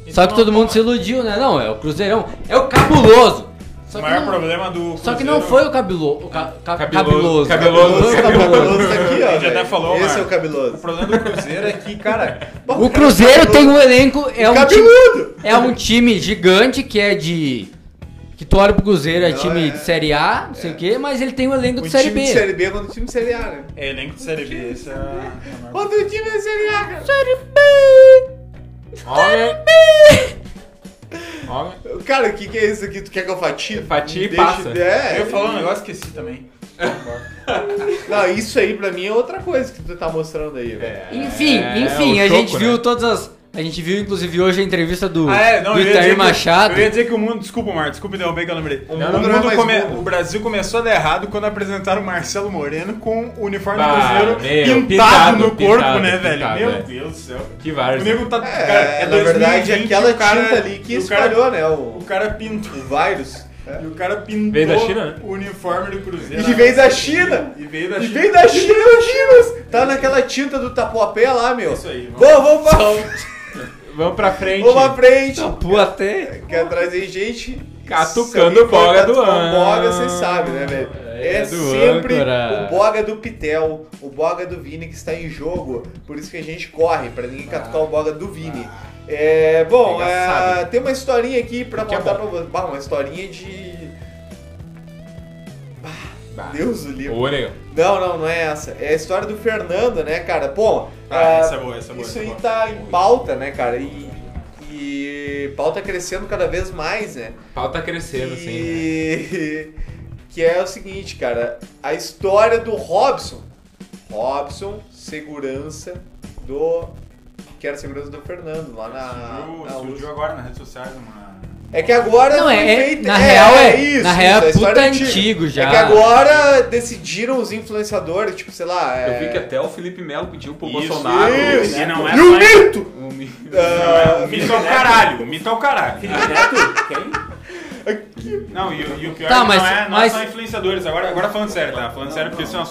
Speaker 5: Então
Speaker 6: Só que todo mundo se iludiu, né? Não, é o Cruzeirão, é o cabuloso. Só
Speaker 5: O
Speaker 6: que,
Speaker 5: maior
Speaker 6: não,
Speaker 5: problema do
Speaker 6: só que
Speaker 5: Cruzeiro-
Speaker 6: não foi o cabuloso. O ca, ca-
Speaker 10: Cabeloso.
Speaker 6: cabuloso.
Speaker 10: Cabeloso.
Speaker 6: Não foi o
Speaker 2: cabeloso tá aqui, ó.
Speaker 5: A gente até
Speaker 2: velho.
Speaker 5: falou,
Speaker 2: Esse
Speaker 5: Marco.
Speaker 2: é o cabeloso.
Speaker 5: O problema do Cruzeiro é que, cara,
Speaker 6: O Cruzeiro tem um elenco, é um, time,
Speaker 2: Cabeludo!
Speaker 6: é um time gigante que é de. Que tu olha pro Cruzeiro, é
Speaker 2: Não,
Speaker 6: time
Speaker 2: é.
Speaker 6: de Série A, não sei o quê, mas ele tem um elenco
Speaker 2: O
Speaker 6: de
Speaker 2: time
Speaker 6: Série B.
Speaker 2: de Série B é quando o time de Série A, né?
Speaker 5: é elenco de Série B. Esse é... é o maior-
Speaker 2: Quando o time é Série A, cara.
Speaker 6: Série B!
Speaker 10: Homem, homem.
Speaker 2: Cara, o que, que é isso aqui? Tu quer que eu fatie?
Speaker 10: Fatie e
Speaker 2: Deixa-
Speaker 10: passa.
Speaker 2: É,
Speaker 5: Eu ia falar um negócio que esqueci também.
Speaker 2: Não, isso aí pra mim é outra coisa que tu tá mostrando aí, velho.
Speaker 6: Enfim,
Speaker 10: É,
Speaker 6: enfim,
Speaker 10: o
Speaker 6: a
Speaker 10: choco,
Speaker 6: gente viu
Speaker 10: né?
Speaker 6: todas as. A gente viu, inclusive, hoje a entrevista do,
Speaker 5: Ah, é, não,
Speaker 6: do
Speaker 5: eu ia, dizer
Speaker 6: Itair
Speaker 5: que,
Speaker 6: Machado.
Speaker 5: eu ia dizer que o mundo. Desculpa, Marcos, desculpa interromper que eu lembrei. O,
Speaker 2: não,
Speaker 5: mundo
Speaker 2: não é mais
Speaker 5: come-
Speaker 2: bobo.
Speaker 5: o Brasil começou a dar errado quando apresentaram o Marcelo Moreno com o uniforme
Speaker 2: Ah,
Speaker 10: Bah,
Speaker 5: do Cruzeiro
Speaker 10: meu,
Speaker 5: pintado,
Speaker 10: pintado,
Speaker 5: no corpo,
Speaker 10: pintado,
Speaker 5: né, velho?
Speaker 10: pintado,
Speaker 5: meu
Speaker 10: é.
Speaker 5: Deus do céu.
Speaker 10: Que
Speaker 5: O
Speaker 10: várzea.
Speaker 5: nego tá.
Speaker 2: É,
Speaker 5: cara, é
Speaker 2: na verdade,
Speaker 5: 2020,
Speaker 2: aquela
Speaker 5: o cara,
Speaker 2: tinta ali que
Speaker 5: o cara-
Speaker 2: espalhou, né? O,
Speaker 5: O cara pintou.
Speaker 2: o vírus. é.
Speaker 5: E o cara pintou
Speaker 10: Veio da China, né?
Speaker 5: o uniforme do Cruzeiro.
Speaker 2: E veio da China!
Speaker 5: E veio da
Speaker 2: E
Speaker 5: China.
Speaker 2: vem da China, meu Chinos! Tá naquela tinta do tapuapé lá, meu.
Speaker 5: Isso aí,
Speaker 2: Pô,
Speaker 5: vamos.
Speaker 2: vamos pra,
Speaker 10: um Vamos pra frente.
Speaker 2: vamos pra frente.
Speaker 10: um
Speaker 6: Pô, até.
Speaker 2: Quer trazer gente.
Speaker 10: Catucando
Speaker 2: Sempre
Speaker 10: o boga
Speaker 2: catucando
Speaker 10: do ano.
Speaker 2: boga, vocês sabem, né, velho?
Speaker 10: É,
Speaker 2: É,
Speaker 10: do
Speaker 2: sempre
Speaker 6: âncora.
Speaker 2: o boga do Pitel, o boga do Vini que está em jogo. Por isso que a gente corre, pra ninguém catucar o boga do Vini. É, bom,
Speaker 10: Pega,
Speaker 2: é,
Speaker 10: sabe.
Speaker 2: tem uma historinha aqui pra
Speaker 10: Que é
Speaker 2: contar
Speaker 10: bom.
Speaker 2: pra vocês. Bah, Uma historinha de. Bah,
Speaker 10: Bah.
Speaker 2: Deus do livro.
Speaker 10: Ô, negão.
Speaker 2: Não, não, não é essa. É a história do Fernando, né, cara? Bom,
Speaker 5: Ah,
Speaker 2: ah,
Speaker 5: essa é boa, essa é boa.
Speaker 2: isso
Speaker 5: essa é
Speaker 2: aí
Speaker 5: boa.
Speaker 2: tá em pauta, né, cara? E, e pauta tá crescendo cada vez mais, né?
Speaker 10: Pau tá crescendo, assim.
Speaker 2: E...
Speaker 5: né?
Speaker 2: Que é o seguinte, cara. A história do Robson. Robson, segurança do... Que era segurança do Fernando, lá na...
Speaker 5: Surgiu,
Speaker 2: na
Speaker 5: surgiu
Speaker 2: USP.
Speaker 5: agora nas redes sociais uma.
Speaker 2: É que agora
Speaker 6: Não,
Speaker 2: foi
Speaker 6: é- é-
Speaker 2: feita-
Speaker 6: na real é- na real é
Speaker 2: a história
Speaker 6: puta
Speaker 2: antiga.
Speaker 6: antigo já.
Speaker 2: É que agora decidiram os influenciadores, tipo, sei lá...
Speaker 7: Eu
Speaker 2: é-
Speaker 7: vi que até o Felipe Melo pediu pro
Speaker 5: Isso,
Speaker 7: Bolsonaro. né?
Speaker 2: isso.
Speaker 5: E não é
Speaker 2: E o
Speaker 5: só-
Speaker 2: Neto!
Speaker 7: um-
Speaker 5: O mito é o caralho, o mito é o caralho. Não, e, o- e o pior
Speaker 6: Tá,
Speaker 5: é que
Speaker 6: mas-
Speaker 5: não, é, não
Speaker 6: mas-
Speaker 5: é só influenciadores. Agora, agora falando sério, tá? Falando sério, porque são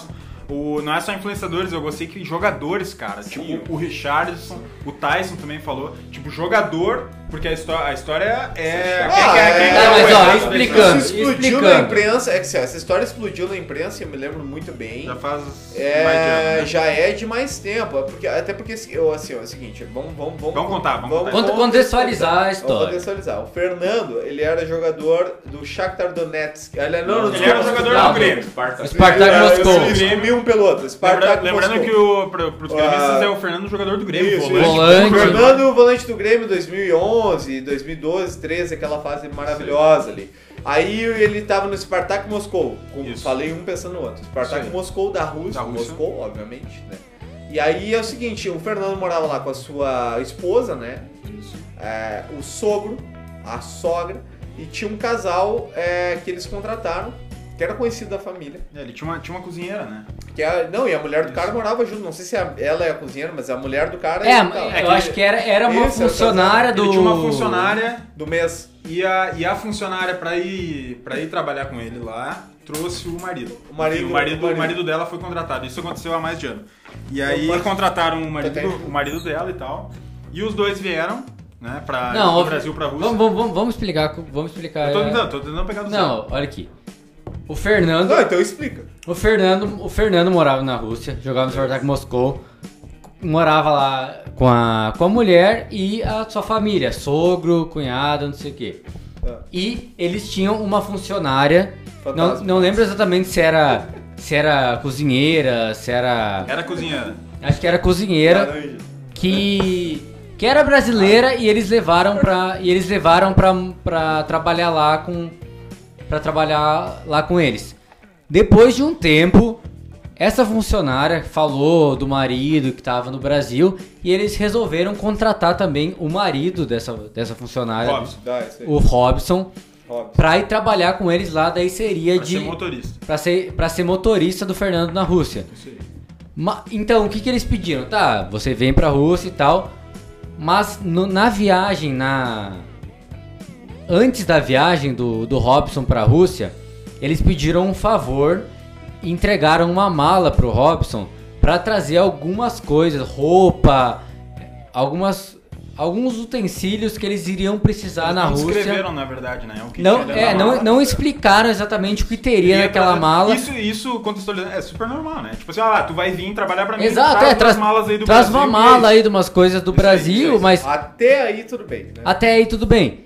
Speaker 5: o, não é só influenciadores, eu gostei que jogadores, cara. Tipo, o Richardson, o Tyson também falou. Tipo, jogador, porque a, histó a história é. né?
Speaker 2: Ah, é.
Speaker 6: Tá,
Speaker 5: o
Speaker 6: mas ó,
Speaker 5: errado da
Speaker 6: explicando.
Speaker 5: história?
Speaker 2: Isso explodiu
Speaker 6: explicando.
Speaker 2: na imprensa. É que assim, ó, essa história explodiu na imprensa, eu me lembro muito bem.
Speaker 5: Já faz. mais de ano,
Speaker 2: É,
Speaker 5: né?
Speaker 2: já é de mais tempo. é Porque, até porque assim, eu, assim, ó, é o seguinte, vamos, vamos, vamos,
Speaker 5: Vamos contar, vamos contar.
Speaker 6: Conta- contextualizar a
Speaker 2: Vamos
Speaker 6: história.
Speaker 2: contextualizar. O Fernando, ele era jogador do Shakhtar Donetsk. Ele, não, não,
Speaker 5: Ele era um
Speaker 2: desculpa,
Speaker 5: jogador
Speaker 6: Não,
Speaker 5: do Grêmio.
Speaker 6: Spartak
Speaker 2: eu- eu-
Speaker 6: Moscou.
Speaker 2: eu- eu- eu- eu- eu- um pelo outro. Spartak
Speaker 5: Lembra- Lembrando
Speaker 2: Moscou.
Speaker 5: que o, pro, pros
Speaker 2: Ah.
Speaker 5: gremistas é o Fernando, jogador do Grêmio.
Speaker 2: Isso,
Speaker 5: volante.
Speaker 2: isso.
Speaker 6: Volante.
Speaker 2: Fernando, o volante do Grêmio 2011, 2012, 13, aquela fase maravilhosa ali. Aí ele tava no Spartak Moscou. Com-
Speaker 5: Isso.
Speaker 2: Falei um pensando no outro. Spartak
Speaker 5: Isso aí.
Speaker 2: Moscou da Rússia,
Speaker 5: Da Rússia.
Speaker 2: Moscou, obviamente, né? E aí é o seguinte, o Fernando morava lá com a sua esposa, né? É, o sogro, a sogra, e tinha um casal é, que eles contrataram, que era conhecido da família.
Speaker 5: É, ele tinha uma, tinha uma cozinheira, né?
Speaker 2: Que a- não, e a mulher do cara morava junto. Não sei se a- ela é a cozinheira, mas a mulher do cara
Speaker 6: É,
Speaker 2: e tal.
Speaker 6: eu acho que era, era uma
Speaker 2: Esse é o
Speaker 6: funcionária do.
Speaker 5: Ele tinha uma funcionária
Speaker 2: do mês.
Speaker 5: e a, e a funcionária, pra ir, pra ir trabalhar com ele lá, trouxe o marido.
Speaker 2: O marido-
Speaker 5: E o
Speaker 2: o
Speaker 5: marido,
Speaker 2: marido.
Speaker 5: o marido dela foi contratado. Isso aconteceu há mais de ano. E aí
Speaker 2: posso-
Speaker 5: contrataram o marido,
Speaker 2: tenho-
Speaker 5: o marido dela e tal. E os dois vieram, né, pra,
Speaker 6: Não, ó,
Speaker 5: do Brasil pra Rússia.
Speaker 6: Vamos, vamos, vamos, vamos explicar. Vamos explicar.
Speaker 5: Eu tô
Speaker 6: é.
Speaker 5: tentando, tô tentando pegar do céu.
Speaker 6: Não, olha aqui. O Fernando,
Speaker 2: Não, então explica.
Speaker 6: o Fernando, o Fernando morava na Rússia, jogava no Spartak Moscou, morava lá com a, com a mulher e a sua família, sogro, cunhada, não sei o quê.
Speaker 2: Tá.
Speaker 6: E eles tinham uma funcionária, não,
Speaker 2: Fantasma.
Speaker 6: não lembro exatamente se era se era cozinheira, se era
Speaker 5: Era cozinheira.
Speaker 6: acho que era cozinheira
Speaker 2: Laranja.
Speaker 6: que que era brasileira e eles levaram pra e eles levaram pra, pra trabalhar lá com para trabalhar lá com eles. Depois de um tempo, essa funcionária falou do marido que tava no Brasil e eles resolveram contratar também o marido dessa dessa funcionária,
Speaker 5: Robson.
Speaker 2: Dá, isso aí.
Speaker 6: o Robson,
Speaker 2: Robson.
Speaker 6: pra ir trabalhar com eles lá, daí seria
Speaker 5: Pra
Speaker 6: de
Speaker 5: ser motorista.
Speaker 6: Pra ser, pra ser motorista do Fernando na Rússia. Ma- então, o que, que eles pediram? Tá, você vem pra Rússia e tal, mas no- na viagem, na antes da viagem do, do Robson pra Rússia, eles pediram um favor e entregaram uma mala pro Robson pra trazer algumas coisas, roupa, algumas alguns utensílios que eles iriam precisar na
Speaker 5: não
Speaker 6: Rússia.
Speaker 5: escreveram, na verdade, né? O que
Speaker 6: Não,
Speaker 5: tinha dentro
Speaker 6: é,
Speaker 5: da
Speaker 6: não,
Speaker 5: mala.
Speaker 6: não explicaram exatamente o que teria
Speaker 5: Ia
Speaker 6: naquela
Speaker 5: trazer-
Speaker 6: mala.
Speaker 5: Isso, isso contextualizando, é super normal, né? Tipo assim, ah, tu vai vir trabalhar pra mim.
Speaker 6: Exato,
Speaker 5: traz
Speaker 6: é, traz,
Speaker 5: umas malas aí do
Speaker 6: traz
Speaker 5: Brasil
Speaker 6: uma
Speaker 5: e
Speaker 6: mala
Speaker 5: é isso.
Speaker 6: aí de umas coisas do
Speaker 5: Isso aí,
Speaker 6: Brasil,
Speaker 5: isso aí.
Speaker 6: mas
Speaker 2: Até aí tudo bem, né?
Speaker 6: até aí tudo bem.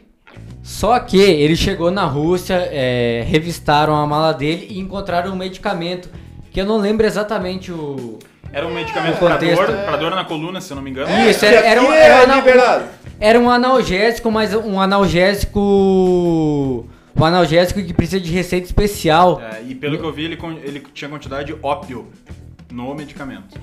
Speaker 6: Só que ele chegou na Rússia, é, revistaram a mala dele e encontraram um medicamento que eu não lembro exatamente o.
Speaker 5: Era um medicamento
Speaker 6: É,
Speaker 5: pra
Speaker 6: contexto.
Speaker 5: dor, pra dor na coluna, se eu não me engano.
Speaker 6: Isso,
Speaker 2: que
Speaker 6: era,
Speaker 2: aqui
Speaker 6: era, um,
Speaker 2: é
Speaker 6: era, um ana-
Speaker 2: liberado.
Speaker 6: era um analgésico, mas um analgésico. Um analgésico que precisa de receita especial.
Speaker 5: É, e pelo que eu vi, ele, con- ele tinha quantidade de ópio no medicamento.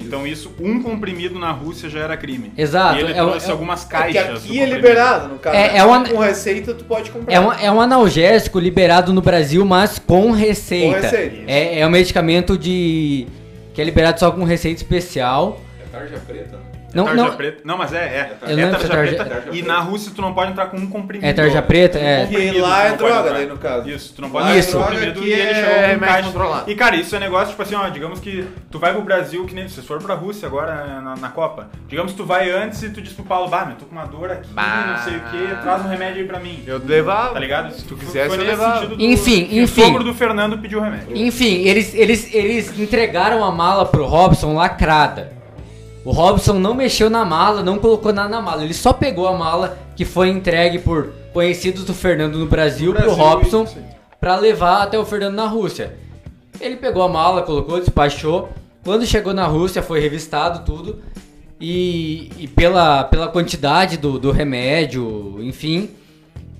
Speaker 5: Então isso, um comprimido na Rússia já era crime.
Speaker 6: Exato,
Speaker 5: E ele
Speaker 6: é-
Speaker 5: trouxe
Speaker 6: é-
Speaker 5: algumas
Speaker 2: É que
Speaker 5: caixas
Speaker 2: aqui
Speaker 5: do
Speaker 2: é
Speaker 5: comprimido.
Speaker 2: liberado, no caso.
Speaker 6: É- é uma-
Speaker 2: Com receita tu pode comprar.
Speaker 6: É um, é um analgésico liberado no Brasil, mas com receita.
Speaker 2: Com receita.
Speaker 6: É, é um medicamento de. que é liberado só com receita especial.
Speaker 10: É tarja preta, né?
Speaker 6: Não,
Speaker 5: tarja
Speaker 6: não,
Speaker 5: preta. Não, mas é, é.
Speaker 6: Eu
Speaker 5: é
Speaker 6: lembro
Speaker 5: tarja
Speaker 6: se é tarja-
Speaker 5: preta.
Speaker 10: é-
Speaker 5: E na Rússia tu não pode entrar com um comprimido.
Speaker 6: É tarja preta?
Speaker 5: Um
Speaker 6: É.
Speaker 5: comprimido
Speaker 2: Porque lá é
Speaker 5: tu não pode
Speaker 2: droga,
Speaker 5: entrar.
Speaker 2: daí, no caso.
Speaker 5: Isso, tu não
Speaker 2: Lá
Speaker 5: pode
Speaker 2: é
Speaker 5: entrar com um
Speaker 2: droga
Speaker 5: comprimido
Speaker 2: que
Speaker 5: e ele
Speaker 2: é
Speaker 5: chegou com um
Speaker 2: remédio
Speaker 5: caixa.
Speaker 2: controlado.
Speaker 5: E cara, isso é negócio, tipo assim, ó, digamos que tu vai pro Brasil, que nem se for pra Rússia agora né, na, na Copa. Digamos que tu vai antes e tu diz pro Paulo, bah, meu, tô com uma dor aqui, não sei o que, traz um remédio aí pra mim.
Speaker 9: Eu levava.
Speaker 5: Tá ligado? Se tu
Speaker 9: tu quisesse,
Speaker 5: foi
Speaker 9: eu
Speaker 5: nesse
Speaker 9: levava.
Speaker 5: sentido
Speaker 6: Enfim,
Speaker 5: que
Speaker 6: enfim.
Speaker 5: O sogro do Fernando pediu remédio.
Speaker 6: Enfim, eles, eles, eles entregaram a mala pro Robson lacrada. O Robson não mexeu na mala, não colocou nada na mala. Ele só pegou a mala que foi entregue por conhecidos do Fernando no Brasil,
Speaker 5: No Brasil,
Speaker 6: pro Robson
Speaker 5: isso aí.
Speaker 6: pra levar até o Fernando na Rússia. Ele pegou a mala, colocou, despachou. Quando chegou na Rússia, foi revistado tudo. E, e pela, pela quantidade do, do remédio, enfim,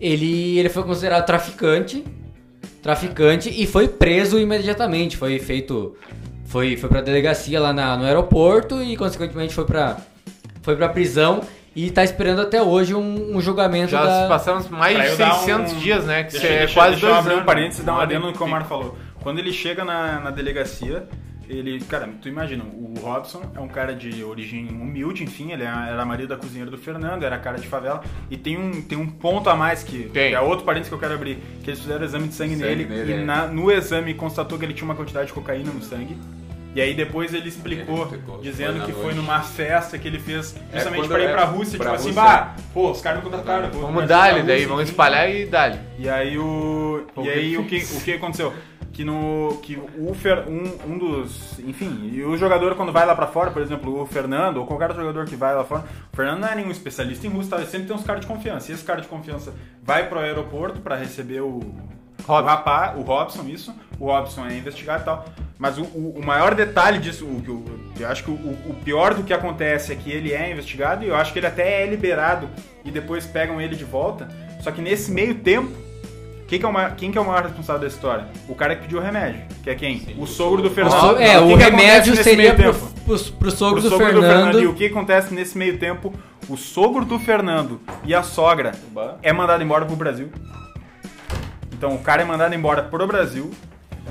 Speaker 6: ele, ele foi considerado traficante traficante e foi preso imediatamente. Foi feito. Foi, foi pra delegacia lá na- no aeroporto e, consequentemente, foi pra, foi pra prisão. E tá esperando até hoje um, um julgamento
Speaker 9: Já
Speaker 6: da...
Speaker 9: se passaram mais
Speaker 5: Pra
Speaker 9: de
Speaker 5: eu dar
Speaker 9: 600
Speaker 5: um-
Speaker 9: dias, né? Que
Speaker 5: Deixa,
Speaker 9: isso é
Speaker 5: deixa,
Speaker 9: quase
Speaker 5: deixa
Speaker 9: dois
Speaker 5: eu abrir um
Speaker 9: anos.
Speaker 5: parênteses e dar um
Speaker 9: Uma hora
Speaker 5: adendo no
Speaker 9: e
Speaker 5: que o Omar
Speaker 9: pico.
Speaker 5: falou. Quando ele chega na, na delegacia, ele. Cara, tu imagina, o Robson é um cara de origem humilde, enfim, ele é, era era marido da cozinheira do Fernando, era cara de favela. E tem um, tem um ponto a mais que, que
Speaker 9: Tem.
Speaker 5: é outro parênteses que eu quero abrir: que eles fizeram exame de sangue,
Speaker 10: Sangue
Speaker 5: nele,
Speaker 10: nele,
Speaker 5: e
Speaker 10: é.
Speaker 5: na- no exame constatou que ele tinha uma quantidade de cocaína no sangue. E aí depois ele explicou,
Speaker 10: É, Ele explicou,
Speaker 5: dizendo
Speaker 10: foi na
Speaker 5: que foi
Speaker 10: noite.
Speaker 5: numa festa que ele fez
Speaker 10: É,
Speaker 5: justamente
Speaker 10: quando
Speaker 5: pra ir
Speaker 10: é
Speaker 5: pra Rússia,
Speaker 10: pra
Speaker 5: tipo assim,
Speaker 10: Rússia.
Speaker 5: bah, pô, os caras me contrataram. vou
Speaker 9: Vamos
Speaker 5: pra
Speaker 9: dar-lhe
Speaker 5: Rússia,
Speaker 9: daí, vamos
Speaker 5: enfim."
Speaker 9: espalhar e dar-lhe.
Speaker 5: E aí o. E aí o que, o que aconteceu? Que no. Que o Fer, um, um dos. Enfim, e o jogador quando vai lá pra fora, por exemplo, o Fernando, ou qualquer outro jogador que vai lá fora, o Fernando não é nenhum especialista em russo, tá? ele sempre tem uns caras de confiança. E esse cara de confiança vai pro aeroporto pra receber o. O rapaz, o Robson, isso. O Robson é investigado e tal. Mas o, o- o maior detalhe disso, o, que eu- eu acho que o, o pior do que acontece é que ele é investigado e eu acho que ele até é liberado e depois pegam ele de volta. Só que nesse meio tempo, quem que, é o maior, quem que é o maior responsável da história? O cara que pediu o remédio. Que é quem? o sogro do Fernando.
Speaker 6: O so- é,
Speaker 5: que
Speaker 6: o
Speaker 5: que
Speaker 6: remédio
Speaker 5: acontece nesse
Speaker 6: seria
Speaker 5: meio
Speaker 6: pro-
Speaker 5: tempo?
Speaker 6: pros, pro sogro,
Speaker 5: pro
Speaker 6: do,
Speaker 5: sogro do
Speaker 6: Fernando.
Speaker 5: Fernando. E o que acontece nesse meio tempo? O sogro do Fernando e a sogra é mandado embora pro Brasil. Então o cara é mandado embora pro Brasil.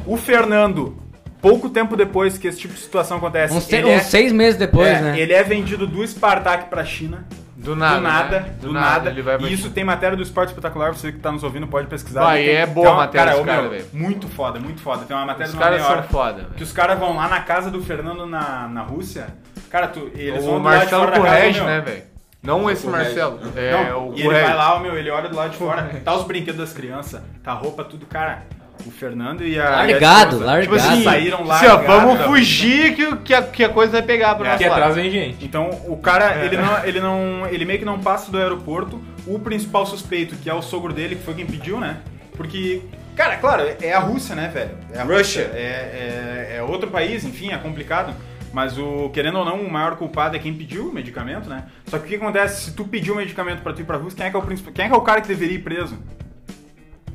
Speaker 5: O Fernando, pouco tempo depois que esse tipo de situação acontece,
Speaker 6: Uns, te-
Speaker 5: ele,
Speaker 6: uns
Speaker 5: é,
Speaker 6: seis meses depois,
Speaker 5: é,
Speaker 6: né?
Speaker 5: ele é vendido do Spartak pra China.
Speaker 9: Do nada.
Speaker 5: do nada,
Speaker 9: né?
Speaker 5: do, nada.
Speaker 9: Ele vai pra
Speaker 5: e isso tem matéria do Esporte Espetacular, você que tá nos ouvindo pode pesquisar.
Speaker 9: Vai,
Speaker 5: Ali tem-
Speaker 9: é boa
Speaker 5: tem
Speaker 9: a
Speaker 5: uma-
Speaker 9: matéria
Speaker 5: cara,
Speaker 9: dos
Speaker 5: ô,
Speaker 9: caras,
Speaker 5: meu,
Speaker 9: velho.
Speaker 5: Muito foda, muito foda. Tem uma matéria
Speaker 9: Os
Speaker 5: de uma
Speaker 9: caras
Speaker 5: meia hora.
Speaker 9: são foda,
Speaker 5: Que
Speaker 9: velho.
Speaker 5: os caras vão lá na casa do Fernando na, na Rússia. Cara, tu, eles
Speaker 9: O
Speaker 5: vão do lado de
Speaker 9: Marcelo
Speaker 5: fora da casa,
Speaker 9: Correge,
Speaker 5: meu.
Speaker 9: né, velho? Não esse Marcelo. É,
Speaker 5: Não,
Speaker 9: o
Speaker 5: e ele vai
Speaker 9: Correge.
Speaker 5: lá, ó, meu, ele olha do lado de fora, tá os brinquedos das crianças, tá a roupa, tudo, cara. O Fernando e a.
Speaker 6: Largado,
Speaker 5: e a esposa, Tipo
Speaker 6: largado.
Speaker 5: assim, saíram lá.
Speaker 9: Assim, ó, vamos fugir que, que, a, que a coisa vai pegar pro
Speaker 5: É.
Speaker 9: nosso
Speaker 10: Aqui
Speaker 9: lado.
Speaker 10: atrás vem gente.
Speaker 5: Então o cara,
Speaker 2: É.
Speaker 5: ele não, ele não, ele meio que não passa do aeroporto. O principal suspeito, que é o sogro dele, que foi quem pediu, né? Porque, cara, claro, é a Rússia, né, velho? É a
Speaker 2: Russia.
Speaker 5: Rússia, É, é- é outro país, enfim, é complicado. Mas o, querendo ou não, o maior culpado é quem pediu o medicamento, né? Só que o que acontece? Se tu pediu o medicamento pra tu ir pra Rússia, quem é que é o principal? Quem é que é o cara que deveria ir preso?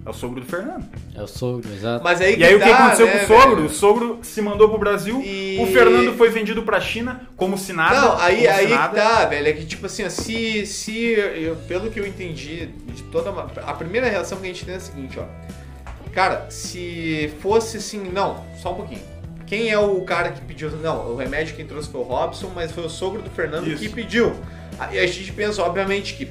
Speaker 5: É o sogro do Fernando.
Speaker 6: É o sogro, exato.
Speaker 2: Mas aí
Speaker 5: E aí o que
Speaker 2: tá,
Speaker 5: aconteceu
Speaker 2: né,
Speaker 5: com o sogro?
Speaker 2: velho?
Speaker 5: O sogro se mandou pro Brasil,
Speaker 2: E-
Speaker 5: o Fernando foi vendido pra China como se nada.
Speaker 2: Não, aí,
Speaker 5: como se
Speaker 2: aí que
Speaker 5: nada.
Speaker 2: tá, velho. É que tipo assim, ó, se. se eu- pelo que eu entendi, de toda uma- a primeira reação que a gente tem é a seguinte, ó. Cara, se fosse assim. Não, só um pouquinho. Quem é o cara que pediu. Não, o remédio quem trouxe foi o Robson, mas foi o sogro do Fernando
Speaker 5: Isso.
Speaker 2: que pediu. Aí a gente pensa, obviamente, que.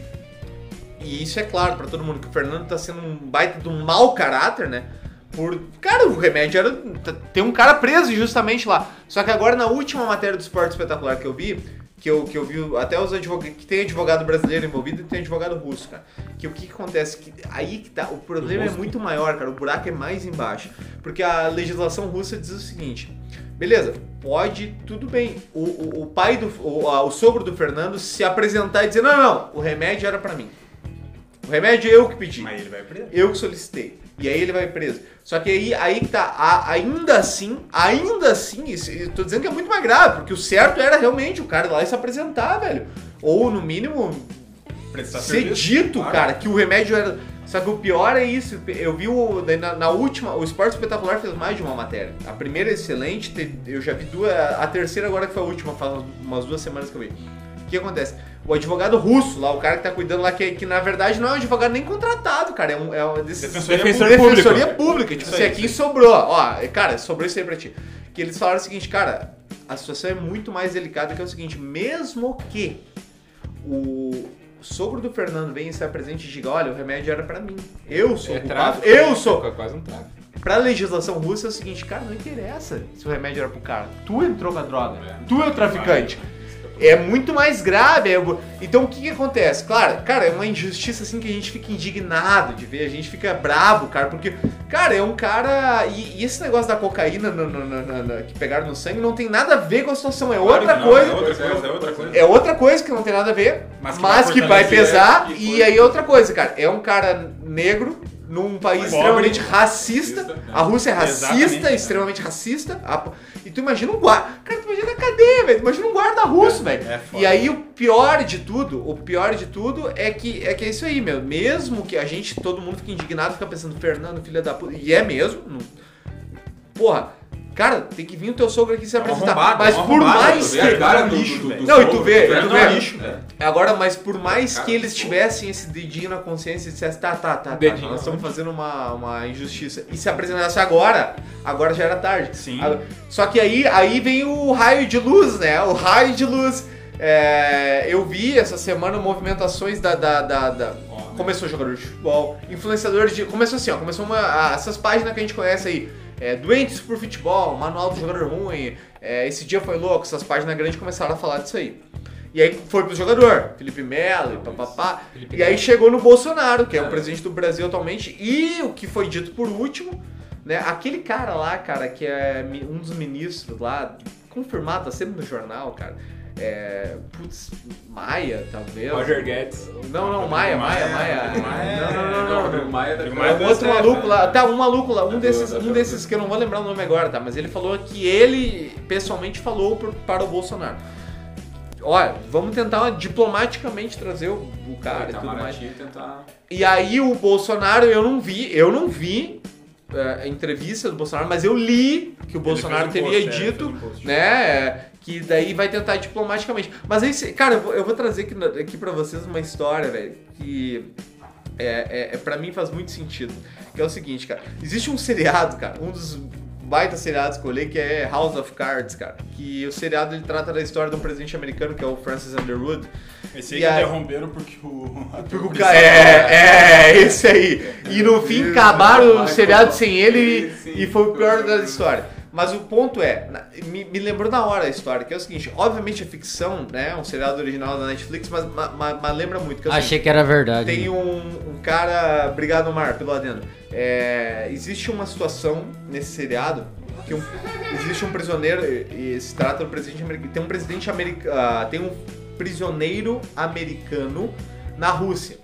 Speaker 2: E isso é claro pra todo mundo, que o Fernando tá sendo um baita de um mau caráter, né? Por. Cara, o remédio era. t- Tem um cara preso justamente lá. Só que agora na última matéria do esporte espetacular que eu vi, que eu, que eu vi até os advogados. Que tem advogado brasileiro envolvido e tem advogado russo, cara. Que o que, que acontece? Que aí que tá. O problema é muito maior, cara. O buraco é mais embaixo. Porque a legislação russa diz o seguinte. Beleza, pode, tudo bem. O, o, o pai do. O, a- o sogro do Fernando se apresentar e dizer, não, não, o remédio era pra mim. O remédio eu que pedi.
Speaker 5: Mas ele vai preso.
Speaker 2: Eu que solicitei. E aí ele vai preso. Só que aí, aí que tá. a- ainda assim, ainda assim, isso, eu tô dizendo que é muito mais grave, porque o certo era realmente o cara lá se apresentar, velho. Ou no mínimo
Speaker 5: Prestar
Speaker 2: ser dito, cara, que o remédio era. Só que o pior é isso. Eu vi o, daí na, na última. O Esporte Espetacular fez mais de uma matéria. A primeira é excelente, te- eu já vi duas. A terceira, agora que foi a última, faz umas- umas duas semanas que eu vi. O que acontece? O advogado russo lá, o cara que tá cuidando lá, que, que na verdade não é um advogado nem contratado, cara. É um, é um desses
Speaker 5: Defensoria
Speaker 2: pública. Defensoria pública. Tipo,
Speaker 5: Isso
Speaker 2: se
Speaker 5: aí,
Speaker 2: aqui sobrou, ó, cara, sobrou isso aí pra ti. Que eles falaram o seguinte, cara, a situação é muito mais delicada que é o seguinte, mesmo que o sogro do Fernando venha e se apresente e diga, olha, o remédio era pra mim. Eu
Speaker 7: É
Speaker 2: sou o culpado.
Speaker 7: né?
Speaker 2: Eu sou.
Speaker 10: É quase um tráfico.
Speaker 2: Pra legislação russa é o seguinte, cara, não interessa se o remédio era pro cara. Tu entrou com a droga. Tu é o traficante. É muito mais grave. é o- Então o que, que acontece? Claro, cara, é uma injustiça assim que a gente fica indignado de ver, a gente fica bravo, cara, porque, cara, é um cara. E, e esse negócio da cocaína no- no- no- no- no- que pegaram no sangue não tem nada a ver com a situação, é outra coisa.
Speaker 5: É outra coisa, é outra coisa.
Speaker 2: É outra coisa que não tem nada a ver, mas
Speaker 5: Mas
Speaker 2: que,
Speaker 5: que é,
Speaker 2: vai,
Speaker 5: vai
Speaker 2: pesar.
Speaker 5: fortalecer
Speaker 2: E aí outra coisa, cara, é um cara negro num país
Speaker 5: Pobre.
Speaker 2: extremamente racista. A Rússia é racista,
Speaker 5: Exatamente.
Speaker 2: extremamente racista. A- E tu imagina um guarda. Cara, tu imagina a cadeia, velho. Tu imagina um guarda russo, velho.
Speaker 5: é foda.
Speaker 2: e aí o pior de tudo, o pior de tudo é que é que é isso aí, meu. Mesmo que a gente, todo mundo fique indignado, fica pensando, Fernando, filha da puta. E é mesmo. não- Porra, cara, tem que vir o teu sogro aqui se apresentar.
Speaker 5: arrombado,
Speaker 2: mas
Speaker 5: é um
Speaker 2: por
Speaker 5: arrombado,
Speaker 2: mais
Speaker 5: tu
Speaker 2: que.
Speaker 5: vê a cara do-
Speaker 2: lixo,
Speaker 5: do- do
Speaker 2: Não, e tu
Speaker 5: sogro,
Speaker 2: vê,
Speaker 5: tu vê
Speaker 2: e tu
Speaker 5: no
Speaker 2: vê.
Speaker 5: lixo, velho.
Speaker 2: Agora, mas por mais que eles tivessem esse dedinho na consciência e dissessem, tá, tá, tá, tá,
Speaker 10: Dedinho.
Speaker 2: nós estamos fazendo uma, uma injustiça. E se apresentasse agora, agora já era tarde.
Speaker 5: Sim.
Speaker 2: A- Só que aí, aí vem o raio de luz, né? O raio de luz. É, eu vi essa semana movimentações da. da, da, da- começou jogador de futebol, influenciadores de. Começou assim, ó. Começou uma, a- essas páginas que a gente conhece aí. é, doentes por futebol, manual do jogador ruim. é, esse dia foi louco, essas páginas grandes começaram a falar disso aí. E aí foi pro jogador, Felipe Melo e papapá. E aí chegou no Bolsonaro, que é o presidente do Brasil atualmente, e o que foi dito por último, né? Aquele cara lá, cara, que é mi- um dos ministros lá, confirmado, tá sempre no jornal, cara. É. Putz, Maia, talvez.
Speaker 10: Roger Guedes.
Speaker 2: Não, não, Maia, Maia, Maia. Não, não, não, não.
Speaker 10: Rodrigo Maia
Speaker 7: tá
Speaker 10: da
Speaker 2: É, um outro maluco
Speaker 5: né?
Speaker 2: lá, tá, um maluco lá, um desses, um desses que eu não vou lembrar o nome agora, tá? Mas ele falou que ele pessoalmente falou pro- para o Bolsonaro. Olha, vamos tentar diplomaticamente trazer o,
Speaker 5: Tá
Speaker 2: o cara e tudo mais.
Speaker 10: Itamaraty tentar...
Speaker 2: E aí o Bolsonaro, eu não vi, eu não vi é, entrevista do Bolsonaro, mas eu li que o Bolsonaro
Speaker 5: fez um
Speaker 2: teria
Speaker 5: post, é,
Speaker 2: dito,
Speaker 5: fez um post.
Speaker 2: né? é, Que daí vai tentar diplomaticamente. Mas aí, se- cara, eu vou, eu vou trazer aqui, na- aqui pra vocês uma história, velho, que é, é, é, pra mim faz muito sentido. Que é o seguinte, cara. Existe um seriado, cara, um dos baita seriados que eu olhei, que é House of Cards, cara. Que o seriado ele trata da história de um presidente americano, que é o Francis Underwood.
Speaker 5: Esse aí
Speaker 2: E
Speaker 5: que
Speaker 2: aí-
Speaker 5: interromperam porque o.
Speaker 2: Porque o cara- É, é, esse aí. E no fim acabaram o seriado sem ele e, e foi o pior da história. Mas o ponto é, na- me, me lembrou na hora a história, que é o seguinte, obviamente a ficção, né, é um seriado original da Netflix, mas, mas- mas- mas lembra muito. Que é
Speaker 5: assim,
Speaker 2: o seguinte,
Speaker 6: Achei que era verdade. né?
Speaker 2: tem um, um cara brigado no mar, pelo adendo. É, existe uma situação nesse seriado que um- existe um prisioneiro e, e se trata do presidente americano. Tem um presidente americano. tem um prisioneiro americano na Rússia.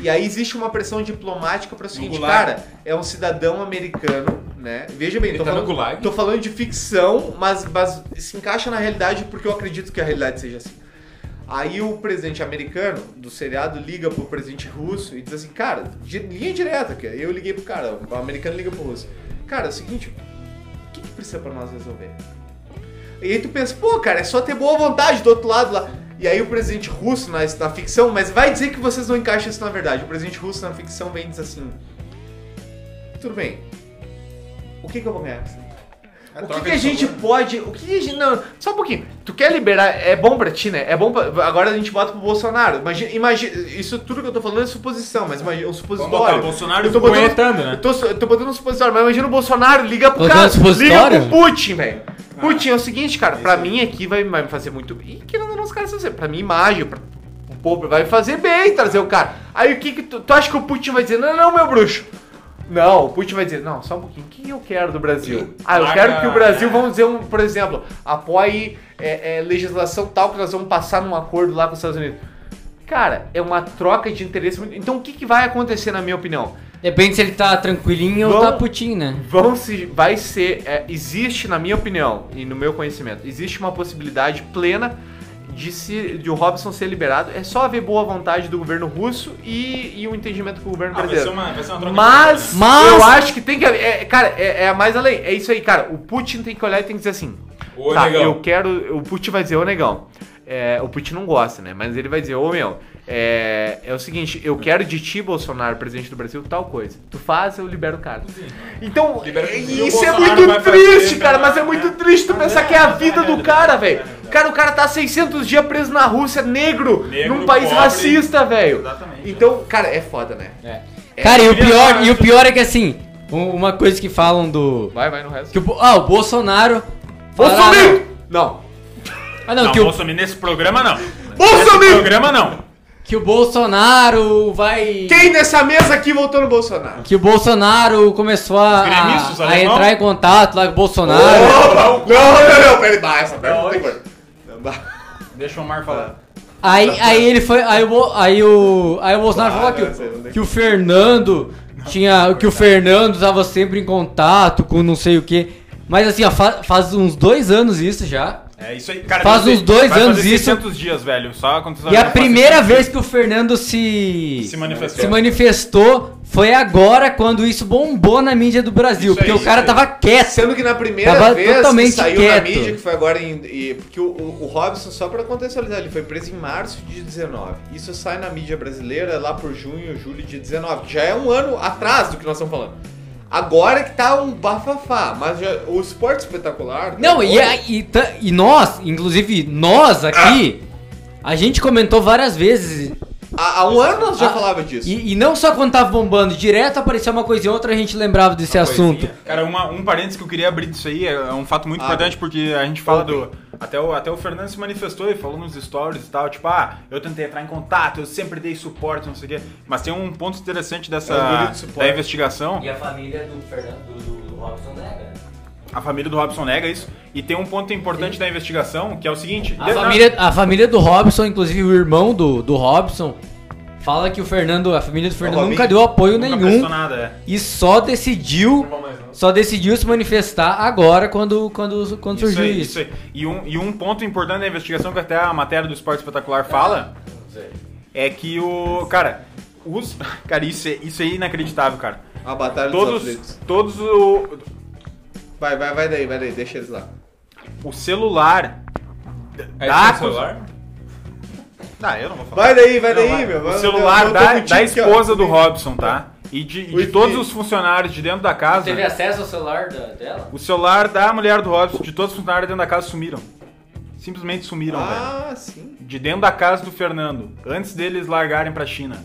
Speaker 2: E aí existe uma pressão diplomática para o seguinte,
Speaker 5: gulag.
Speaker 2: cara, é um cidadão americano, né? Veja bem, tô
Speaker 10: tá no
Speaker 2: falando,
Speaker 10: gulag?
Speaker 2: tô falando de ficção, mas, mas se encaixa na realidade porque eu acredito que a realidade seja assim. Aí o presidente americano do seriado liga pro presidente russo e diz assim, cara, di- linha direta, que eu liguei pro cara, o americano liga pro russo. Cara, é o seguinte, o que, que precisa pra nós resolver? E aí tu pensa, pô, cara, é só ter boa vontade do outro lado lá. E aí o presidente russo na, na ficção, mas vai dizer que vocês não encaixam isso na verdade. O presidente russo na ficção vem e diz assim, tudo bem, o que que eu vou ganhar com isso?
Speaker 5: É
Speaker 2: O que, que a gente pode. O que que a gente. Não, só um pouquinho. Tu quer liberar. É bom pra ti, né? É bom pra, Agora a gente bota pro Bolsonaro. Imagina, imagina. Isso tudo que eu tô falando é suposição, mas imagina um
Speaker 5: Vamos botar o
Speaker 2: supositório.
Speaker 5: Bolsonaro
Speaker 2: Eu tô
Speaker 5: com-
Speaker 2: botando,
Speaker 10: Coetando, né?
Speaker 2: eu tô, eu tô botando um supositório, mas imagina o Bolsonaro liga pro
Speaker 6: Botando
Speaker 2: cara. Liga
Speaker 6: supositório?
Speaker 2: pro Putin, velho. Putin, é o seguinte, cara, pra mim aqui vai, vai me fazer muito. E querendo ou não, os caras vão fazer. Pra minha imagem, pra, o povo vai fazer bem trazer o cara. Aí o que que tu, tu acha que o Putin vai dizer? Não, não, meu bruxo. Não, o Putin vai dizer, não, só um pouquinho, o que eu quero do Brasil? Ah, eu
Speaker 5: Larga-
Speaker 2: quero que o Brasil, vamos dizer, um, por exemplo, apoie é, é, legislação tal que nós vamos passar num acordo lá com os Estados Unidos. Cara, é uma troca de interesse. muito- Então o que, que vai acontecer, na minha opinião?
Speaker 6: Depende se ele tá tranquilinho ou
Speaker 2: Vamos-
Speaker 6: tá putinho, né?
Speaker 2: Vão se, vai ser, é, existe na minha opinião e no meu conhecimento, existe uma possibilidade plena de, se, de o Robson ser liberado. É só haver boa vontade do governo russo e, e um entendimento com o governo
Speaker 5: Ah, vai ser
Speaker 2: brasileiro.
Speaker 5: uma, vai ser uma troca
Speaker 2: Mas,
Speaker 5: de
Speaker 6: Mas-
Speaker 2: eu acho que tem que. É, cara, é, é mais além. É isso aí, cara. O Putin tem que olhar e tem que dizer assim.
Speaker 10: Ô,
Speaker 2: tá,
Speaker 10: negão.
Speaker 2: eu quero. O Putin vai dizer, ô negão. é, o Putin não gosta, né? Mas ele vai dizer, ô meu, é, é o seguinte, eu quero de ti, Bolsonaro, presidente do Brasil, tal coisa. Tu faz, eu libero o cara. Então, é-
Speaker 5: E o
Speaker 2: isso é
Speaker 5: Bolsonaro
Speaker 2: muito
Speaker 5: vai fazer né?
Speaker 2: triste, cara,
Speaker 5: pela-
Speaker 2: mas é muito triste tu pensar que é a vida do cara, velho. Cara, o cara tá 600 dias preso na Rússia, negro,
Speaker 5: Negro,
Speaker 2: num país
Speaker 5: pobre.
Speaker 2: racista, velho.
Speaker 5: Exatamente.
Speaker 2: Então, cara, é foda, né?
Speaker 6: Cara, e o
Speaker 5: queria
Speaker 6: pior,
Speaker 5: falar-
Speaker 6: e o pior é que assim, um- uma coisa que falam do.
Speaker 2: Vai, vai no resto.
Speaker 6: Que o, Bo- ah, o Bolsonaro.
Speaker 2: Bolsonaro! Não.
Speaker 6: Ah, não,
Speaker 5: Não,
Speaker 6: que
Speaker 5: não
Speaker 6: o,
Speaker 5: consumir nesse programa não. Nesse
Speaker 2: Bolsonaro!
Speaker 5: programa não.
Speaker 6: que o Bolsonaro vai.
Speaker 2: Quem nessa mesa aqui votou no Bolsonaro?
Speaker 6: Que o Bolsonaro começou a,
Speaker 5: Os gremistas, os
Speaker 6: a, a
Speaker 5: alemão?
Speaker 6: entrar em contato lá com o Bolsonaro.
Speaker 2: Não, não, não, peraí, basta, peraí.
Speaker 5: Deixa o Omar falar.
Speaker 6: Aí, aí ele foi. Aí o, Bo- aí o, aí o Bolsonaro falou que, o- que o Fernando tinha. Que o Fernando estava sempre em contato com não sei o que. Mas assim, ó, fa- faz uns dois anos isso já.
Speaker 5: É isso aí. Cara,
Speaker 6: Faz
Speaker 5: vai
Speaker 6: uns
Speaker 5: fazer-
Speaker 6: dois
Speaker 5: vai
Speaker 6: anos
Speaker 5: fazer
Speaker 6: isso.
Speaker 5: 600 dias, velho. Só aconteceu um
Speaker 6: E a primeira vez que o Fernando se.
Speaker 5: né? Se manifestou.
Speaker 6: se manifestou foi agora quando isso bombou na mídia do Brasil.
Speaker 5: Isso
Speaker 6: porque
Speaker 5: aí,
Speaker 6: o cara
Speaker 5: isso aí.
Speaker 6: tava quieto.
Speaker 2: Sendo que na primeira
Speaker 6: Tava
Speaker 2: vez
Speaker 6: totalmente
Speaker 2: que saiu
Speaker 6: quieto.
Speaker 2: na mídia, que foi agora em. e- porque o, o- o Robson, só pra contextualizar, ele foi preso em março de 19. Isso sai na mídia brasileira lá por junho, julho de 19. que Já é um ano atrás do que nós estamos falando. Agora que tá um bafafá, mas já- o esporte espetacular.
Speaker 6: Não,
Speaker 2: tá
Speaker 6: e,
Speaker 2: bom.
Speaker 6: a- e, ta- e nós, inclusive
Speaker 2: Ah.
Speaker 6: nós aqui, a gente comentou várias vezes
Speaker 2: Há, há um ano nós já
Speaker 6: Ah,
Speaker 2: falava disso.
Speaker 6: E, e não só quando tava bombando, direto aparecia uma coisa e outra a gente lembrava desse
Speaker 5: assim.
Speaker 6: assunto.
Speaker 5: Cara, uma- um parênteses que eu queria abrir disso aí é um fato muito
Speaker 2: Ah,
Speaker 5: importante porque a gente fala do. Até o, até o Fernando se manifestou e falou nos stories e tal, tipo, ah, eu tentei entrar em contato, eu sempre dei suporte, não sei o quê. Mas tem um ponto interessante dessa
Speaker 2: É um guri de suporte.
Speaker 5: da investigação.
Speaker 13: a família do Fernando, do, do Robson nega.
Speaker 5: A família do Robson nega isso. E tem um ponto importante da investigação que é o seguinte.
Speaker 6: A
Speaker 5: de- na-
Speaker 6: família, a família do Robson, inclusive o irmão do, do Robson, fala que o Fernando, a família do Fernando
Speaker 2: Robinho.
Speaker 6: nunca deu apoio
Speaker 5: nunca
Speaker 6: nenhum
Speaker 5: prestou nada, é.
Speaker 6: e só decidiu só decidiu se manifestar agora quando quando quando
Speaker 5: Isso
Speaker 6: surgiu
Speaker 5: aí,
Speaker 6: isso.
Speaker 5: isso aí. E um, e um ponto importante da investigação que até a matéria do Esporte Espetacular fala é que o. Cara, os. Cara, isso, é- isso é inacreditável, cara.
Speaker 2: A batalha dos
Speaker 5: Todos,
Speaker 2: aflitos.
Speaker 5: todos o,
Speaker 2: Vai, vai, vai daí, vai daí, deixa eles lá.
Speaker 5: o celular.
Speaker 10: Aí
Speaker 5: Dá
Speaker 10: tem o celular?
Speaker 5: Ah, eu não vou falar.
Speaker 2: Vai daí, vai daí,
Speaker 5: vai.
Speaker 2: meu.
Speaker 5: O
Speaker 2: vai- um
Speaker 5: celular
Speaker 2: eu tô
Speaker 5: da,
Speaker 2: contigo
Speaker 5: da
Speaker 2: aqui, ó. Ah,
Speaker 5: esposa do Robson, tá? E de, e de
Speaker 2: Ui,
Speaker 5: todos
Speaker 2: sim.
Speaker 5: os funcionários de dentro da casa.
Speaker 6: Teve acesso ao celular da- dela?
Speaker 5: O celular da mulher do Robson, de todos os funcionários dentro da casa, sumiram. Simplesmente sumiram, velho.
Speaker 2: Ah, sim.
Speaker 5: De dentro da casa do Fernando. Antes deles largarem pra China.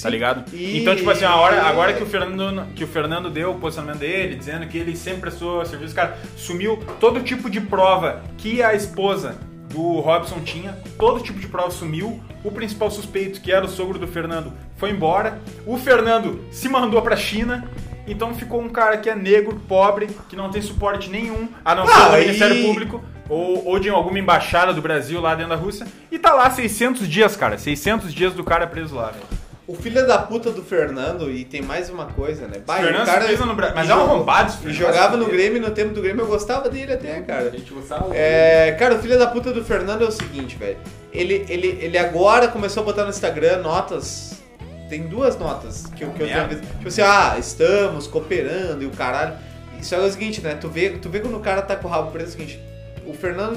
Speaker 5: Tá ligado?
Speaker 2: E-
Speaker 5: Então, tipo assim, a hora, agora que o, Fernando, que o Fernando deu o posicionamento dele, dizendo que ele sempre prestou serviço, cara, sumiu todo tipo de prova que a esposa do Robson tinha, todo tipo de prova sumiu. O principal suspeito, que era o sogro do Fernando, foi embora. O Fernando se mandou pra China. Então ficou um cara que é negro, pobre, que não tem suporte nenhum, a não ser
Speaker 2: Ah,
Speaker 5: do
Speaker 2: e-
Speaker 5: Ministério Público ou, ou de alguma embaixada do Brasil lá dentro da Rússia. E tá lá 600 dias, cara. 600 dias do cara preso lá, velho.
Speaker 2: O filho da puta do Fernando, e tem mais uma coisa, né? Bah,
Speaker 5: Fernando
Speaker 2: o cara-
Speaker 5: Souza no Bra- mas
Speaker 2: e
Speaker 5: é um
Speaker 2: jogou-
Speaker 5: arrombado esse
Speaker 2: E
Speaker 5: Fernando.
Speaker 2: jogava no Grêmio, e no tempo do Grêmio eu gostava dele até, cara.
Speaker 13: A gente gostava.
Speaker 2: É, cara, o filho da puta do Fernando é o seguinte, velho. Ele, ele, ele agora começou a botar no Instagram notas. Tem duas notas que, eu- que eu tenho
Speaker 5: Merda.
Speaker 2: visto. Tipo assim, ah, estamos cooperando e o caralho. Isso é o seguinte, né? Tu vê, tu vê quando o cara tá com o rabo preso, é o seguinte. O Fernando.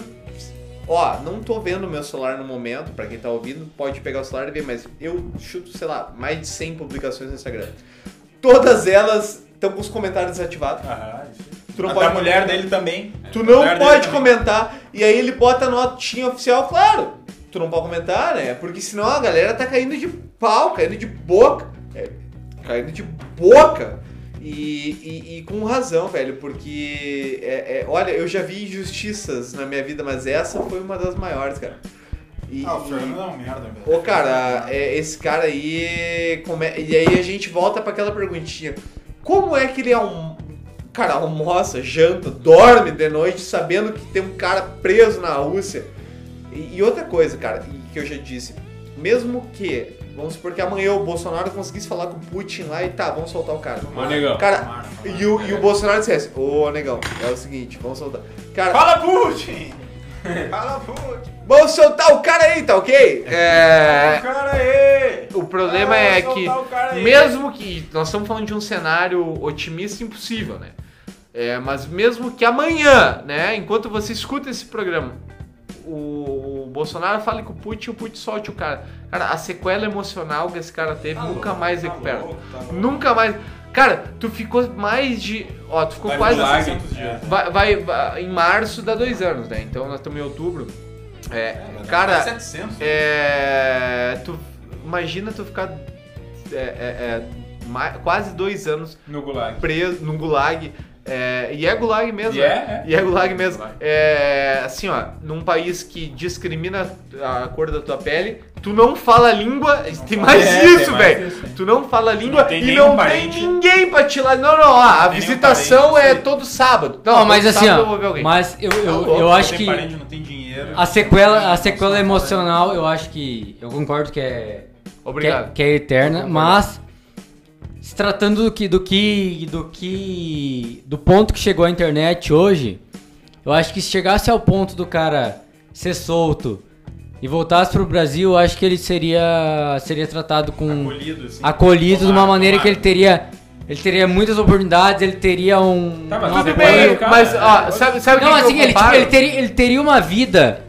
Speaker 2: Ó, não tô vendo meu celular no momento, pra quem tá ouvindo, pode pegar o celular e ver, mas eu chuto, sei lá, mais de 100 publicações no Instagram. Todas elas estão com os comentários desativados. Tu não
Speaker 5: A
Speaker 2: pode
Speaker 5: da mulher
Speaker 2: comentar.
Speaker 5: dele também.
Speaker 2: Tu não
Speaker 5: Mulher dele
Speaker 2: pode
Speaker 5: também.
Speaker 2: comentar. E aí ele bota a notinha oficial, claro. Tu não pode comentar, né? Porque senão a galera tá caindo de pau, caindo de boca. É, caindo de boca. E, e- e com razão, velho, porque. é- é, olha, eu já vi injustiças na minha vida, mas essa foi uma das maiores, cara. E-
Speaker 5: Ah, o
Speaker 2: e-
Speaker 5: Fernando é um merda, velho.
Speaker 2: Ô, cara, é, esse cara aí. come- E aí a gente volta pra aquela perguntinha: Como é que ele é um. Cara, almoça, janta, dorme de noite sabendo que tem um cara preso na Rússia? E, e outra coisa, cara, e que eu já disse: Mesmo que, vamos supor que amanhã o Bolsonaro conseguisse falar com o Putin lá e tá, vamos soltar o cara.
Speaker 10: Ô, negão.
Speaker 2: Cara, e o, e o Bolsonaro dissesse: Ô, negão, é o seguinte, vamos soltar. Cara,
Speaker 5: Fala, Putin! Fala, Putin!
Speaker 2: vamos soltar o cara aí, tá ok?
Speaker 9: É.
Speaker 5: Cara aí!
Speaker 9: O problema
Speaker 5: Ah,
Speaker 9: é
Speaker 5: soltar
Speaker 9: que,
Speaker 5: o cara aí.
Speaker 9: mesmo que. Nós estamos falando de um cenário otimista impossível, né? É, mas mesmo que amanhã, né? Enquanto você escuta esse programa, o, o Bolsonaro fale com o Putin e o Putin solte o cara. Cara, a sequela emocional que esse cara teve nunca mais recupera. nunca mais. Cara, tu ficou mais de. Ó, tu ficou quase.
Speaker 5: é,
Speaker 9: É. Vai, vai, vai- em março dá dois anos, né? Então nós estamos em outubro. É, cara, é, tu imagina tu ficar é, é, é, ma- quase dois anos
Speaker 5: No gulag.
Speaker 9: preso no gulag. é, e é gulag mesmo.
Speaker 10: E
Speaker 9: né?
Speaker 10: é,
Speaker 9: E é gulag mesmo.
Speaker 10: Gulag.
Speaker 9: É, assim, ó, num país que discrimina a cor da tua pele, tu não fala a língua. tem mais
Speaker 10: É, tem
Speaker 9: isso,
Speaker 10: mais
Speaker 9: velho.
Speaker 10: isso, hein?
Speaker 9: Tu não fala a língua
Speaker 5: tem
Speaker 9: e
Speaker 5: nenhum
Speaker 9: não
Speaker 5: parente.
Speaker 9: tem ninguém pra te lá. Não, não, ó, a
Speaker 5: Tem nenhum
Speaker 9: visitação
Speaker 5: parente,
Speaker 9: é
Speaker 5: sim.
Speaker 9: todo sábado. Não,
Speaker 6: Não, mas
Speaker 9: todo
Speaker 6: assim,
Speaker 9: sábado eu vou ver
Speaker 6: ó.
Speaker 9: alguém.
Speaker 6: Mas eu, eu,
Speaker 5: Louco,
Speaker 6: eu acho
Speaker 5: não
Speaker 6: que
Speaker 5: Tem parente, não tem dinheiro.
Speaker 6: a sequela, a sequela é emocional, eu acho que. Eu concordo que é.
Speaker 9: Obrigado.
Speaker 6: Que é, que é eterna, mas. Se tratando do que, do que. do que. do ponto que chegou a internet hoje, eu acho que se chegasse ao ponto do cara ser solto e voltasse pro Brasil, eu acho que ele seria. seria tratado com
Speaker 5: Acolhido, assim.
Speaker 6: acolhido de uma
Speaker 5: Tomara,
Speaker 6: maneira que
Speaker 5: tomara.
Speaker 6: ele teria. Ele teria muitas oportunidades, ele teria um.
Speaker 10: Tá, mas
Speaker 6: uma
Speaker 9: Tudo
Speaker 10: Nossa,
Speaker 9: bem,
Speaker 10: pode- cara,
Speaker 9: mas ó,
Speaker 10: pode-
Speaker 9: sabe, sabe o
Speaker 6: Não,
Speaker 9: que que
Speaker 6: assim,
Speaker 9: eu
Speaker 6: ele, tipo,
Speaker 9: comparo?
Speaker 6: ele, teria, ele teria uma vida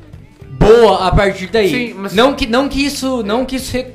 Speaker 6: boa a partir daí.
Speaker 9: Sim, mas-
Speaker 6: não, que, não que isso. Não que isso, re-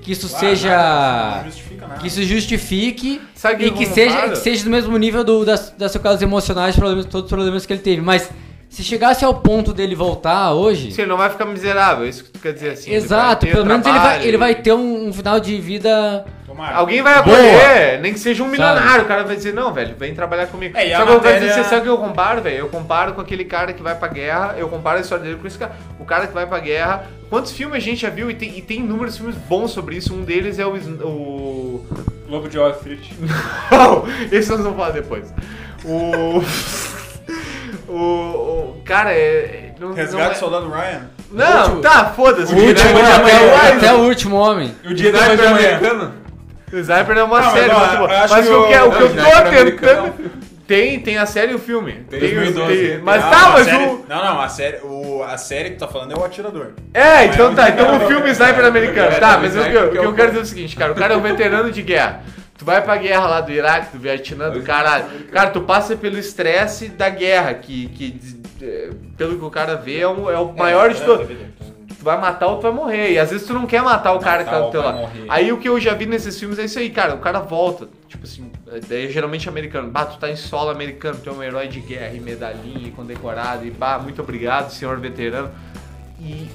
Speaker 6: que isso seja.
Speaker 5: Não justifica nada.
Speaker 6: tá. Que isso justifique
Speaker 9: Sabe o que
Speaker 6: e
Speaker 9: eu
Speaker 6: que
Speaker 9: comparo?
Speaker 6: seja, que seja do mesmo nível do, das, das suas causas emocionais, problemas, todos os problemas que ele teve. Mas se chegasse ao ponto dele voltar hoje.
Speaker 9: Sim, ele não vai ficar miserável, isso que tu quer dizer assim. ele
Speaker 6: exato,
Speaker 9: vai ter
Speaker 6: pelo menos ele vai,
Speaker 9: trabalho,
Speaker 6: ele vai ter um, um final de vida.
Speaker 5: Tomara.
Speaker 9: Alguém vai
Speaker 6: Boa.
Speaker 9: acolher, nem que seja um milionário.
Speaker 6: Sabe?
Speaker 9: O cara vai dizer, não, velho, vem trabalhar comigo.
Speaker 5: É, e a
Speaker 9: Só que eu quero
Speaker 5: matéria-
Speaker 9: dizer, você sabe o que eu comparo, velho? Eu comparo com aquele cara que vai pra guerra, eu comparo a história dele com esse cara. O cara que vai pra guerra. Quantos filmes a gente já viu? E tem, e tem inúmeros filmes bons sobre isso. Um deles é o. Sn- o...
Speaker 10: Lobo de Wall Street.
Speaker 9: Não, esse nós vamos falar depois. O. o, o cara, é. é- Não,
Speaker 5: Resgate do
Speaker 9: não, é-
Speaker 5: Soldado Ryan.
Speaker 9: não tá, foda-se.
Speaker 6: Até,
Speaker 9: Sniper é uma
Speaker 6: até,
Speaker 9: coisa.
Speaker 6: o último homem.
Speaker 10: E o dia depois de amanhã.
Speaker 9: O Sniper é uma
Speaker 5: Não, mas
Speaker 9: série,
Speaker 5: não,
Speaker 9: mas, tipo,
Speaker 5: eu acho
Speaker 9: mas
Speaker 5: que
Speaker 9: o que, eu-
Speaker 5: o-
Speaker 9: o que
Speaker 5: não,
Speaker 9: eu tô
Speaker 10: Sniper americano.
Speaker 9: tentando. Tem, tem a série e o filme. Tem, os-
Speaker 10: 2012.
Speaker 9: tem- mas
Speaker 5: Não,
Speaker 9: tá,
Speaker 5: a
Speaker 9: mas
Speaker 5: série-
Speaker 9: o.
Speaker 5: Não, não, a série, o, a série que tu tá falando é o Atirador.
Speaker 9: É, então
Speaker 5: é
Speaker 9: tá,
Speaker 5: o
Speaker 9: então o
Speaker 5: Sniper
Speaker 9: filme Sniper americano. Tá, mas o que, eu- o que
Speaker 10: Sniper
Speaker 9: eu quero dizer é o seguinte, cara, o cara é um veterano de guerra.
Speaker 2: Tu vai pra guerra lá do Iraque, do Vietnã, do caralho. Cara, tu passa pelo estresse da guerra, que, que eh, pelo que o cara vê, é, um- é o maior de todos. Tu vai matar ou tu vai morrer. E às vezes tu não quer matar o cara que tá do teu lado. Aí o que eu já vi nesses filmes é isso aí, cara. O cara volta. Tipo assim, daí é geralmente americano. Bah, tu tá em solo americano, tu é um herói de guerra e medalhinha e condecorado. E bah, muito obrigado, senhor veterano. E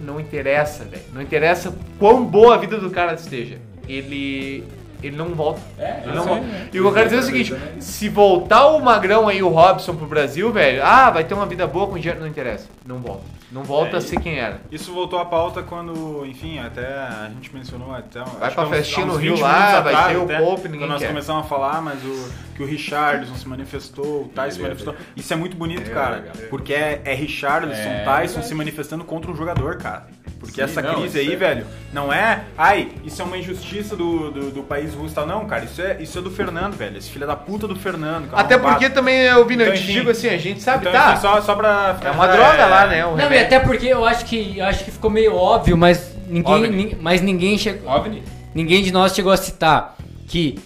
Speaker 2: não interessa, velho. Não interessa quão boa a vida do cara esteja. Ele. Ele não volta. ele não volta. E o que eu quero dizer é o seguinte: se voltar o Magrão aí, o Robson pro Brasil, velho, ah, vai ter uma vida boa com dinheiro. Não interessa. Não volta. Não volta a ser quem era.
Speaker 5: Isso voltou à pauta quando, enfim, até a gente mencionou até. um-
Speaker 2: Vai pra festinha no Rio
Speaker 5: Rio
Speaker 2: lá, vai ter o Pope, ninguém
Speaker 5: Quando nós
Speaker 2: quer.
Speaker 5: começamos a falar, mas o, que o Richardson se manifestou, o Tyson se manifestou. Isso é muito bonito, cara. Porque é, é Richardson, Tyson se manifestando contra um jogador, cara. Porque essa
Speaker 7: não,
Speaker 5: crise
Speaker 7: isso
Speaker 5: aí,
Speaker 7: é-
Speaker 5: velho, não é. Ai, isso é uma injustiça do, do, do país russo e tal. Não, cara, isso é, isso é do Fernando, velho. Esse filho da puta do Fernando. que é um
Speaker 9: Até
Speaker 5: arrombado.
Speaker 9: porque também, eu, Vini, eu
Speaker 5: Então,
Speaker 9: te
Speaker 5: enfim.
Speaker 9: digo assim, a gente sabe,
Speaker 5: Então,
Speaker 9: tá?
Speaker 5: enfim, só, só pra.
Speaker 9: É uma droga lá, né? O
Speaker 6: Não, e
Speaker 9: remédio.
Speaker 6: até porque eu acho que eu acho que ficou meio óbvio, mas ninguém, nin- mas ninguém chegou,
Speaker 10: OVNI?
Speaker 6: ninguém de nós chegou a citar que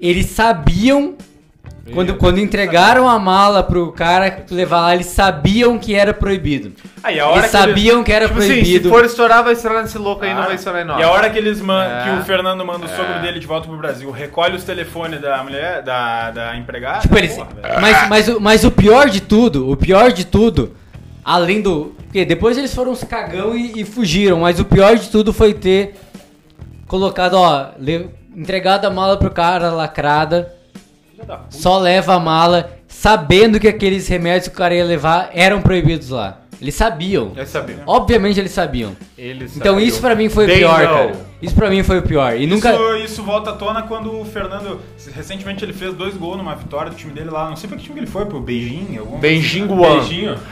Speaker 6: eles sabiam quando, quando entregaram a mala pro cara levar lá, eles sabiam que era proibido.
Speaker 5: Aí, a hora
Speaker 6: eles
Speaker 5: que eles-
Speaker 6: sabiam que era
Speaker 9: Tipo assim, se
Speaker 6: proibido.
Speaker 9: for estourar, vai estourar nesse louco aí, não
Speaker 5: Claro.
Speaker 9: vai estourar em
Speaker 5: Ah. E a
Speaker 9: nós.
Speaker 5: hora que eles man...
Speaker 9: É.
Speaker 5: que o Fernando manda o sogro dele de volta pro Brasil, recolhe os telefones da mulher, da, da empregada.
Speaker 6: Tipo, eles-
Speaker 5: porra, velho.
Speaker 6: mas, mas, o- mas o pior de tudo, o pior de tudo, além do. Porque depois eles foram uns cagão e, e fugiram, mas o pior de tudo foi ter colocado, ó, le- entregado a mala pro cara lacrada,
Speaker 5: Filha da puta.
Speaker 6: só leva a mala, sabendo que aqueles remédios que o cara ia levar eram proibidos lá. Eles sabiam.
Speaker 9: Eu sabia.
Speaker 6: Obviamente eles sabiam.
Speaker 9: Eles
Speaker 6: Então
Speaker 9: sabiam.
Speaker 6: isso pra mim foi o
Speaker 9: They
Speaker 6: pior,
Speaker 9: know.
Speaker 6: cara. Isso pra mim foi o pior. E nunca.
Speaker 5: Isso, isso volta à tona quando o Fernando. Recentemente ele fez dois gols numa vitória do time dele lá. Não sei pra que time que ele foi, pro Beijing? Algum...
Speaker 9: Beijing Guan.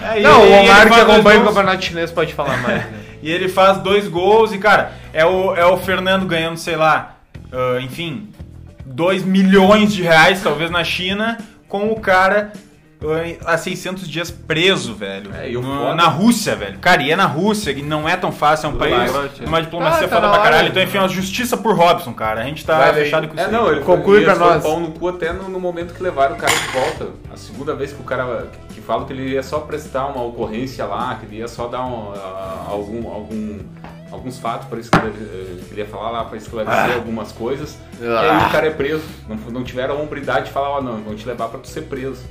Speaker 5: É, e-
Speaker 9: Não,
Speaker 5: e
Speaker 9: o
Speaker 5: ele
Speaker 9: Omar
Speaker 5: faz
Speaker 9: que
Speaker 5: dois
Speaker 9: acompanha o
Speaker 5: gols.
Speaker 9: campeonato chinês pode falar mais. né?
Speaker 5: E ele faz dois gols e, cara, é o, é o Fernando ganhando, sei lá, ah, enfim, 2 milhões de reais, talvez, na China, com o cara ah, há 600 dias preso, velho.
Speaker 7: É, e o
Speaker 5: No-
Speaker 7: foda-
Speaker 5: na Rússia, velho. Cara, e é na Rússia, que não é tão fácil, é um país,
Speaker 7: Leste.
Speaker 5: uma diplomacia
Speaker 9: Ah, tá
Speaker 5: foda
Speaker 9: na
Speaker 5: pra
Speaker 9: hora.
Speaker 5: caralho. Então, enfim, a justiça por Robson, cara. A gente tá
Speaker 7: Vai,
Speaker 5: fechado
Speaker 7: vem.
Speaker 5: com
Speaker 7: é,
Speaker 5: isso. aí.
Speaker 7: não, ele
Speaker 9: Conclui
Speaker 7: ele
Speaker 9: pra
Speaker 7: foi
Speaker 9: nós.
Speaker 7: pau no cu até no, no momento que levaram o cara de volta. A segunda vez que o cara. que fala que ele ia só prestar uma ocorrência lá, que ele ia só dar um, ah, algum, algum- alguns fatos para esclarecer. eh, que ele ia falar lá para esclarecer algumas coisas. E aí o cara é preso. Não, não tiveram a hombridade de falar, ó, não, vão te levar para tu ser preso.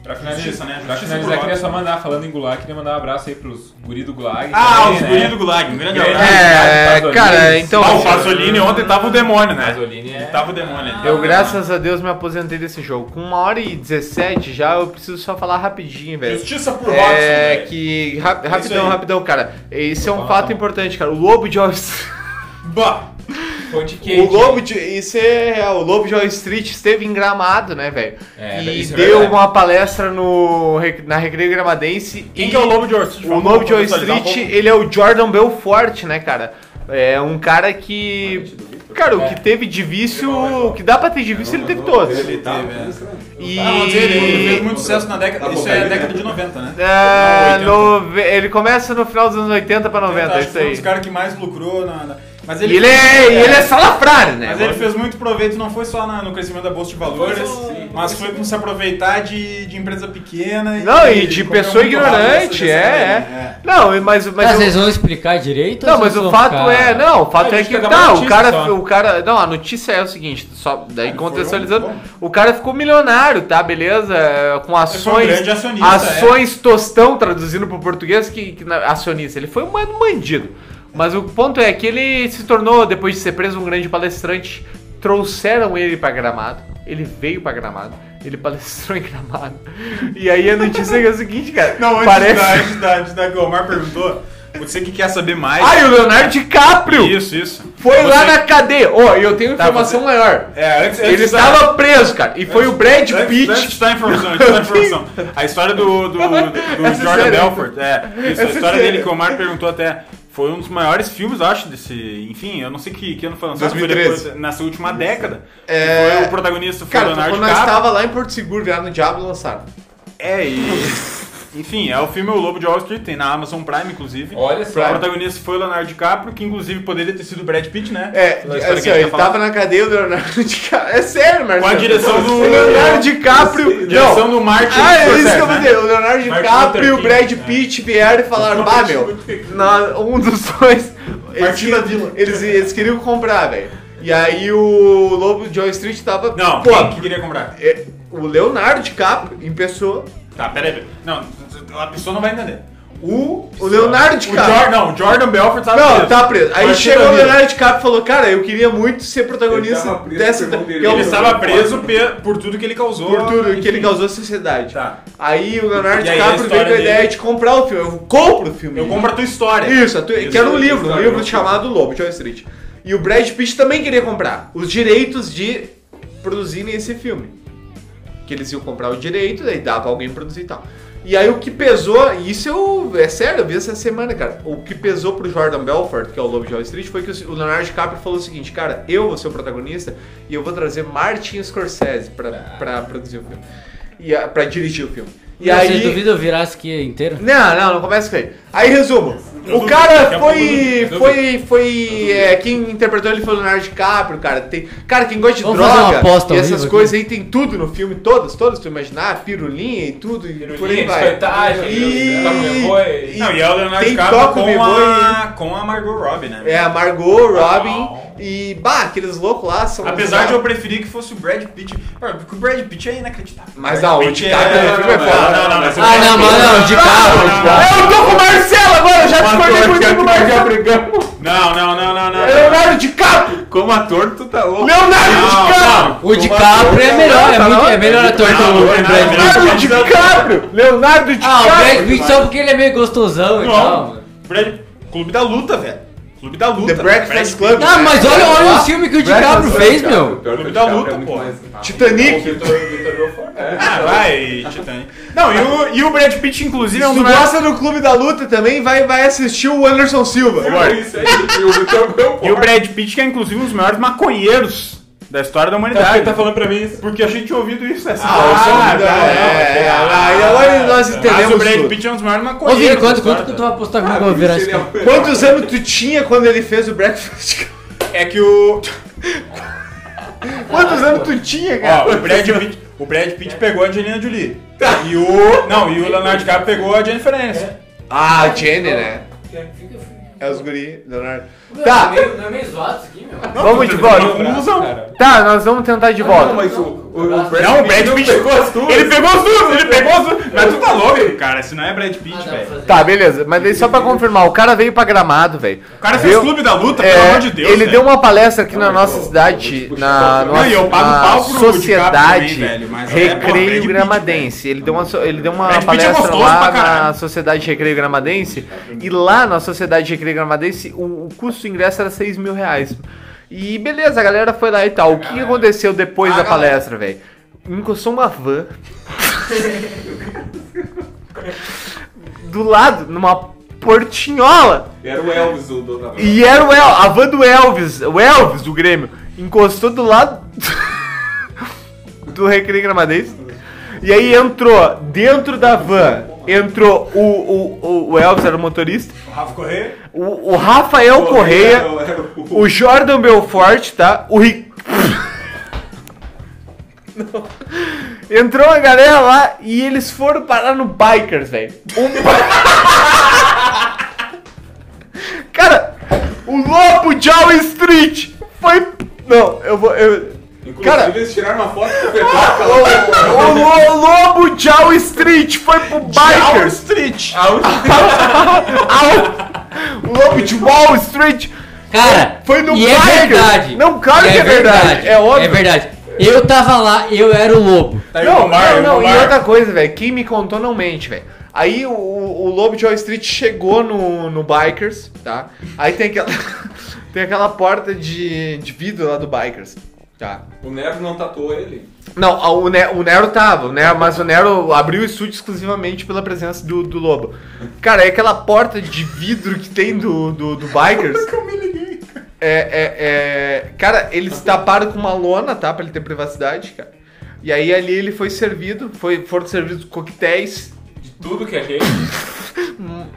Speaker 5: Pra finalizar, né?
Speaker 10: Pra
Speaker 5: Justiça por
Speaker 10: finalizar,
Speaker 7: é
Speaker 10: queria
Speaker 5: Robson.
Speaker 10: só mandar, falando em Gulag, queria mandar um abraço aí pros guri do Gulag.
Speaker 5: Ah,
Speaker 10: também,
Speaker 5: os
Speaker 7: É.
Speaker 10: né?
Speaker 5: guris do Gulag, um grande
Speaker 10: Grande
Speaker 5: abraço.
Speaker 9: É,
Speaker 10: Pasolini.
Speaker 9: cara, então-
Speaker 5: Ah, o Pasolini ontem tava o demônio, né?
Speaker 10: Pasolini é-
Speaker 5: Tava o demônio. ali.
Speaker 9: Eu, graças a Deus, me aposentei desse jogo. Com uma hora e 17 já, eu preciso só falar rapidinho, velho.
Speaker 5: Justiça por Robson,
Speaker 9: É
Speaker 5: velho.
Speaker 9: que. rap-
Speaker 5: isso
Speaker 9: rapidão,
Speaker 5: aí.
Speaker 9: rapidão, cara. Esse é um fato importante, cara. O Lobo de Wall Street.
Speaker 5: Bah!
Speaker 10: Fonte quente.
Speaker 9: O Lobo de. Isso é real. O Lobo de Wall Street esteve em gramado, né, velho?
Speaker 10: É,
Speaker 9: e
Speaker 10: isso é
Speaker 9: deu
Speaker 10: verdade.
Speaker 9: uma palestra no, Re- na Recreio Gramadense.
Speaker 5: Quem
Speaker 9: e
Speaker 5: que é o Lobo de Wall Street?
Speaker 9: O
Speaker 5: Vamos
Speaker 9: Lobo de Wall
Speaker 5: contextualizar um
Speaker 9: Street,
Speaker 5: pouco.
Speaker 9: ele é o Jordan Belfort, né, cara? É um cara que. Cara,
Speaker 5: É.
Speaker 9: o que teve de vício. O que dá pra ter de vício, ele teve todos. E.
Speaker 5: Ah, mas ele ele fez muito sucesso na década. Isso é a década de 90, né?
Speaker 9: É,
Speaker 5: 80.
Speaker 9: nove- ele começa no final dos anos 80 pra 90,
Speaker 5: Acho
Speaker 9: é
Speaker 5: que
Speaker 9: isso
Speaker 5: foi um dos
Speaker 9: aí.
Speaker 5: caras que mais lucrou na. na- Mas
Speaker 9: E ele é, e ele é salafrário, né?
Speaker 5: Mas ele fez muito proveito, não foi só na- no crescimento da bolsa de valores, mas foi com se aproveitar de, de empresa pequena.
Speaker 9: Não, e de
Speaker 5: comprar
Speaker 9: pessoa
Speaker 5: muito né? barato
Speaker 9: ignorante,
Speaker 5: dessa- dessa
Speaker 9: é,
Speaker 5: galera,
Speaker 9: é. Não, mas,
Speaker 6: Mas
Speaker 2: um-
Speaker 9: mas eu-
Speaker 6: vocês vão explicar direito? ou
Speaker 9: Não,
Speaker 6: vocês
Speaker 9: mas o
Speaker 6: vão
Speaker 9: fato
Speaker 6: ficar-
Speaker 9: é, não, o
Speaker 10: Ah,
Speaker 9: fato é
Speaker 10: a gente
Speaker 9: que
Speaker 10: pegava
Speaker 9: tá, o
Speaker 10: notícia
Speaker 9: cara,
Speaker 10: só.
Speaker 9: o cara, não, a notícia é o seguinte, só daí contextualizando,
Speaker 5: foi um-
Speaker 9: o cara ficou milionário, tá, beleza? É, Com ações,
Speaker 5: grande acionista, é.
Speaker 9: ações tostão traduzindo pro português que, que na- acionista, ele foi um bandido. Mas o ponto é que ele se tornou depois de ser preso um grande palestrante, trouxeram ele pra Gramado, ele veio pra Gramado, ele palestrou em Gramado. E aí a notícia é o seguinte, cara,
Speaker 5: Não, antes
Speaker 9: parece
Speaker 5: da, antes da, antes da que o Omar perguntou, você que quer saber mais.
Speaker 9: Ai, o Leonardo DiCaprio
Speaker 5: Isso, isso.
Speaker 9: foi lá
Speaker 5: Você-
Speaker 9: na cadeia. Ó, eu tenho
Speaker 5: Tá,
Speaker 9: informação
Speaker 5: você-
Speaker 9: maior.
Speaker 5: É, antes,
Speaker 9: Ele
Speaker 5: antes da-
Speaker 9: estava preso, cara. E foi o Brad
Speaker 5: Antes-
Speaker 9: Pitt.
Speaker 5: antes de dar informação, antes de dar informação. A história do, do, do- do
Speaker 9: Essa é
Speaker 5: Jordan
Speaker 9: séria.
Speaker 5: Belfort, é. Isso,
Speaker 9: Essa é
Speaker 5: a história
Speaker 9: séria.
Speaker 5: dele que o Omar perguntou até. Foi um dos maiores filmes, eu acho, desse. Enfim, eu não sei que, que ano foi lançado, foi
Speaker 2: 2013.
Speaker 5: depois, nessa última década.
Speaker 9: É.
Speaker 5: Foi o protagonista foi o
Speaker 9: Cara,
Speaker 5: Leonardo
Speaker 9: quando nós
Speaker 5: DiCaprio.
Speaker 9: estava lá em Porto Seguro, virado no Diabo, lançaram.
Speaker 5: É, e. Enfim, é o filme O Lobo de Wall Street, tem na Amazon Prime, inclusive.
Speaker 14: Olha só.
Speaker 5: O protagonista foi o Leonardo DiCaprio, que inclusive poderia ter sido o Brad Pitt, né?
Speaker 2: É,
Speaker 5: Pela história
Speaker 2: assim,
Speaker 5: que
Speaker 2: ó,
Speaker 5: a gente
Speaker 2: ele
Speaker 5: tá falando.
Speaker 2: tava na cadeia do Leonardo DiCaprio. É sério, Marcelo.
Speaker 5: Com a direção do-
Speaker 2: O Leonardo DiCaprio.
Speaker 5: Direção
Speaker 2: Não.
Speaker 5: do Martin
Speaker 2: Ah, é isso
Speaker 5: Scorsese,
Speaker 2: que eu
Speaker 5: né?
Speaker 2: vou dizer. O Leonardo
Speaker 14: Martin
Speaker 2: DiCaprio e o
Speaker 14: Luther
Speaker 2: Brad Pitt vieram e falaram: Bah, meu, na- um dos dois. Eles,
Speaker 15: Martin da Vila.
Speaker 2: eles, eles queriam comprar, velho. E aí o Lobo de Wall Street tava.
Speaker 5: Não,
Speaker 2: pô,
Speaker 5: quem que queria comprar?
Speaker 2: é, o Leonardo DiCaprio em pessoa.
Speaker 5: Tá, peraí. peraí. Não, a pessoa não vai entender. O.
Speaker 2: O Leonardo
Speaker 5: O Jordan,
Speaker 2: DiCaprio.
Speaker 5: não, o Jordan Belfort tava
Speaker 2: Não,
Speaker 5: preso.
Speaker 2: tá preso. Aí
Speaker 5: Martin
Speaker 2: chegou
Speaker 5: da
Speaker 2: o
Speaker 5: Vila.
Speaker 2: Leonardo DiCaprio e falou: Cara, eu queria muito ser protagonista
Speaker 15: Ele tava preso
Speaker 2: dessa.
Speaker 15: pelo irmão dele.
Speaker 2: que é o-
Speaker 5: Ele estava preso pe- por tudo que ele causou.
Speaker 2: por tudo que ele
Speaker 5: Enfim.
Speaker 2: causou à sociedade.
Speaker 5: Tá.
Speaker 2: Aí o Leonardo
Speaker 5: E aí a
Speaker 2: DiCaprio veio
Speaker 5: história
Speaker 2: com a ideia
Speaker 5: dele?
Speaker 2: de comprar o filme. Eu compro o filme.
Speaker 5: Eu compro a tua história.
Speaker 2: Isso, a tu- que era um
Speaker 5: a
Speaker 2: livro, um
Speaker 5: história,
Speaker 2: livro
Speaker 5: não.
Speaker 2: chamado Lobo, de Wall Street. E o Brad Pitt também queria comprar os direitos de produzirem esse filme. Que eles iam comprar o direito, daí dava alguém produzir e tal. E aí o que pesou, e isso eu, é sério, eu vi essa semana, cara. O que pesou pro Jordan Belfort, que é o Lobo de Wall Street, foi que o Leonardo DiCaprio falou o seguinte, cara, eu vou ser o protagonista e eu vou trazer Martin Scorsese pra, pra produzir o filme. E a, pra dirigir o filme. E
Speaker 6: Não,
Speaker 2: aí...
Speaker 6: Vocês duvidam eu virar aqui inteiro?
Speaker 2: Não, não, não começa com ele. Aí resumo. O
Speaker 5: duvido, daqui
Speaker 2: cara
Speaker 5: a pouco eu
Speaker 2: foi.
Speaker 5: duvido, eu
Speaker 2: Foi. Foi. é, quem interpretou ele foi o Leonardo DiCaprio, cara. Tem, cara, quem gosta de
Speaker 6: Vamos fazer uma
Speaker 2: droga
Speaker 6: aposta
Speaker 2: e
Speaker 6: ao
Speaker 2: essas
Speaker 6: vivo
Speaker 2: coisas aí tem tudo no filme, todas, todas, tu imaginar, pirulinha e tudo, e por aí vai.
Speaker 14: espetagem,
Speaker 2: E-
Speaker 14: toca o boi.
Speaker 2: e-
Speaker 5: Não, e é o Leonardo
Speaker 2: tem
Speaker 5: DiCaprio
Speaker 2: toca o
Speaker 5: com
Speaker 2: bebê
Speaker 5: a, com a Margot Robbie, né?
Speaker 2: e- É, a Margot, Robin
Speaker 5: Uau.
Speaker 2: e. Bah, aqueles loucos lá são.
Speaker 5: Apesar de eu preferir que fosse o Brad Pitt. Pô, Porque o Brad Pitt é inacreditável.
Speaker 2: Mas
Speaker 5: O
Speaker 2: não,
Speaker 5: Brad
Speaker 2: o
Speaker 5: Pitt
Speaker 2: DiCaprio no filme é foda.
Speaker 5: Não, não, não. mas o
Speaker 6: Ah,
Speaker 5: Brad
Speaker 6: não,
Speaker 5: Pitt-
Speaker 6: mas não, de carro, de carro.
Speaker 2: Eu tô com o Marcelo agora, eu já discordei muito
Speaker 5: tá
Speaker 2: com o Marcelo.
Speaker 5: Não, não, não, não, não.
Speaker 2: É Leonardo DiCaprio!
Speaker 7: Como ator, tu tá louco.
Speaker 2: Leonardo
Speaker 5: Não,
Speaker 2: DiCaprio!
Speaker 5: não.
Speaker 6: O DiCaprio é melhor, é, muito, é melhor ator que
Speaker 5: Não,
Speaker 6: o
Speaker 5: não é nada,
Speaker 6: Brad Pitt.
Speaker 2: tá Leonardo DiCaprio! Leonardo
Speaker 6: Ah, o Brad
Speaker 2: DiCaprio!
Speaker 6: Pitt só porque ele é meio gostosão e tal.
Speaker 5: Não.
Speaker 6: mano.
Speaker 5: Brad Clube da Luta, velho. Clube da Luta.
Speaker 2: The Breakfast Club.
Speaker 6: Ah, mas olha, olha os filmes que o DiCaprio fez,
Speaker 7: Pior
Speaker 6: meu.
Speaker 7: que o
Speaker 5: Clube da
Speaker 7: DiCaprio
Speaker 5: Luta,
Speaker 7: é muito
Speaker 5: pô.
Speaker 7: mais-
Speaker 2: Titanic!
Speaker 7: é.
Speaker 5: Ah, vai, Titanic. Não, e o, e o Brad Pitt, inclusive, é um
Speaker 2: Se
Speaker 5: dos
Speaker 2: tu
Speaker 5: maiores.
Speaker 2: gosta do Clube da Luta também, vai, vai assistir o Anderson Silva.
Speaker 5: Ah,
Speaker 7: É Isso aí, o teu meu
Speaker 5: E o Brad Pitt, que é inclusive um dos maiores maconheiros da história da humanidade.
Speaker 7: tá falando pra mim isso?
Speaker 5: Porque a gente tinha ouvido isso né? essa
Speaker 2: Ah,
Speaker 6: tá,
Speaker 2: não, é, ah, e agora nós
Speaker 5: tá, Mas o
Speaker 2: entendemos
Speaker 5: Brad
Speaker 2: tudo.
Speaker 5: Pitt é um dos maiores
Speaker 6: Ô, Vini,
Speaker 5: maconheiros.
Speaker 6: quanto,
Speaker 5: da história.
Speaker 6: quanto que tu vai apostar comigo que eu vou virar esse cara?
Speaker 7: né?
Speaker 2: Quantos anos tu tinha quando ele fez o Breakfast Club?
Speaker 5: É que o.
Speaker 2: Quantos anos tu tinha, cara?
Speaker 5: Ó, o Brad Pitt, o Brad Pitt pegou a Angelina Jolie. E o. Não, e o Leonardo DiCaprio pegou a Jennifer Aniston.
Speaker 2: Ah, Jenny, né? É os guri, Leonardo. Tá,
Speaker 6: Não é meio zoado isso aqui, meu?
Speaker 2: vamos de volta.
Speaker 5: Confusão.
Speaker 2: Tá, nós vamos tentar de volta.
Speaker 5: Não, o Brad Pitt pegou as duas. Ele pegou as duas, ele pegou as duas. Mas tu tá louco, cara. Se não é Brad Pitt, velho.
Speaker 2: Tá, beleza. Mas daí só pra confirmar, o cara veio pra Gramado, velho.
Speaker 5: O cara fez
Speaker 2: Deu-
Speaker 5: clube da luta,
Speaker 2: É,
Speaker 5: pelo amor de Deus.
Speaker 2: ele
Speaker 5: velho.
Speaker 2: deu uma palestra aqui na nossa cidade, na
Speaker 5: Não, e eu pago um
Speaker 2: na
Speaker 5: pau pro Lucas
Speaker 2: sociedade
Speaker 5: DiCaprio também, velho, mas é, pô, Brad
Speaker 2: Recreio
Speaker 5: Pitt,
Speaker 2: Gramadense. Ele deu uma, so- ele deu uma
Speaker 5: Brad Pitt é
Speaker 2: palestra
Speaker 5: gostoso
Speaker 2: lá
Speaker 5: pra caralho.
Speaker 2: na Sociedade Recreio Gramadense e lá na Sociedade Recreio Gramadense o, o custo do ingresso era 6 mil reais. E beleza, a galera foi lá e tal. O que aconteceu depois
Speaker 5: Ah,
Speaker 2: da palestra, velho? Encostou uma van do lado, numa portinhola.
Speaker 7: Era o Elvis, o dono da
Speaker 2: E era o El, a van do Elvis, o Elvis do Grêmio, encostou do lado do Recreio Gramadense. E aí entrou, dentro da van, entrou o, o, o, o Elvis, era o motorista,
Speaker 5: Rafa Corrêa.
Speaker 2: o, o Rafael Correia, o Jordan Belfort, tá? O Rick. Entrou uma galera lá e eles foram parar no Bikers, velho. Um bi- Cara, o Lobo de Wall Street foi. Não, eu vou. Eu... Cara,
Speaker 7: eles tiraram uma foto do espetáculo.
Speaker 2: o, Lo- Lobo de Wall Street foi pro Bikers.
Speaker 5: Street. tá.
Speaker 2: Au! O Lobo de Wall Street
Speaker 6: Cara,
Speaker 2: Foi no
Speaker 6: e é
Speaker 2: Bikers.
Speaker 6: verdade.
Speaker 2: Não, claro
Speaker 6: E
Speaker 2: que é verdade. É óbvio. Tá
Speaker 6: É verdade. Eu tava lá, eu era o lobo.
Speaker 2: não, não, não, e outra coisa, velho, quem me contou não mente, velho. Aí o, o o Lobo de Wall Street chegou no, no Bikers, tá? Aí tem aquela, tem aquela porta de, de vidro lá do Bikers, tá?
Speaker 7: O Nero não tatuou ele.
Speaker 2: Não, a- o, ne o Nero tava, o Nero, mas o Nero abriu o estúdio exclusivamente pela presença do, do Lobo. Cara, é aquela porta de vidro que tem do, do, do Bikers. É, é, é. Cara, eles taparam com uma lona, tá? Pra ele ter privacidade, cara. E aí ali ele foi servido, foi, foram servidos coquetéis
Speaker 7: de tudo que a gente.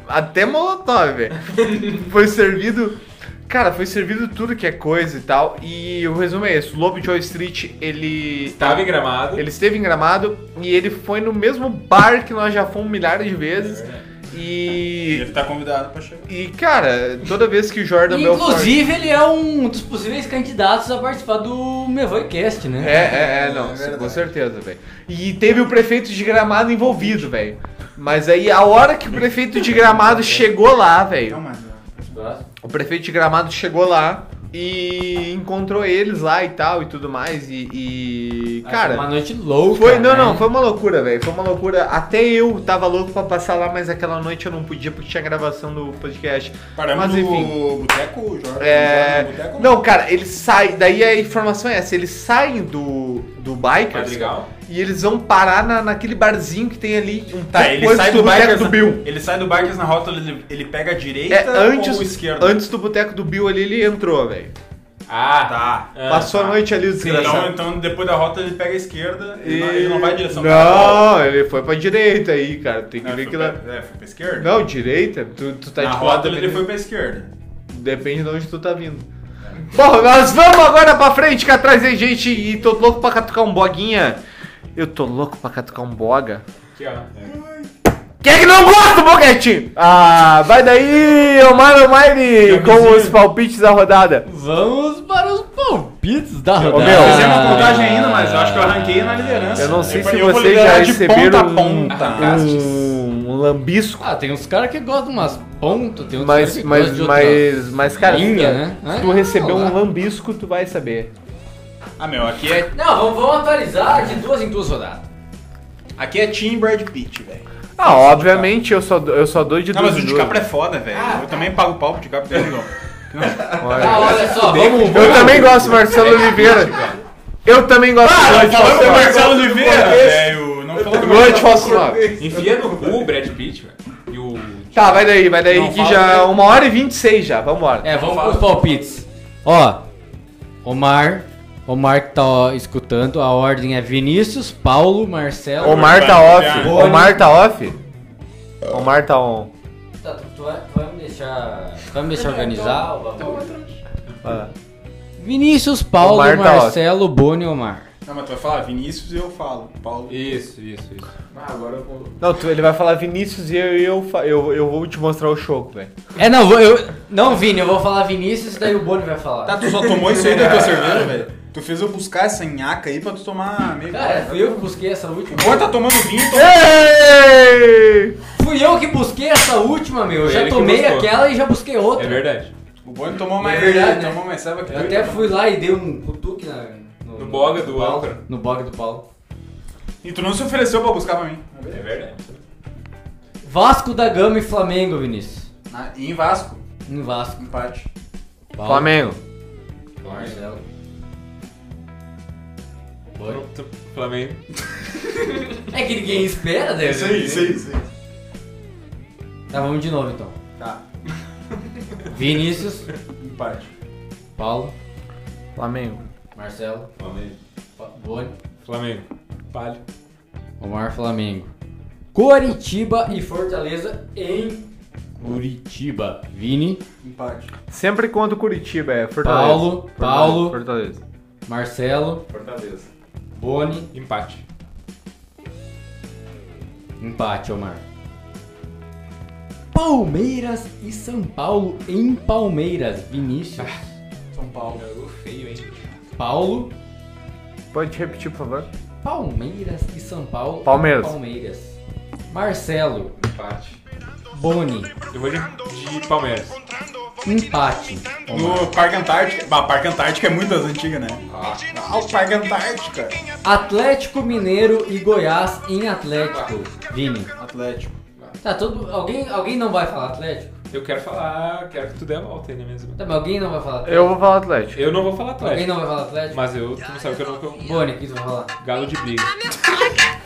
Speaker 2: Até molotov, velho. foi servido. Cara, foi servido tudo que é coisa e tal. E o resumo é esse: o Lobo de Wall Street, ele.
Speaker 7: Estava em gramado.
Speaker 2: Ele esteve em Gramado e ele foi no mesmo bar que nós já fomos milhares de vezes. E.
Speaker 5: É. Ele tá convidado pra chegar.
Speaker 2: E, cara, toda vez que o Jordan Belfort-
Speaker 6: Inclusive, ele é um dos possíveis candidatos a participar do Mevoicast,
Speaker 2: É,
Speaker 6: né?
Speaker 2: é, é, não, com certeza, velho. E teve o prefeito de Gramado envolvido, velho. Mas aí, a hora que o prefeito de Gramado chegou lá, velho.
Speaker 5: Não, mas.
Speaker 2: O prefeito de Gramado chegou lá e encontrou eles lá e tal e tudo mais. E. e,
Speaker 5: é
Speaker 2: cara.
Speaker 6: uma noite louca.
Speaker 2: Foi, não,
Speaker 6: né?
Speaker 2: não, foi uma loucura, velho. Foi uma loucura. Até eu tava louco pra passar lá, mas aquela noite eu não podia porque tinha gravação do podcast.
Speaker 5: Paramos
Speaker 2: mas enfim.
Speaker 5: no boteco, Jorge?
Speaker 2: É...
Speaker 5: No boteco,
Speaker 7: né?
Speaker 2: Não, cara, eles saem. Daí a informação é essa: eles saem do, do Bikers
Speaker 7: Madrigal.
Speaker 2: e eles vão parar na, naquele barzinho que tem ali. Um
Speaker 5: Tá,
Speaker 2: pouco
Speaker 5: ele
Speaker 2: antes
Speaker 5: sai do,
Speaker 2: boteco
Speaker 5: Bikers.
Speaker 2: do Bill.
Speaker 5: Ele sai do Bikers na rota, ele, ele pega a direita
Speaker 2: É, antes,
Speaker 5: ou esquerda?
Speaker 2: antes do boteco do Bill ali, ele entrou, velho.
Speaker 7: Ah,
Speaker 5: Tá.
Speaker 7: Ah,
Speaker 2: Passou a noite ali, o desgraçado.
Speaker 5: Então, então depois da rota ele pega a esquerda, ele, não, ele não vai em direção pra
Speaker 2: Não, ele foi pra direita aí, cara. Tem que
Speaker 5: Não,
Speaker 2: ver
Speaker 5: ele
Speaker 2: que
Speaker 5: foi,
Speaker 2: lá.
Speaker 5: pra, é, foi pra esquerda.
Speaker 2: Não, direita? Tu, tu tá
Speaker 5: na
Speaker 2: de
Speaker 5: rota
Speaker 2: volta.
Speaker 5: ele foi pra esquerda.
Speaker 2: Depende de onde tu tá vindo. Bom, nós vamos agora pra frente, que atrás tem gente e tô louco pra catucar um boguinha. Eu tô louco pra catucar um boga.
Speaker 7: aqui, ó.
Speaker 2: Quem é que não gosta, Boguete? Ah, vai daí, Omar Omaire, com os palpites da rodada.
Speaker 6: Vamos para os palpites da rodada.
Speaker 2: meu,
Speaker 5: Fizemos a é contagem ainda, mas eu acho que eu arranquei na liderança.
Speaker 2: Eu não sei
Speaker 5: Ah, Eu
Speaker 2: se
Speaker 5: vou
Speaker 2: vocês
Speaker 5: liderar
Speaker 2: já
Speaker 5: de ponta
Speaker 2: receberam
Speaker 5: a ponta.
Speaker 2: um, um lambisco,
Speaker 6: Ah, tem uns caras que gostam de umas pontas, tem uns caras
Speaker 2: mas,
Speaker 6: que
Speaker 2: mas,
Speaker 6: gostam de outra
Speaker 2: mas, mas, cara,
Speaker 6: linha, né?
Speaker 2: se tu
Speaker 6: Ah,
Speaker 2: receber
Speaker 6: não,
Speaker 2: um
Speaker 6: lá.
Speaker 2: lambisco, tu vai saber.
Speaker 5: Ah, meu, aqui é,
Speaker 6: Não, vamos, vamos atualizar de duas em duas rodadas.
Speaker 5: aqui é Team Brad Pitt, velho.
Speaker 2: Ah, obviamente, eu só, dou- eu só dou de
Speaker 5: Não,
Speaker 2: duas
Speaker 5: mas o
Speaker 2: em
Speaker 5: de
Speaker 2: duas.
Speaker 5: Capra é foda, velho.
Speaker 7: Ah,
Speaker 5: eu
Speaker 7: tá.
Speaker 5: também pago pau pro de Capra, tem razão. tá
Speaker 2: Olha.
Speaker 6: Ah, olha só, vamos...
Speaker 2: Eu também gosto do
Speaker 5: É,
Speaker 2: Marcelo Oliveira. Eu também gosto
Speaker 5: Ah,
Speaker 2: do Lloyd
Speaker 5: Falou pro
Speaker 2: Falcão.
Speaker 5: então, é Marcelo Oliveira, velho. Não falou pro
Speaker 2: Lloyd Falcão.
Speaker 7: Enfia no cu o Brad Pitt, velho. E o.
Speaker 2: Tá, vai daí, vai daí,
Speaker 5: Não,
Speaker 2: que
Speaker 5: fala
Speaker 2: já
Speaker 5: aí.
Speaker 2: uma hora e vinte e seis já, vambora.
Speaker 6: É, vamos para os palpites. Ó, Omar, Omar que tá ó, escutando, a ordem é Vinícius, Paulo, Marcelo...
Speaker 2: Omar tá off,
Speaker 5: Rony.
Speaker 2: Omar tá off. Omar tá on.
Speaker 6: Tá, tu, tu vai, tu vai me deixar... Tu vai me deixar organizar?
Speaker 2: Ah.
Speaker 6: Vinícius, Paulo,
Speaker 2: Omar tá ótimo.
Speaker 6: Marcelo, Boni e Omar.
Speaker 5: Não, mas tu vai falar Vinícius e eu falo. Paulo.
Speaker 7: Isso, isso, isso. Ah, agora eu vou.
Speaker 2: Não, tu- ele vai falar Vinícius e eu, eu, fa- eu, eu vou te mostrar o choco, velho.
Speaker 6: É, não, vou- eu... Não, Vini, eu vou falar Vinícius e daí o Boni vai falar.
Speaker 5: Tá, tu só tomou isso aí da tua cerveja, velho? Tu fez eu buscar essa nhaca aí pra tu tomar meio.
Speaker 6: Cara, fui eu que busquei essa última.
Speaker 5: Agora tá tomando vinho, então.
Speaker 2: É. Ei!
Speaker 6: Fui eu que busquei essa última, meu. Eu
Speaker 7: Foi
Speaker 6: já
Speaker 7: ele que
Speaker 6: tomei
Speaker 7: buscou.
Speaker 6: aquela e já busquei outra.
Speaker 7: É verdade.
Speaker 5: O Boni tomou mais.
Speaker 6: É verdade, né?
Speaker 5: tomou mais saiba que
Speaker 6: Eu
Speaker 5: tu.
Speaker 6: até fui lá e dei um cutuque na,
Speaker 7: No boga do
Speaker 6: Paulo.
Speaker 7: Álvaro.
Speaker 6: No boga do Paulo.
Speaker 5: E tu não se ofereceu pra buscar pra mim.
Speaker 7: É verdade.
Speaker 6: Vasco da Gama e Flamengo, Vinícius.
Speaker 5: Na- E em Vasco.
Speaker 6: No Vasco.
Speaker 5: Empate.
Speaker 6: Paulo,
Speaker 2: Flamengo.
Speaker 6: Marcelo. Boni.
Speaker 7: Pronto, Flamengo.
Speaker 6: É que ninguém espera, né?
Speaker 5: Isso aí, isso aí, isso aí.
Speaker 6: Tá, vamos de novo então.
Speaker 5: Tá,
Speaker 6: Vinícius,
Speaker 5: empate.
Speaker 6: Paulo,
Speaker 2: Flamengo.
Speaker 6: Marcelo,
Speaker 7: Flamengo.
Speaker 6: Pa- Boni,
Speaker 7: Flamengo. Palio.
Speaker 6: Omar Flamengo. Coritiba e Fortaleza em Curitiba. Vini,
Speaker 5: Empate.
Speaker 2: Sempre contra o Curitiba, é Fortaleza.
Speaker 6: Paulo,
Speaker 2: Fortaleza,
Speaker 6: Paulo.
Speaker 2: Fortaleza.
Speaker 6: Marcelo,
Speaker 7: Fortaleza.
Speaker 6: Boni,
Speaker 7: Empate.
Speaker 6: Empate, Omar. Palmeiras e São Paulo em Palmeiras. Vinícius,
Speaker 5: Ah, São Paulo.
Speaker 7: Feio, hein?
Speaker 6: Paulo,
Speaker 2: Pode repetir, por favor?
Speaker 6: Palmeiras e São Paulo. em
Speaker 2: Palmeiras.
Speaker 6: Palmeiras. Marcelo,
Speaker 7: Empate.
Speaker 6: Boni,
Speaker 7: Eu vou de, de Palmeiras.
Speaker 6: empate.
Speaker 5: No Parque Antártica. Bah, Parque Antártica é muito das antigas, né?
Speaker 7: Ah.
Speaker 5: Ah, o Parque Antártica.
Speaker 6: Atlético Mineiro e Goiás em Atlético. Vini.
Speaker 5: Atlético.
Speaker 6: Tá, todo. Alguém, alguém não vai falar Atlético?
Speaker 7: Eu quero falar, quero que tu dê a volta aí na mesma.
Speaker 6: Tá, mas alguém não vai falar Atlético.
Speaker 2: Eu vou falar Atlético.
Speaker 7: Eu não vou falar
Speaker 6: Alguém
Speaker 7: Atlético.
Speaker 6: não vai falar Atlético?
Speaker 7: Mas eu, tu não sabe que eu não que eu-
Speaker 6: Boni, o que tu vai falar?
Speaker 7: Galo de briga.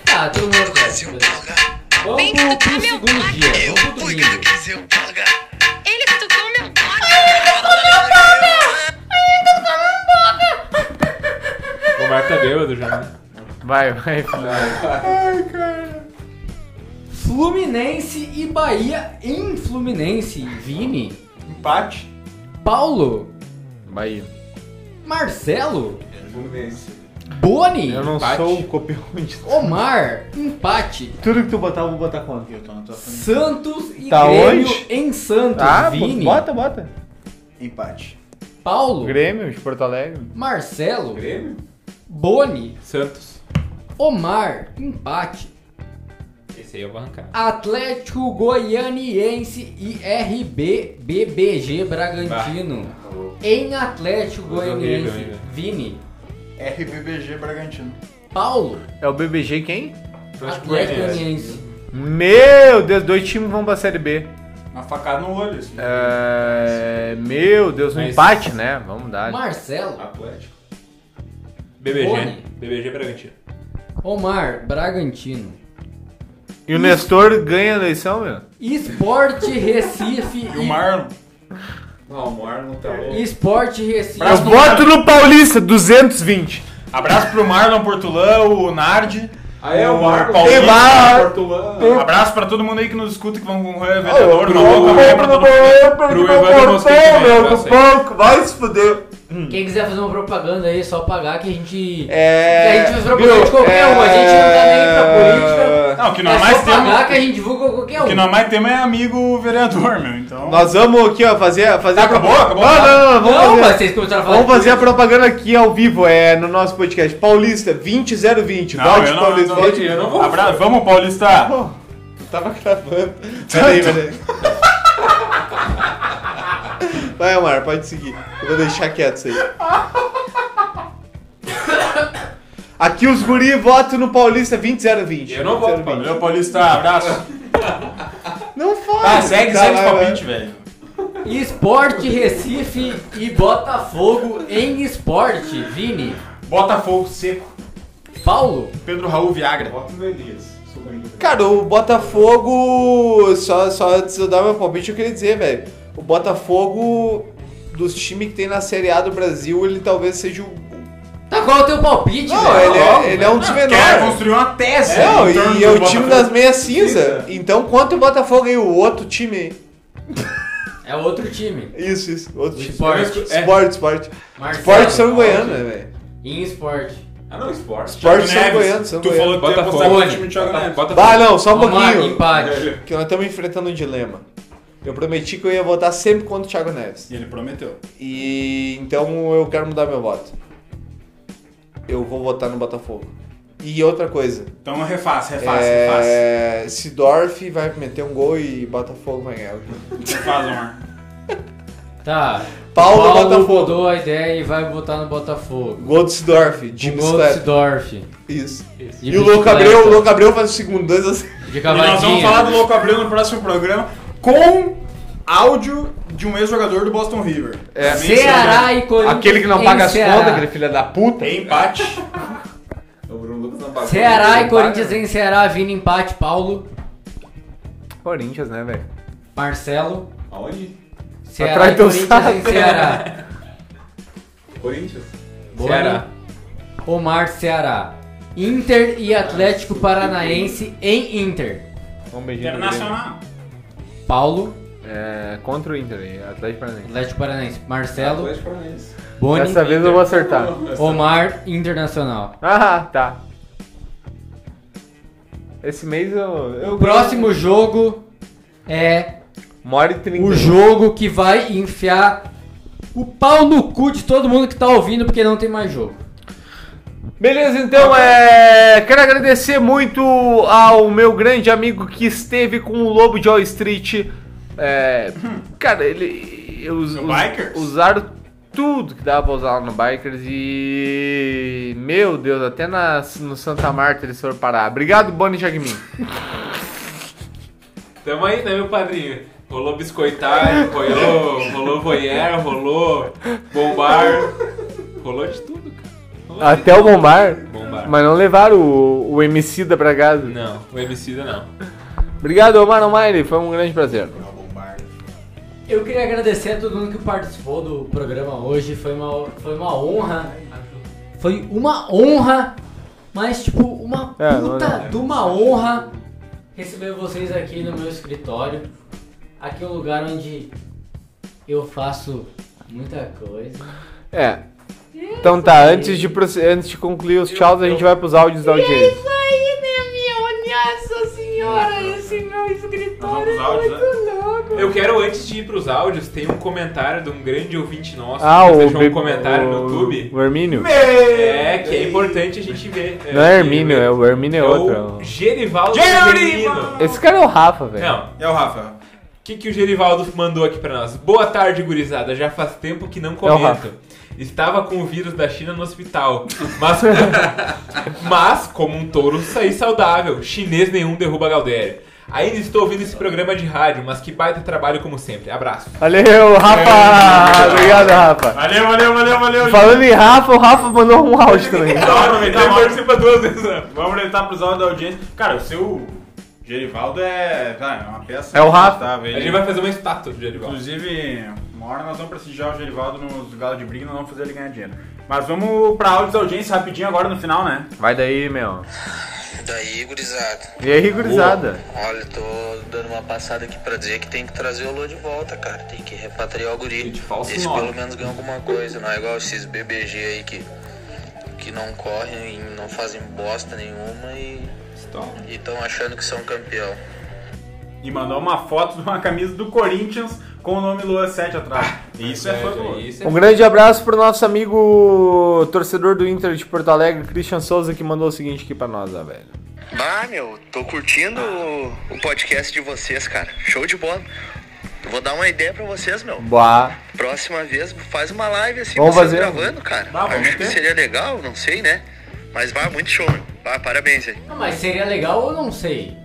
Speaker 6: Tá, todo mundo Atlético. beleza. Vamos pro, pro segundo dia, vamos pro domingo.
Speaker 4: Ele cutucou meu
Speaker 7: O Omar tá bêbado já, né?
Speaker 2: Vai, vai.
Speaker 6: Fluminense e Bahia em Fluminense. Vini,
Speaker 5: Empate.
Speaker 6: Paulo,
Speaker 16: Bahia.
Speaker 6: Marcelo, Boni,
Speaker 2: Eu não
Speaker 16: Empate.
Speaker 2: sou o copião de
Speaker 6: Omar, empate.
Speaker 2: tudo que tu botar, eu vou botar contra.
Speaker 5: Eu tô na tua frente.
Speaker 6: Santos e
Speaker 2: Tá
Speaker 6: Grêmio
Speaker 2: onde?
Speaker 6: em Santos.
Speaker 2: Ah,
Speaker 6: Vini,
Speaker 2: bota, bota.
Speaker 5: Empate.
Speaker 6: Paulo,
Speaker 2: Grêmio de Porto Alegre.
Speaker 6: Marcelo, Boni,
Speaker 7: Santos.
Speaker 6: Omar, empate.
Speaker 7: Esse aí eu vou arrancar.
Speaker 6: Atlético Goianiense e RB BBG Bragantino. Em Atlético
Speaker 7: Coisa horrível,
Speaker 6: Goianiense,
Speaker 7: hein, velho?
Speaker 6: Vini,
Speaker 5: RBBG Bragantino.
Speaker 6: Paulo,
Speaker 2: É o BBG quem?
Speaker 5: Ah,
Speaker 6: Atlético
Speaker 5: é
Speaker 7: é
Speaker 6: Goianiense.
Speaker 2: Meu Deus, dois times vão pra Série B.
Speaker 5: Uma facada no olho, assim.
Speaker 2: É, meu Deus, um
Speaker 7: Mas-
Speaker 2: empate, né? Vamos dar.
Speaker 6: Marcelo,
Speaker 7: Atlético. BBG.
Speaker 6: Boni.
Speaker 7: BBG é Bragantino.
Speaker 6: Omar, Bragantino.
Speaker 2: E o Nestor ganha a eleição, meu?
Speaker 6: Esporte Recife
Speaker 5: E o Marlon.
Speaker 7: Não, o Moar não tá
Speaker 6: e Esporte Recife.
Speaker 2: Eu voto no Paulista, 220.
Speaker 4: Abraço pro Marlon Portulã, o Nard.
Speaker 7: Aí é o Marco.
Speaker 2: Tem
Speaker 4: Paulinho.
Speaker 2: mais.
Speaker 7: Portulano.
Speaker 4: Abraço pra todo mundo aí que nos escuta, que vão correr vereador, uma louca, mulher pra todo mundo.
Speaker 7: Pro Evandro Mosquito, né? Abraço aí.
Speaker 2: vai se fuder.
Speaker 6: Quem quiser fazer uma propaganda aí, é só pagar que a gente.
Speaker 2: É.
Speaker 6: A gente faz propaganda de qualquer um, a gente não tá nem pra política.
Speaker 4: Não, o que
Speaker 6: é
Speaker 4: nós
Speaker 6: só
Speaker 4: mais temos.
Speaker 6: pagar que a gente divulga qualquer
Speaker 4: O que
Speaker 6: um.
Speaker 4: nós mais temos é amigo vereador, meu. Então.
Speaker 2: Nós vamos aqui, ó, fazer. fazer a
Speaker 4: acabou?
Speaker 2: propaganda.
Speaker 4: Acabou?
Speaker 2: Não, não, não,
Speaker 6: Não,
Speaker 2: vamos
Speaker 6: mas
Speaker 2: fazer.
Speaker 6: vocês começaram a falar.
Speaker 2: Vamos fazer a propaganda aqui ao vivo, é no nosso podcast. Paulista 20020.
Speaker 4: Não,
Speaker 2: Vote
Speaker 4: eu não-
Speaker 2: Paulista.
Speaker 4: não-
Speaker 2: vote-
Speaker 7: Eu não vou.
Speaker 4: Abraço, vamos, Paulista!
Speaker 2: Eu tava gravando. Peraí, peraí. Vai, Amar, pode seguir. Eu vou deixar quieto isso aí. Aqui os guri votam no Paulista 2020.
Speaker 7: Eu não voto, Paulo.
Speaker 4: Valeu, Paulista, abraço.
Speaker 2: Não fode.
Speaker 5: Ah, segue,
Speaker 2: vai,
Speaker 5: segue os
Speaker 2: vai.
Speaker 5: palpites, velho.
Speaker 6: Esporte Recife e Botafogo em esporte. Vini,
Speaker 4: Botafogo seco.
Speaker 6: Paulo,
Speaker 4: Pedro Raul Viagra.
Speaker 16: Voto no Elias.
Speaker 2: Cara, o Botafogo. Só, só antes de eu dar meu palpite, eu queria dizer, velho. O Botafogo, dos times que tem na Série A do Brasil, ele talvez seja o.
Speaker 6: tá qual é o teu palpite,
Speaker 2: Não,
Speaker 6: velho?
Speaker 2: ele é, ele é um dos
Speaker 4: Quer
Speaker 2: menores.
Speaker 4: construir uma tese.
Speaker 2: Não,
Speaker 4: em torno
Speaker 2: e é
Speaker 4: do
Speaker 2: o time
Speaker 4: Botafogo.
Speaker 2: das meias cinza. Então conta o Botafogo aí, o outro time aí.
Speaker 6: É outro time.
Speaker 2: Isso, isso, outro
Speaker 6: O
Speaker 2: time.
Speaker 6: esporte.
Speaker 2: Esporte, esporte.
Speaker 6: Marcelo,
Speaker 2: Esporte São Goiano, né, velho?
Speaker 6: Em esporte.
Speaker 7: Ah, não, esporte.
Speaker 2: Esporte São
Speaker 4: Neves,
Speaker 2: Goiano, São
Speaker 4: Tu
Speaker 2: Goiano.
Speaker 4: falou que tu ia
Speaker 7: Botafogo.
Speaker 4: apostar no time de Thiago Neves.
Speaker 7: Bota
Speaker 2: Ah, não, só um
Speaker 6: Vamos lá,
Speaker 2: pouquinho.
Speaker 6: empate.
Speaker 2: Que nós estamos enfrentando um dilema. Eu prometi que eu ia votar sempre contra o Thiago Neves.
Speaker 5: E ele prometeu.
Speaker 2: E então eu quero mudar meu voto. Eu vou votar no Botafogo. E outra coisa,
Speaker 5: Então refaz, refaz, refaz.
Speaker 2: é... Sidorf vai meter um gol e Botafogo vai ganhar.
Speaker 5: Refaz, Omar.
Speaker 6: Tá.
Speaker 2: Paulo,
Speaker 6: Paulo
Speaker 2: Botafogo.
Speaker 6: mudou a ideia e vai botar no Botafogo.
Speaker 2: Gol do Sidorf, de
Speaker 6: Com gol do
Speaker 2: bicicleta.
Speaker 6: Sidorf.
Speaker 2: Isso.
Speaker 6: De
Speaker 2: E o Louco
Speaker 6: bicicleta,
Speaker 2: Abreu, o Louco Abreu faz o segundo, dois assim. a zero.
Speaker 6: De
Speaker 4: E
Speaker 6: cavadinha.
Speaker 4: nós vamos falar do Louco Abreu no próximo programa com áudio de um ex-jogador do Boston River.
Speaker 2: É,
Speaker 4: né?
Speaker 6: Ceará e Corinthians.
Speaker 2: Aquele que não
Speaker 6: em
Speaker 2: paga as
Speaker 6: Ceará.
Speaker 2: contas, aquele filho da puta.
Speaker 4: Tem empate.
Speaker 7: O Bruno Lucas não pagou.
Speaker 6: Ceará e Corinthians em Ceará, vindo empate, Paulo,
Speaker 2: Corinthians, né, velho?
Speaker 6: Marcelo.
Speaker 7: Aonde?
Speaker 6: Ceará
Speaker 2: Atrás
Speaker 6: e
Speaker 2: do
Speaker 6: Corinthians em
Speaker 2: saco.
Speaker 6: Ceará.
Speaker 7: Corinthians.
Speaker 6: Boni,
Speaker 7: Ceará.
Speaker 6: Omar, Ceará. Inter e Atlético Paranaense em Inter.
Speaker 2: Um beijinho no
Speaker 5: Internacional.
Speaker 6: Paulo,
Speaker 2: Grêmio. É, contra o Inter, aí, Atlético Paranaense.
Speaker 6: Atlético Paranaense. Marcelo,
Speaker 7: Atlético Paranaense.
Speaker 6: Boni,
Speaker 2: Dessa vez eu vou acertar.
Speaker 6: Omar, Internacional.
Speaker 2: Ah, tá. Esse mês eu. eu
Speaker 6: O próximo jogo é
Speaker 2: Mora e 30.
Speaker 6: o jogo que vai enfiar o pau no cu de todo mundo que tá ouvindo, porque não tem mais jogo.
Speaker 2: Beleza, então é. Quero agradecer muito ao meu grande amigo que esteve com o Lobo de Wall Street. É. Cara, ele. Os,
Speaker 4: No
Speaker 2: os-
Speaker 4: Bikers?
Speaker 2: Usaram tudo que dava pra usar lá no Bikers e. Meu Deus, até na, no Santa Marta eles foram parar. Obrigado, Bonnie Jagmin.
Speaker 7: Tamo aí, né, meu padrinho? Rolou biscoitar, rolou, rolou voyeur, rolou bombar. Rolou de tudo, cara.
Speaker 2: Até o Bombar.
Speaker 7: Bombar.
Speaker 2: Mas não levaram o, o MC da pra casa.
Speaker 7: Não, o MC não.
Speaker 2: Obrigado, Omar Omaire. Foi um grande prazer.
Speaker 6: Eu queria agradecer a todo mundo que participou do programa hoje. Foi uma, foi uma honra. Foi uma honra, mas tipo, uma
Speaker 2: É,
Speaker 6: puta
Speaker 2: não,
Speaker 6: de uma honra receber vocês aqui no meu escritório. Aqui é um lugar onde eu faço muita coisa.
Speaker 2: É. Então tá, antes de, proce- antes de concluir os tchauz, a gente vai pros áudios da audiência.
Speaker 9: é aí, né, minha? Nossa senhora, esse meu escritório
Speaker 7: Nós vamos pros áudios,
Speaker 5: né?
Speaker 9: louco.
Speaker 7: Eu quero, antes de ir pros áudios, tem um comentário de um grande ouvinte nosso
Speaker 2: Ah, o,
Speaker 7: que nos deixou
Speaker 2: Be-
Speaker 7: um comentário
Speaker 2: o-
Speaker 7: no YouTube.
Speaker 2: O Hermínio.
Speaker 7: É, que é importante a gente ver.
Speaker 2: Não é Hermínio, é o Hermínio é
Speaker 7: O
Speaker 2: outro.
Speaker 7: Gerivaldo
Speaker 5: Gerivaldo!
Speaker 7: Firmino.
Speaker 2: Esse cara é o Rafa, velho.
Speaker 7: Não,
Speaker 5: É o Rafa.
Speaker 7: o que, que o Gerivaldo mandou aqui pra nós? Boa tarde, gurizada. Já faz tempo que não
Speaker 2: É o Rafa.
Speaker 7: comento. Estava com o vírus da China no hospital. Mas, mas como um touro, saí saudável. Chinês nenhum derruba Galdério. Ainda estou ouvindo esse programa de rádio, mas que baita trabalho como sempre. Abraço.
Speaker 2: Valeu, Rafa! Obrigado, Rafa.
Speaker 5: Valeu, valeu, valeu, valeu.
Speaker 2: Falando em Rafa, o Rafa mandou um áudio também.
Speaker 5: Vamos
Speaker 7: Ele
Speaker 5: aproveitar, vamos,
Speaker 7: participa duas vezes. né?
Speaker 5: vamos aproveitar pros áudios da audiência. Cara, o seu Gerivaldo é, cara, é uma peça.
Speaker 2: É o Rafa.
Speaker 5: inacreditável.
Speaker 7: A
Speaker 5: Ele
Speaker 7: gente vai fazer uma estátua do Gerivaldo.
Speaker 5: Inclusive, uma hora nós vamos prestigiar o Gerivaldo nos galos de briga e nós vamos fazer ele ganhar dinheiro. Mas vamos pra áudios da audiência rapidinho agora no final, né?
Speaker 2: Vai daí, meu.
Speaker 13: Daí, gurizada.
Speaker 2: E aí, gurizada.
Speaker 13: Olha, eu tô dando uma passada aqui pra dizer que tem que trazer o Lô de volta, cara. Tem que repatriar o guri.
Speaker 7: Gente, falso
Speaker 13: Esse
Speaker 7: nome.
Speaker 13: pelo menos ganha alguma coisa, não é igual esses BBG aí que, que não correm, não fazem bosta nenhuma e estão achando que são campeão.
Speaker 5: E mandou uma foto de uma camisa do Corinthians com o nome Lua 7 atrás. Isso é fã do Lua.
Speaker 7: Isso é
Speaker 2: Um grande abraço pro nosso amigo torcedor do Inter de Porto Alegre, Christian Souza, que mandou o seguinte aqui pra nós, ó, velho.
Speaker 13: Ah, meu, tô curtindo o, o podcast de vocês, cara. Show de bola. Eu Vou dar uma ideia pra vocês, meu.
Speaker 2: Boa.
Speaker 13: Próxima vez faz uma live assim,
Speaker 2: Vamos
Speaker 13: vocês
Speaker 2: fazer.
Speaker 13: gravando, cara.
Speaker 5: Tá, vamos
Speaker 13: Acho que
Speaker 5: ter.
Speaker 13: seria legal, não sei, né? Mas vai muito show, meu. Ah, parabéns aí.
Speaker 6: Ah, mas seria legal ou não sei?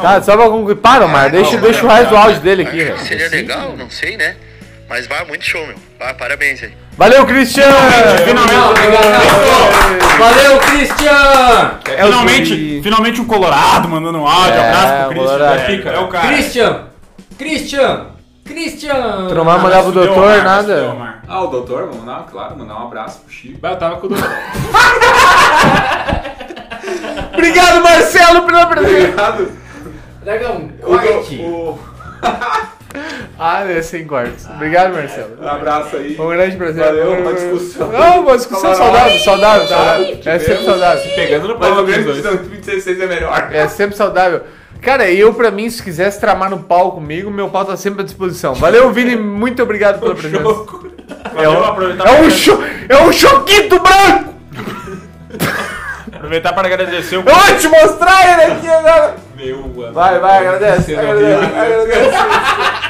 Speaker 2: Tá, só pra concluir. Para, Omar, deixa, deixa o resto do áudio dele aqui,
Speaker 13: Acho que
Speaker 2: velho.
Speaker 13: seria legal, não sei, né? Mas vai muito show, meu. Ah, parabéns aí.
Speaker 2: Valeu, Christian!
Speaker 6: Não, obrigado. Valeu, Christian!
Speaker 2: É o
Speaker 5: finalmente,
Speaker 2: guri.
Speaker 5: finalmente um colorado mandando um áudio,
Speaker 2: É,
Speaker 5: abraço pro Christian.
Speaker 2: colorado.
Speaker 5: É, pica, é o cara.
Speaker 6: Christian! Christian! Christian!
Speaker 2: Tu não vai mandar pro
Speaker 5: Deu,
Speaker 2: doutor,
Speaker 5: Omar, deu,
Speaker 2: nada?
Speaker 5: Omar.
Speaker 17: Ah, o doutor, vamos dar, claro, mandar um abraço pro Chico.
Speaker 7: Bah, Eu tava com o doutor.
Speaker 2: Obrigado, Marcelo, pela presença!
Speaker 17: Obrigado.
Speaker 6: Dragão, um corte!
Speaker 17: O-
Speaker 2: Ah, é sem cortes. Obrigado, Marcelo.
Speaker 17: Um abraço aí.
Speaker 2: Foi um grande prazer.
Speaker 17: Valeu, uma discussão.
Speaker 2: Não, uma discussão saudável, saudável, saudável. É sempre saudável.
Speaker 7: Pegando no
Speaker 17: Mas
Speaker 7: pau
Speaker 17: o
Speaker 7: dos
Speaker 17: grande
Speaker 7: dois.
Speaker 17: do 2016 é melhor.
Speaker 2: É sempre saudável. Cara, eu pra mim, se quisesse tramar no pau comigo, meu pau tá sempre à disposição. Valeu, Vini, muito obrigado pela presença. É
Speaker 5: Valeu,
Speaker 2: um,
Speaker 5: aproveitar
Speaker 2: é
Speaker 5: pra-
Speaker 2: um, cho, é um choquito branco!
Speaker 5: Aproveitar para agradecer o
Speaker 2: Eu vou te mostrar ele aqui agora!
Speaker 7: Meu amor.
Speaker 2: Vai, vai, agradece,
Speaker 7: Você não
Speaker 2: agradece,
Speaker 7: viu. né?
Speaker 2: agradece.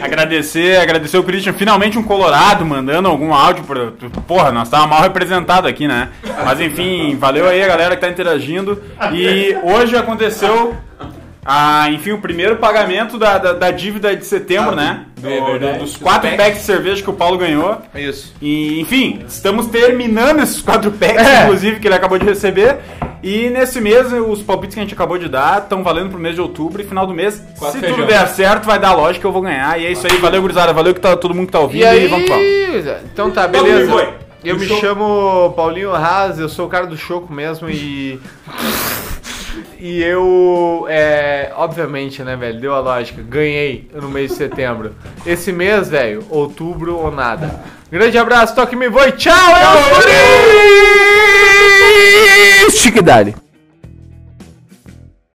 Speaker 5: Agradecer, agradecer o Christian. Finalmente um colorado mandando algum áudio. Pra... Porra, nós tava mal representado aqui, né? Mas enfim, valeu aí a galera que tá interagindo. E hoje aconteceu, ah, enfim, o primeiro pagamento da, da, da dívida de setembro, né? Do-
Speaker 7: é verdade.
Speaker 5: dos quatro
Speaker 7: Dos
Speaker 5: packs de cerveja que o Paulo ganhou.
Speaker 2: Isso.
Speaker 5: E, enfim, estamos terminando esses quatro packs,
Speaker 2: É.
Speaker 5: inclusive, que ele acabou de receber. E nesse mês, os palpites que a gente acabou de dar estão valendo pro mês de outubro e final do mês.
Speaker 7: Quatro
Speaker 5: se
Speaker 7: feijão.
Speaker 5: tudo der certo, vai dar lógica que eu vou ganhar. E é isso aí, valeu, gurizada. Valeu que tá, todo mundo que tá ouvindo
Speaker 2: E aí,
Speaker 5: vamos pra lá.
Speaker 2: então tá,
Speaker 5: Vamos,
Speaker 2: beleza.
Speaker 5: Boi.
Speaker 2: Eu
Speaker 5: Do
Speaker 2: me
Speaker 5: show.
Speaker 2: chamo Paulinho Haas, eu sou o cara do choco mesmo e. E eu, é, obviamente, né, velho, deu a lógica, ganhei no mês de setembro. Esse mês, velho, outubro ou nada. Grande é abraço, toque me voe, tchau, eu sou Guri! Chiquidade.